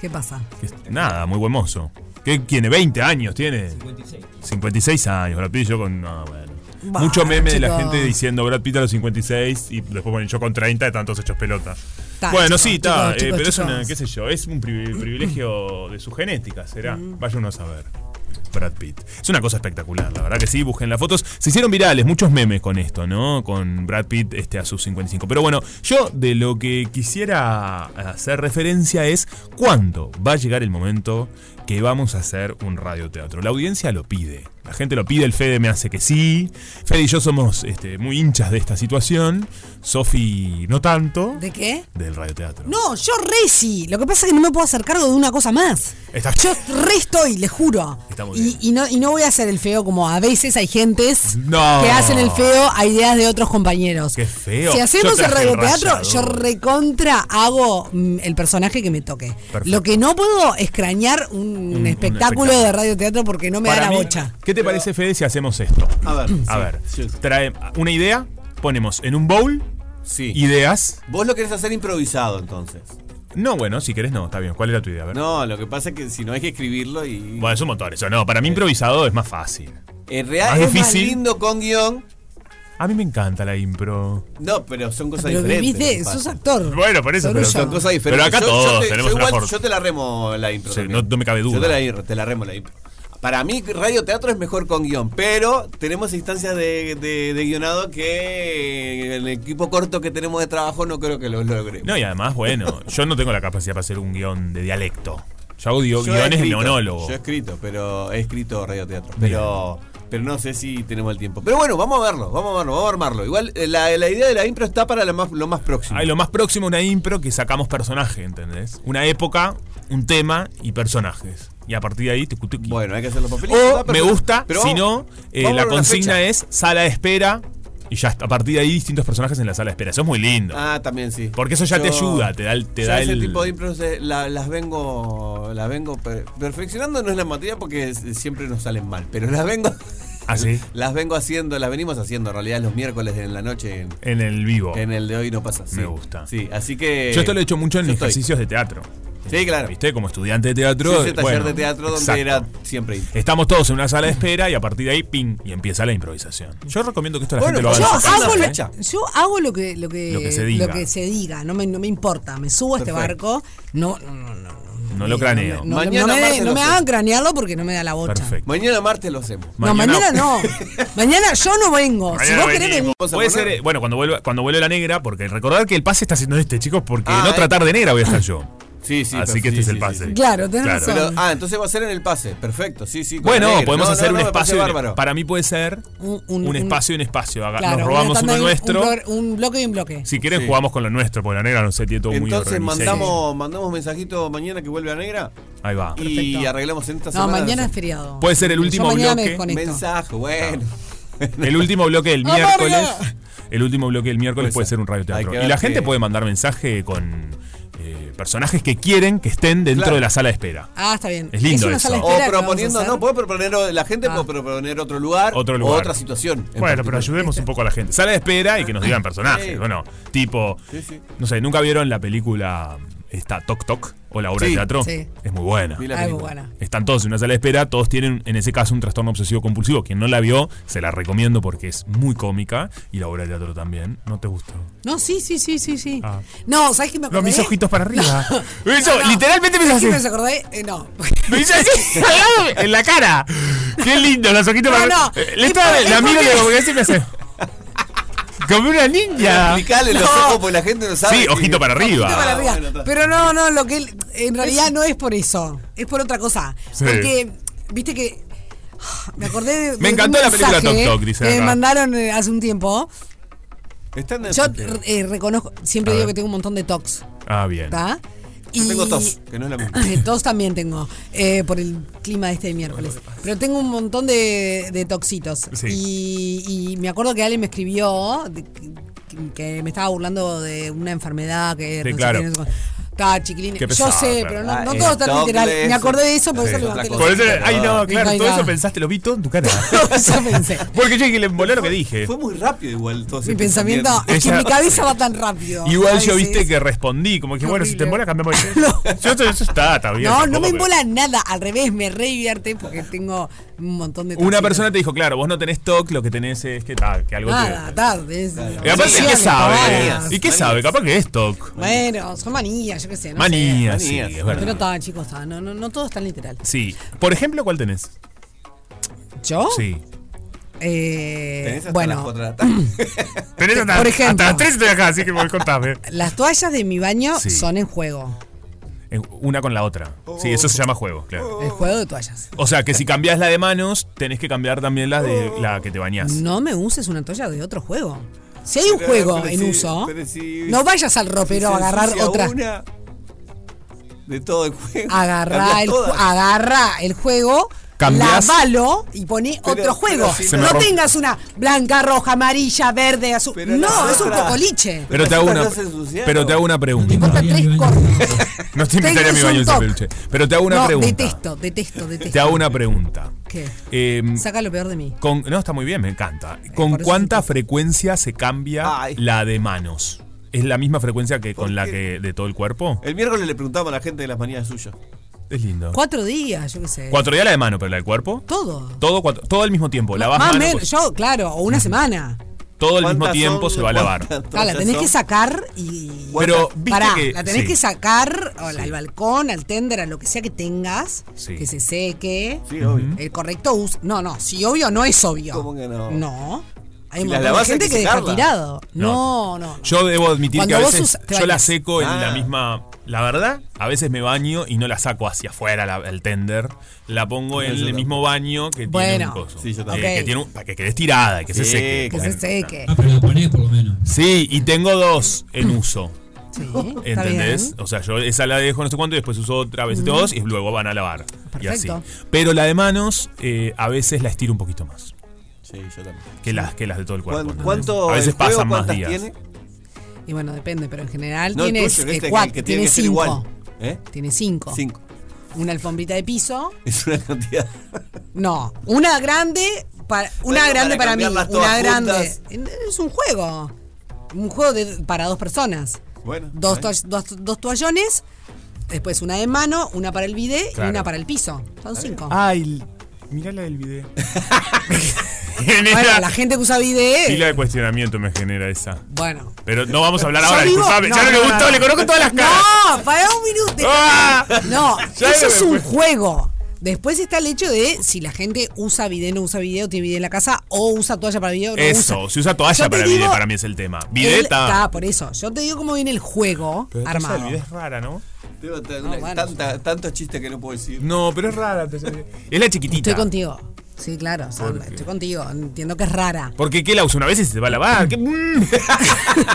B: ¿Qué pasa?
C: Que es- nada, muy buen mozo. ¿Qué tiene? ¿20 años tiene?
N: 56.
C: 56 años, Brad Pitt yo con... No, bueno.
N: Bah,
C: Mucho meme de la
N: chicos.
C: gente diciendo Brad Pitt a los 56 y después ponen yo con 30 de tantos hechos pelota.
N: Ta,
C: bueno,
N: chicos,
C: sí, está,
N: chicos,
C: pero es
N: chicos.
C: una, qué sé yo, es un privi- privilegio de su genética, será. Vaya uno a saber. Brad Pitt. Es una cosa espectacular, la verdad que sí, busquen las fotos. Se hicieron virales, muchos memes con esto, ¿no? Con Brad Pitt este, a sus 55. Pero bueno, yo de lo que quisiera hacer referencia es cuándo va a llegar el momento que vamos a hacer un radioteatro. La audiencia lo pide. La gente lo pide, el Fede me hace que sí. Fede y yo somos este, muy hinchas de esta situación. Sofi no tanto.
B: ¿De qué?
C: Del radioteatro.
B: No, yo re sí. Lo que pasa es que no me puedo hacer cargo de una cosa más.
C: Está-
B: Yo re estoy, les juro.
C: Está muy
B: Y, y no, y no voy a hacer el feo como a veces hay gentes
C: No.
B: que hacen el feo a ideas de otros compañeros.
C: Qué feo.
B: Si hacemos
C: Yo
B: el
C: traje
B: radioteatro,
C: rayador.
B: yo recontra hago mm, el personaje que me toque.
C: Perfecto.
B: Lo que no puedo es crañar un, espectáculo de radioteatro porque no me
C: Para
B: da la
C: mí,
B: bocha.
C: ¿Qué te parece, Fede, si hacemos esto?
D: A ver,
C: A
D: sí,
C: ver, trae una idea, ponemos en un bowl ideas.
D: Vos lo querés hacer improvisado entonces.
C: No, bueno, si querés, no, está bien. ¿Cuál era tu idea? A ver.
D: No, lo que pasa es que si no hay que escribirlo y.
C: Bueno, es un montón eso. No, para mí improvisado es más fácil.
D: En real
C: Más
D: es
C: difícil.
D: más lindo con guión.
C: A mí me encanta la impro.
D: No, pero son cosas
B: Pero vivís
D: diferentes.
B: de,
D: lo que
B: sos
D: pasa.
B: actor.
C: Bueno, por eso, pero
B: Sorullo.
C: son
D: Cosas diferentes.
C: Pero acá
D: Yo- yo
C: todos
D: te-
C: tenemos
D: yo
C: una
D: igual-
C: forma.
D: Yo te la remo la impro.
C: Sí,
D: también.
C: no- no me cabe duda.
D: Yo te la, ir- te la remo la impro. Para mí, radioteatro es mejor con guión, pero tenemos instancias de, de- de guionado que el equipo corto que tenemos de trabajo no creo que lo logre.
C: No, y además, bueno, yo no tengo la capacidad para hacer un guión de dialecto. Yo hago
D: Yo
C: guio-
D: he
C: guiones de
D: escrito,
C: monólogo.
D: Yo he escrito, pero he escrito radioteatro. Pero, pero no sé si tenemos el tiempo. Pero bueno, vamos a verlo, vamos a verlo, vamos a armarlo. Igual eh, la, la idea de la impro está para lo más, lo más próximo.
C: Hay lo más próximo a una impro que sacamos personaje, ¿entendés? Una época, un tema y personajes. Y a partir de ahí, tucu, tuqui.
D: Bueno, hay que hacer los papeles.
C: O
D: Ah,
C: me
D: perfecto.
C: gusta,
D: Pero
C: si
D: vamos-
C: no, eh,
D: vamos a
C: la
D: una
C: consigna
D: fecha.
C: es sala de espera y ya está. A partir de ahí, distintos personajes en la sala de espera. Eso es muy lindo.
D: Ah, también sí.
C: Porque eso ya te
D: Yo-
C: ayuda, te da el. Te
D: yo
C: da
D: ese
C: el-
D: tipo de impros eh, la- las vengo las vengo per- perfeccionando no es la materia porque es- siempre nos salen mal, pero las vengo
C: Así.
D: las vengo haciendo, las venimos haciendo en realidad los miércoles en la noche en,
C: En el vivo.
D: en el de hoy no pasa.
C: Oh. Me
D: gusta. Sí, así que
C: Yo esto lo he hecho mucho en
D: yo estoy.
C: ejercicios de teatro.
D: Sí, claro.
C: ¿Viste? Como estudiante de teatro.
D: Sí, ese taller
C: bueno,
D: de teatro donde
C: exacto.
D: era siempre impro.
C: Estamos todos en una sala de espera y a partir de ahí, ping, y empieza la improvisación. Yo recomiendo que esto la
B: Bueno,
C: gente lo haga.
B: yo,
C: en su casa,
B: hago
C: ¿eh?
B: lo, yo hago lo que, lo que,
C: Lo que se diga.
B: lo que se diga, no me, no me importa, me subo a este
C: Perfecto.
B: barco, no, no, no, no,
C: No lo craneo.
B: no
D: martes
B: me, no
D: lo
B: me
D: hacemos.
B: hagan cranearlo porque no me da la bocha.
D: Mañana martes lo hacemos.
B: No, mañana no. mañana yo no vengo. si
C: Mañana
B: vos querés venir.
C: venimos. Puede ser, eh, bueno, cuando vuelva, cuando vuelve la negra, porque recordad que el pase está haciendo este, chicos, porque
D: Ah,
C: no
D: eh.
C: tratar de negra voy a estar yo.
D: Sí, sí.
C: Así
D: pero-
C: que este
D: sí,
C: es el
D: sí,
C: pase.
D: sí, sí.
B: Claro, tenés
C: Claro.
D: Pero- ah, entonces va a ser en el pase. Perfecto, sí, sí. con
C: Bueno,
D: la negra.
C: podemos
D: No, no,
C: hacer
D: no,
C: un
D: me parece
C: espacio.
D: bárbaro.
C: Para mí puede ser
B: un,
C: un
B: un-
C: espacio y un espacio. Haga-
B: claro,
C: Nos robamos
B: una tanda
C: uno
B: y un-
C: nuestro.
B: Un, blo- un bloque y un bloque.
C: si quieren,
D: Sí.
C: jugamos con lo nuestro, porque la negra no sé, tiene todo muy
D: Entonces
C: organizado.
D: mandamos, mandamos mensajito mañana que vuelve a negra
C: Ahí va.
D: y arreglamos en esta
B: No,
D: semana.
B: mañana es feriado.
C: Puede ser el
B: Yo
C: último
B: mañana me
C: bloque.
B: desconecto.
D: Mensaje, bueno.
C: El último bloque del
B: ¡Amarga!
C: miércoles. El último bloque del miércoles puede ser un
D: Hay
C: radioteatro.
D: que ver
C: Y la gente
D: que-
C: puede mandar mensaje con eh, personajes que quieren que estén dentro
D: Claro.
C: de la sala de espera.
B: Ah, está bien.
C: Es lindo eso.
D: O proponiendo, no, puedo proponer, o- la
B: Ah.
D: gente puede proponer otro lugar,
C: Otro lugar.
D: o otra situación. en
C: Bueno, pero
D: particular.
C: ayudemos un poco a la gente. Sala de espera y que nos digan personajes.
D: Sí.
C: Bueno, tipo,
D: Sí, sí.
C: no sé, ¿nunca vieron la película esta Tok Tok o la obra
D: Sí.
C: de teatro?
D: Sí.
C: Es muy buena.
D: Vi la Ah, es película. muy buena.
C: Están todos en una sala de espera, todos tienen en ese caso un trastorno obsesivo compulsivo. Quien no la vio, se la recomiendo porque es muy cómica y la obra de teatro también. ¿No te gustó?
B: No, sí, sí, sí, sí, sí. No, ¿sabes qué me acordé?
C: Ah. No, mis ojitos para arriba. Eso,
B: No, no.
C: literalmente me hizo
B: ¿Sabés qué
C: así.
B: me acordé? Eh, no.
C: Me hizo así, al lado, en la cara. Qué lindo, los ojitos
B: No,
C: para
B: no.
C: Eh, le
B: Es
C: estaba-
B: porque-
C: la
B: es
C: miro y le digo,
B: porque-
C: ¿qué se me hace? Como una ninja.
D: Explicale los
C: No.
D: ojos porque la gente no sabe.
C: Sí,
D: si-
C: ojito para arriba.
B: Ojito para arriba.
D: Ah, bueno, está.
B: Pero no, no, lo que él- en realidad no es por eso. Es por otra cosa.
C: Sí.
B: Porque, viste que. Me acordé de. de un
C: encantó la película
B: mensaje
C: Tok Tok, dice
B: Que me
C: acá.
B: mandaron eh, hace un tiempo.
D: Está en el-
B: Yo eh, reconozco, siempre
C: A
B: digo
C: ver.
B: que tengo un montón de tocs.
C: Ah, bien.
B: ¿Está?
D: Yo
B: Y-
D: tengo tos, que no es la misma.
B: Eh, Tos también tengo, eh, por el clima de este miércoles. Pero tengo un montón de, de toxitos.
D: Sí.
B: Y, y me acuerdo que alguien me escribió de- que- que me estaba burlando de una enfermedad que...
C: Sí,
B: no sé
C: claro.
B: qué, no sé cuánto. Está, chiquilín.
C: Qué pesado,
B: Yo sé,
C: claro.
B: pero no, no
C: Ah,
B: todo
C: es
B: tan literal.
C: doble,
B: Me acordé de eso,
C: Sí,
B: por eso
C: otra
B: levanté los
C: cosa. Por eso-
B: ojos.
C: Ay, no, claro,
B: Ay,
C: todo
B: nada.
C: eso pensaste, lo vi todo en tu cara.
B: eso pensé.
C: Porque yo dije que le embolé lo que dije.
D: Fue muy rápido igual este todo
B: Mi pensamiento es que
C: Ella-
B: mi cabeza va tan rápido.
C: Igual yo
B: Ay, sí.
C: viste que respondí, como que bueno, si te embola, cambiamos de Yo eso, eso está, está bien.
B: No, no
C: tampoco,
B: me
C: pero-
B: embola nada. Al revés, me re divierte porque tengo un montón de
C: Una
B: toxitos.
C: persona te dijo, claro, vos no tenés TOC, lo que tenés es que, tal, que algo
B: Nada, tarde. es-
C: te. Y aparte, ¿qué
B: obsesiones,
C: sabe?
B: pavadas.
C: ¿Y qué sabe? Capaz que es TOC.
B: Bueno, son manías, yo qué sé. No
C: Manías,
B: sé.
C: sí, es verdad.
B: Pero está, chicos, está. No, no, no todo es tan literal.
C: Sí. Por ejemplo, ¿cuál tenés?
B: ¿Yo?
C: Sí.
B: Eh,
C: hasta las
B: bueno,
C: cuatro de la tarde. Tenés hasta,
B: Por ejemplo.
C: hasta las 3 estoy acá, así que vos contame.
B: las toallas de mi baño
C: Sí.
B: son en juego.
C: En- Eh, Una con la otra. Sí,
B: Oh.
C: eso se llama juego, claro.
B: El juego de toallas.
C: O sea, que si cambiás la de manos, tenés que cambiar también la de la que te bañás.
B: Oh. No me uses una toalla de otro juego. Si hay un juego en uso, no vayas al ropero
D: si
B: a
D: se
B: agarrar
D: ensucia
B: otra.
D: una de todo el juego.
B: Agarra
D: Cambiás
B: el,
D: todas.
B: ju- agarra el juego,
C: Cambiás.
B: lavalo y poné
D: Pero-
B: otro juego.
D: pero si-
C: Se me
B: no
C: rompe.
B: tengas una blanca, roja, amarilla, verde, azul. No,
D: las
B: es un
D: otras-
B: cocoliche.
C: Pero te, hago una, pero te hago una pregunta. No te invitaría a mi
B: Tenés un
C: baño,
B: toc.
C: peluche. Pero te hago una
B: no,
C: pregunta.
B: detesto, detesto, detesto.
C: Te hago una pregunta.
B: ¿Qué?
C: Eh,
B: Saca lo peor de mí.
C: con, no, está muy bien, me encanta. ¿Con
B: Eh, por eso
C: cuánta frecuencia se cambia la de manos? ¿Es la misma frecuencia que con la que de todo el cuerpo?
B: Eh,
D: El miércoles le preguntamos a la gente de las manías suyas.
C: Es lindo.
B: Cuatro días, yo qué sé.
C: Cuatro días la de mano, pero la del cuerpo.
B: Todo.
C: Todo, cuatro- todo al mismo tiempo. Lavás
B: Más o
C: mano,
B: menos,
C: pues,
B: yo, claro, o una semana.
C: todo al mismo
D: ¿Cuántas
C: tiempo
D: son?
C: se va a lavar.
B: Ah, la tenés que sacar y.
C: Pero viste
B: Pará,
C: que-
B: la tenés
C: sí.
B: que sacar o al balcón, al tender, a lo que sea que tengas,
C: Sí.
B: que se seque.
D: Sí, obvio.
B: El correcto uso. No, no, si obvio no es obvio.
D: ¿Cómo que no?
B: No. Hay
D: Si
B: un
D: las
B: montón de
D: lavás hay
B: gente
D: que
B: que deja
D: secarlas.
B: tirado.
C: No.
B: No, no.
C: Yo debo admitir
B: Cuando
C: que a
B: vos
C: veces
B: usa- te
C: yo la
B: bañas.
C: seco en la
B: Ah.
C: misma. La verdad, a veces me baño y no la saco hacia afuera la- el tender. La pongo en
D: yo
C: el
D: tampoco.
C: mismo baño que tiene
B: Bueno.
C: un coso.
D: Sí, yo
C: Eh,
D: también.
C: que
B: Ok.
C: tiene un- para que quede estirada, que se
D: Sí,
C: seque.
B: Que se seque.
C: Sí, y tengo dos en uso.
B: Sí, está
C: ¿Entendés?
B: bien.
C: O sea, yo esa la dejo no sé cuánto y después uso otra vez este
B: Mm.
C: dos y luego van a lavar. Y así.
B: Perfecto.
C: Pero la de manos, eh, a veces la estiro un poquito más
D: Sí, yo también.
C: que las, que las de todo el cuerpo. ¿entendés?
D: ¿Cuánto
C: A veces
D: el juego,
C: pasan más
D: cuántas
C: días.
D: tiene?
B: Y bueno, depende, pero en general
D: No, el
B: tienes
D: tuyo, este,
B: eh,
D: que-
B: cuatro,
D: que tiene
B: tienes
D: que ser
B: cinco.
D: igual. ¿Eh?
B: Tiene cinco.
D: Cinco.
B: Una alfombrita de piso.
D: Es una cantidad.
B: No, una grande para una
D: Bueno,
B: grande
D: para
B: para, mí, una
D: cambiarlas todas
B: grande.
D: juntas.
B: Es un juego. Un juego de, para dos personas.
D: Bueno.
B: Dos,
D: ahí.
B: toall- dos, dos toallones, después una de mano, una para el bidet
C: Claro.
B: y una para el piso. Son cinco.
C: Ay, mirá la del video.
B: Bueno, la gente que usa bidet.
C: Pila de cuestionamiento me genera esa.
B: Bueno.
C: Pero no vamos a hablar
B: Yo
C: ahora,
B: vivo-
C: disculpame. ya no, le gustó, le conozco todas las caras.
B: No, para un minuto. déjame.
C: ¡Ah!
B: No,
C: Ya
B: eso
C: me
B: es un
C: fue.
B: juego. Después está el hecho de si la gente usa video, no usa video, tiene video en la casa o usa toalla para video, no
C: Eso,
B: usa.
C: se usa
B: Yo
C: toalla
B: te
C: para
B: digo,
C: bidet, para mí es el tema.
B: él-
C: Bideta.
B: Está, por eso. Yo te digo cómo viene el juego
C: Pero la toalla
B: armado.
C: de bidet es rara, ¿no?
D: Tengo t- una-
B: bueno,
D: tanta- tantos chistes que no puedo decir.
C: No, pero es rara. Es la chiquitita.
B: Estoy contigo. Sí, claro. o sea, estoy contigo. Entiendo que es rara.
C: Porque qué la usa una vez y se va a lavar. ¿Qué, Mm.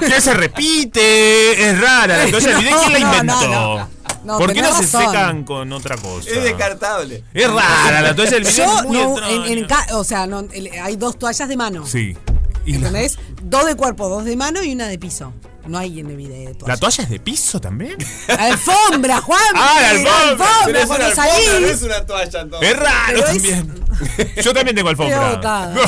C: ¿Qué se repite? Es rara. La toalla de bidet,
B: No,
C: ¿quién la
B: no,
C: inventó?
B: no, no. No,
C: ¿Por qué no
B: tenés
C: se
B: razón.
C: secan con otra cosa?
D: Es descartable.
C: Es rara, la toalla del bidet
B: Yo
C: E es muy
B: no,
C: extraña.
B: en- en ca- o sea, no, el- hay dos toallas de mano.
C: Sí. Y la,
B: ¿Entendés? Dos de cuerpo, dos de mano y una de piso. No hay en el video de
C: ¿la
B: toalla.
C: toalla es de piso también?
B: ¡Alfombra, Juan!
C: Ah, la alfombra.
D: Pero es una
B: cuando
D: alfombra, no
B: salís.
D: es una toalla entonces.
C: Es raro
B: Pero es-
C: también. Yo también tengo alfombra.
B: Equivocado.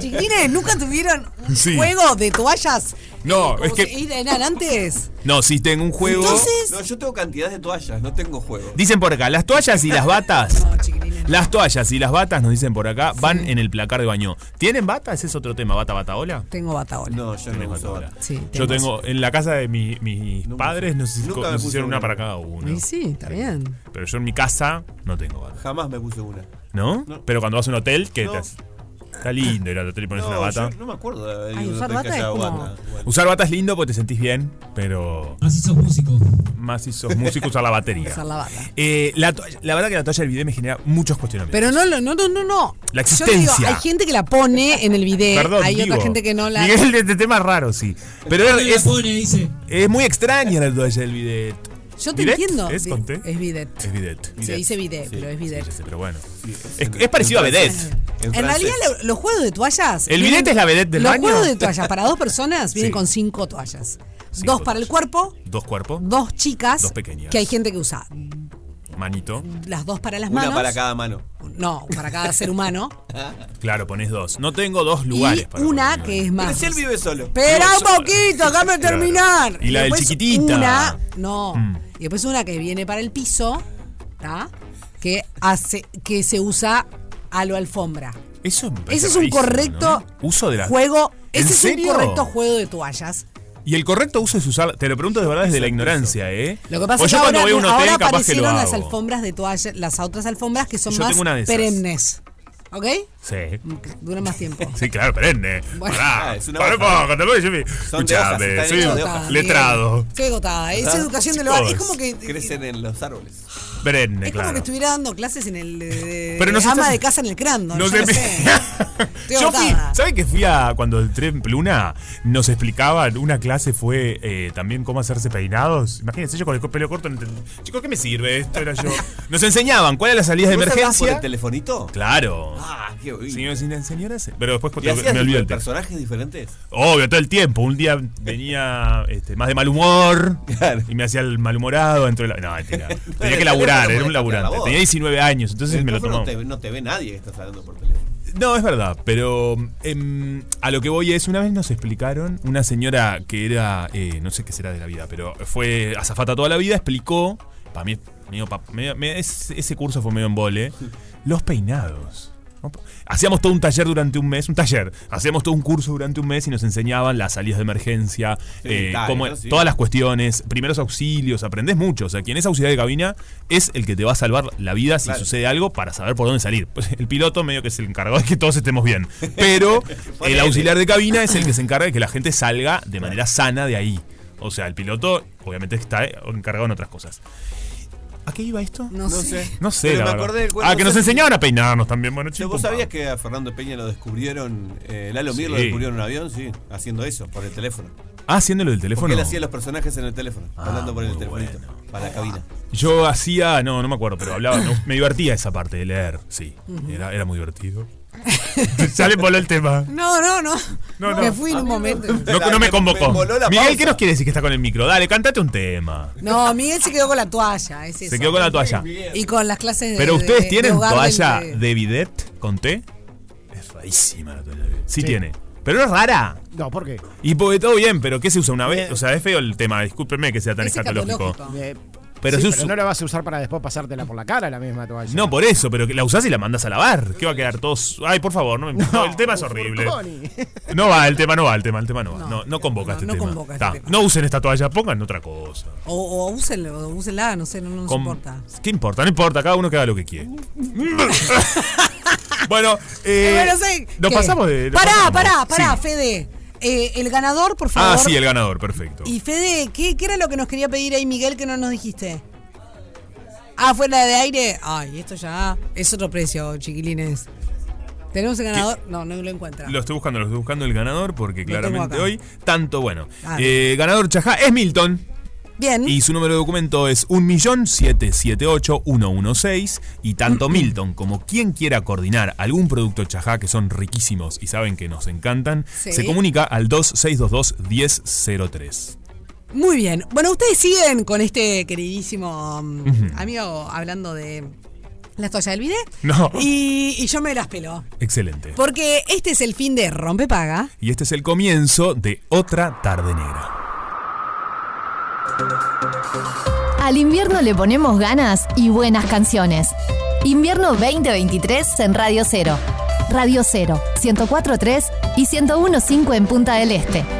B: Chiquines, ¿nunca tuvieron un
C: Sí.
B: juego de toallas?
C: no, es
B: Como
C: que.
B: si eran antes.
C: No, si tengo un juego.
B: Entonces-
D: No, yo tengo cantidad de toallas, no tengo juego.
C: Dicen por acá, las toallas y las batas. Las toallas y las batas, nos dicen por acá, van en el placar de baño. ¿Tienen bata? Ese es otro tema. ¿Bata, bataola?
B: Tengo bataola.
D: No, yo no uso bata.
B: Sí,
C: Yo tengo, en la casa de mi- mis padres nos,
D: nunca
C: co-
D: me
C: nos
D: puse
C: hicieron una
D: una.
C: para cada uno.
B: Y sí, está bien.
C: Pero yo en mi casa no tengo bata.
D: Jamás me puse una.
C: ¿No? Pero cuando vas a un hotel, ¿qué te haces? Está lindo ir a la tele y ponerse
D: No,
C: una bata.
D: yo no me acuerdo. de-
B: Ay,
D: de
B: usar
D: que
B: bata
D: haya
B: es como-
C: Usar bata es lindo porque te sentís bien, pero. Más si sos músico. Más si sos músico, usar la batería.
B: Usar la bata.
C: Eh, la, toalla- la verdad que la toalla del video me genera muchos cuestionamientos.
B: Pero no, lo- no, no, no, no.
C: La
B: Yo te digo,
C: existencia.
B: hay gente que la pone en el video,
C: Perdón,
B: Eh, hay
C: digo,
B: otra gente que no la.
C: Miguel, este tema es raro, sí. Pero es, es, es muy extraña la toalla del bidet.
B: Yo te
C: ¿Bidet?
B: entiendo.
C: ¿Es
B: Bi-
C: con T?
B: es bidet.
C: Es bidet.
B: Se dice bidet, pero es bidet.
C: sí, ya sé, pero bueno. es, es parecido a
D: francés.
C: bidet.
B: En, realidad, lo- los juegos de toallas.
C: El
B: vienen-
C: bidet es la vedette del
B: los
C: baño.
B: juegos de toallas para dos personas vienen
C: Sí.
B: con cinco toallas: dos para el cuerpo,
C: Dos cuerpos,
B: dos chicas,
C: Dos pequeñas.
B: que hay gente que usa
C: manito.
B: las dos para las
C: Una
B: manos.
C: para cada mano.
B: No, para cada ser humano.
C: Claro, pones dos. No tengo dos lugares para
B: Una que es más.
D: él vive solo.
B: Espera
C: Vivo
B: un poquito, déjame terminar.
C: Y la del
B: después
C: chiquitita. Mm.
B: Una, no. Y después una que viene para el piso, ¿tá? Que hace, que se usa a lo alfombra.
C: Eso me parece
B: Ese es un
C: rarísimo,
B: correcto
C: ¿no? ¿Eh? uso de la
B: Juego.
C: ¿En
B: Ese es
C: serio?
B: un correcto juego de toallas.
C: Y el correcto uso es usar, te lo pregunto de verdad desde la ignorancia, ¿eh?
B: Lo que pasa
C: Pues yo
B: es que ahora,
C: cuando voy a un hotel capaz
B: ahora
C: que lo
B: aparecieron las
C: hago.
B: alfombras de toallas, las otras alfombras que son
C: Yo tengo una de
B: más
C: esas.
B: perennes. ¿Ok?
C: Sí.
B: Duran más tiempo.
C: Sí, claro, perenne.
B: Bueno.
C: Pará,
B: Ah, es una
C: pará un
B: hoja.
C: poco, te voy a decir-
D: Son de hojas,
C: Escuchame,
D: están
C: soy
D: hechas
C: un
D: de hojas.
C: letrado.
B: Estoy agotada. Es
D: ¿Verdad?
B: educación del hogar. Es
C: Chicos,
B: como que
D: Crecen en los árboles.
C: Perenne,
B: Es como que
C: claro.
B: estuviera dando clases en el eh,
C: Pero nos
B: ama
C: estás-
B: de casa en el Crandon.
C: nos
B: yo qué
C: empe-
B: sé. Estoy
C: Yo fui,
B: agotada.
C: ¿sabe que fui a cuando entré en Pluna? Nos explicaban, una clase fue eh, también cómo hacerse peinados. Imagínense, yo con el pelo corto no entendí. Chicos, ¿qué me sirve? Esto era yo. Nos enseñaban cuál era la salida de
D: ¿Vos hablabas por
C: emergencia.
D: el telefonito?
C: Claro.
D: Ah, qué oí.
C: Señores y señoras, eh. pero después
D: ¿Y hacías
C: me olvidé el tema.
D: personajes diferentes?
C: Obvio, todo el tiempo. Un día venía este, más de mal humor y me hacía el malhumorado dentro de la. No, mentira. Tenía que laburar, era un laburante. Tenía 19 años, entonces me lo
D: no
C: tomó.
D: te, no te ve nadie que estás hablando por teléfono.
C: No, es verdad, pero em, a lo que voy es, una vez nos explicaron, una señora que era, eh, no sé qué será de la vida, pero fue azafata toda la vida, explicó, para mí, medio pa- medio- me- es- ese curso fue medio en vole, los peinados. Hacíamos todo un taller durante un mes, un taller, hacíamos todo un curso durante un mes y nos enseñaban las salidas de emergencia,
D: Sí,
C: eh,
D: claro,
C: cómo-
D: eso sí.
C: todas las cuestiones, primeros auxilios, aprendés mucho. O sea, quien es auxiliar de cabina es el que te va a salvar la vida si
D: Claro.
C: sucede algo para saber por dónde salir. Pues, El piloto medio que se encargó de que todos estemos bien. Pero el auxiliar de cabina es el que se encarga de que la gente salga de manera sana de ahí. O sea, el piloto obviamente está encargado en otras cosas. ¿A qué iba esto?
B: No, sé.
C: No sé,
D: Pero
C: la
D: me
C: verdad.
D: acordé del cuento.
C: Ah, que nos enseñaron a peinarnos también, bueno,
D: Che,
C: chicos.
D: ¿Vos sabías que a Fernando Peña lo descubrieron, eh, Lalo Mir lo
C: Sí.
D: descubrió en un avión? Sí, haciendo eso, por el teléfono.
C: Ah, haciéndolo del teléfono.
D: Porque él hacía los personajes en el teléfono, hablando por el telefonito, para la cabina.
C: Yo hacía, no, no me acuerdo, pero hablaba, no, me divertía esa parte de leer, sí. Era, era muy divertido. ya le voló el tema.
B: No, no, no.
C: no.
B: Me fui en un momento.
C: No, no me convocó. Miguel, ¿qué nos quiere decir que está con el micro? Dale, cántate un tema.
B: No, Miguel se quedó con la toalla. es
C: Se
B: eso.
C: quedó con la toalla.
B: Y con las clases de.
C: Pero
B: de-
C: ustedes
B: de
C: tienen
B: hogar
C: toalla
B: del-
C: de bidet con té? Es rarísima la toalla de bidet. Sí,
N: Sí.
C: tiene. Pero es rara.
N: No, ¿por qué?
C: Y porque todo bien, pero ¿qué se usa una vez? O sea, es feo el tema, discúlpeme que sea tan escatológico.
N: Eh,
C: Pero
N: sí,
C: se usa-
N: pero no la vas a usar para después pasártela por la cara la misma toalla.
C: No, por eso, pero que la usás y la mandás a lavar. ¿Qué va a quedar todos? Ay, por favor, no me no, El tema es horrible. No va, el tema no va, el tema, el tema no va. No, no, convoca este
B: no
C: tema.
B: convoca este
C: Ta,
B: tema.
C: No usen esta toalla, pongan otra cosa.
B: O, o úsenla, o úsenla, no sé, no, no nos
C: Con-
B: importa.
C: ¿Qué importa? No importa, cada uno que haga lo que quiere. bueno, eh,
B: Eh, bueno, sí,
C: nos
B: ¿qué?
C: pasamos de. nos
B: Pará,
C: pasamos.
B: pará, pará,
C: Sí.
B: Fede. Eh, el ganador, por favor.
C: Ah, sí, el ganador, perfecto.
B: Y Fede, ¿qué, qué era lo que nos quería pedir ahí, Miguel, que no nos dijiste? Ah, fuera de aire. Ay, esto ya es otro precio, chiquilines. ¿Tenemos el ganador? No, no lo encuentra.
C: Lo estoy buscando, lo estoy buscando el ganador porque
B: tengo
C: claramente
B: acá.
C: hoy, tanto bueno.
B: Ah.
C: Eh, ganador Chajá es Milton.
B: Bien.
C: Y su número de documento es 1.778.116 y tanto Milton como quien quiera coordinar algún producto Chajá que son riquísimos y saben que nos encantan,
B: Sí.
C: se comunica al 2622-1003.
B: Muy bien. Bueno, ustedes siguen con este queridísimo um,
C: Ujú.
B: amigo hablando de las toallas del bidet.
C: No.
B: Y, y yo me las pelo.
C: Excelente.
B: Porque este es el fin de Rompe Paga.
C: Y este es el comienzo de otra tarde negra.
F: Al invierno le ponemos ganas y buenas canciones. Invierno 2023 en Radio Cero. Radio Cero, 104.3 y 101.5 en Punta del Este.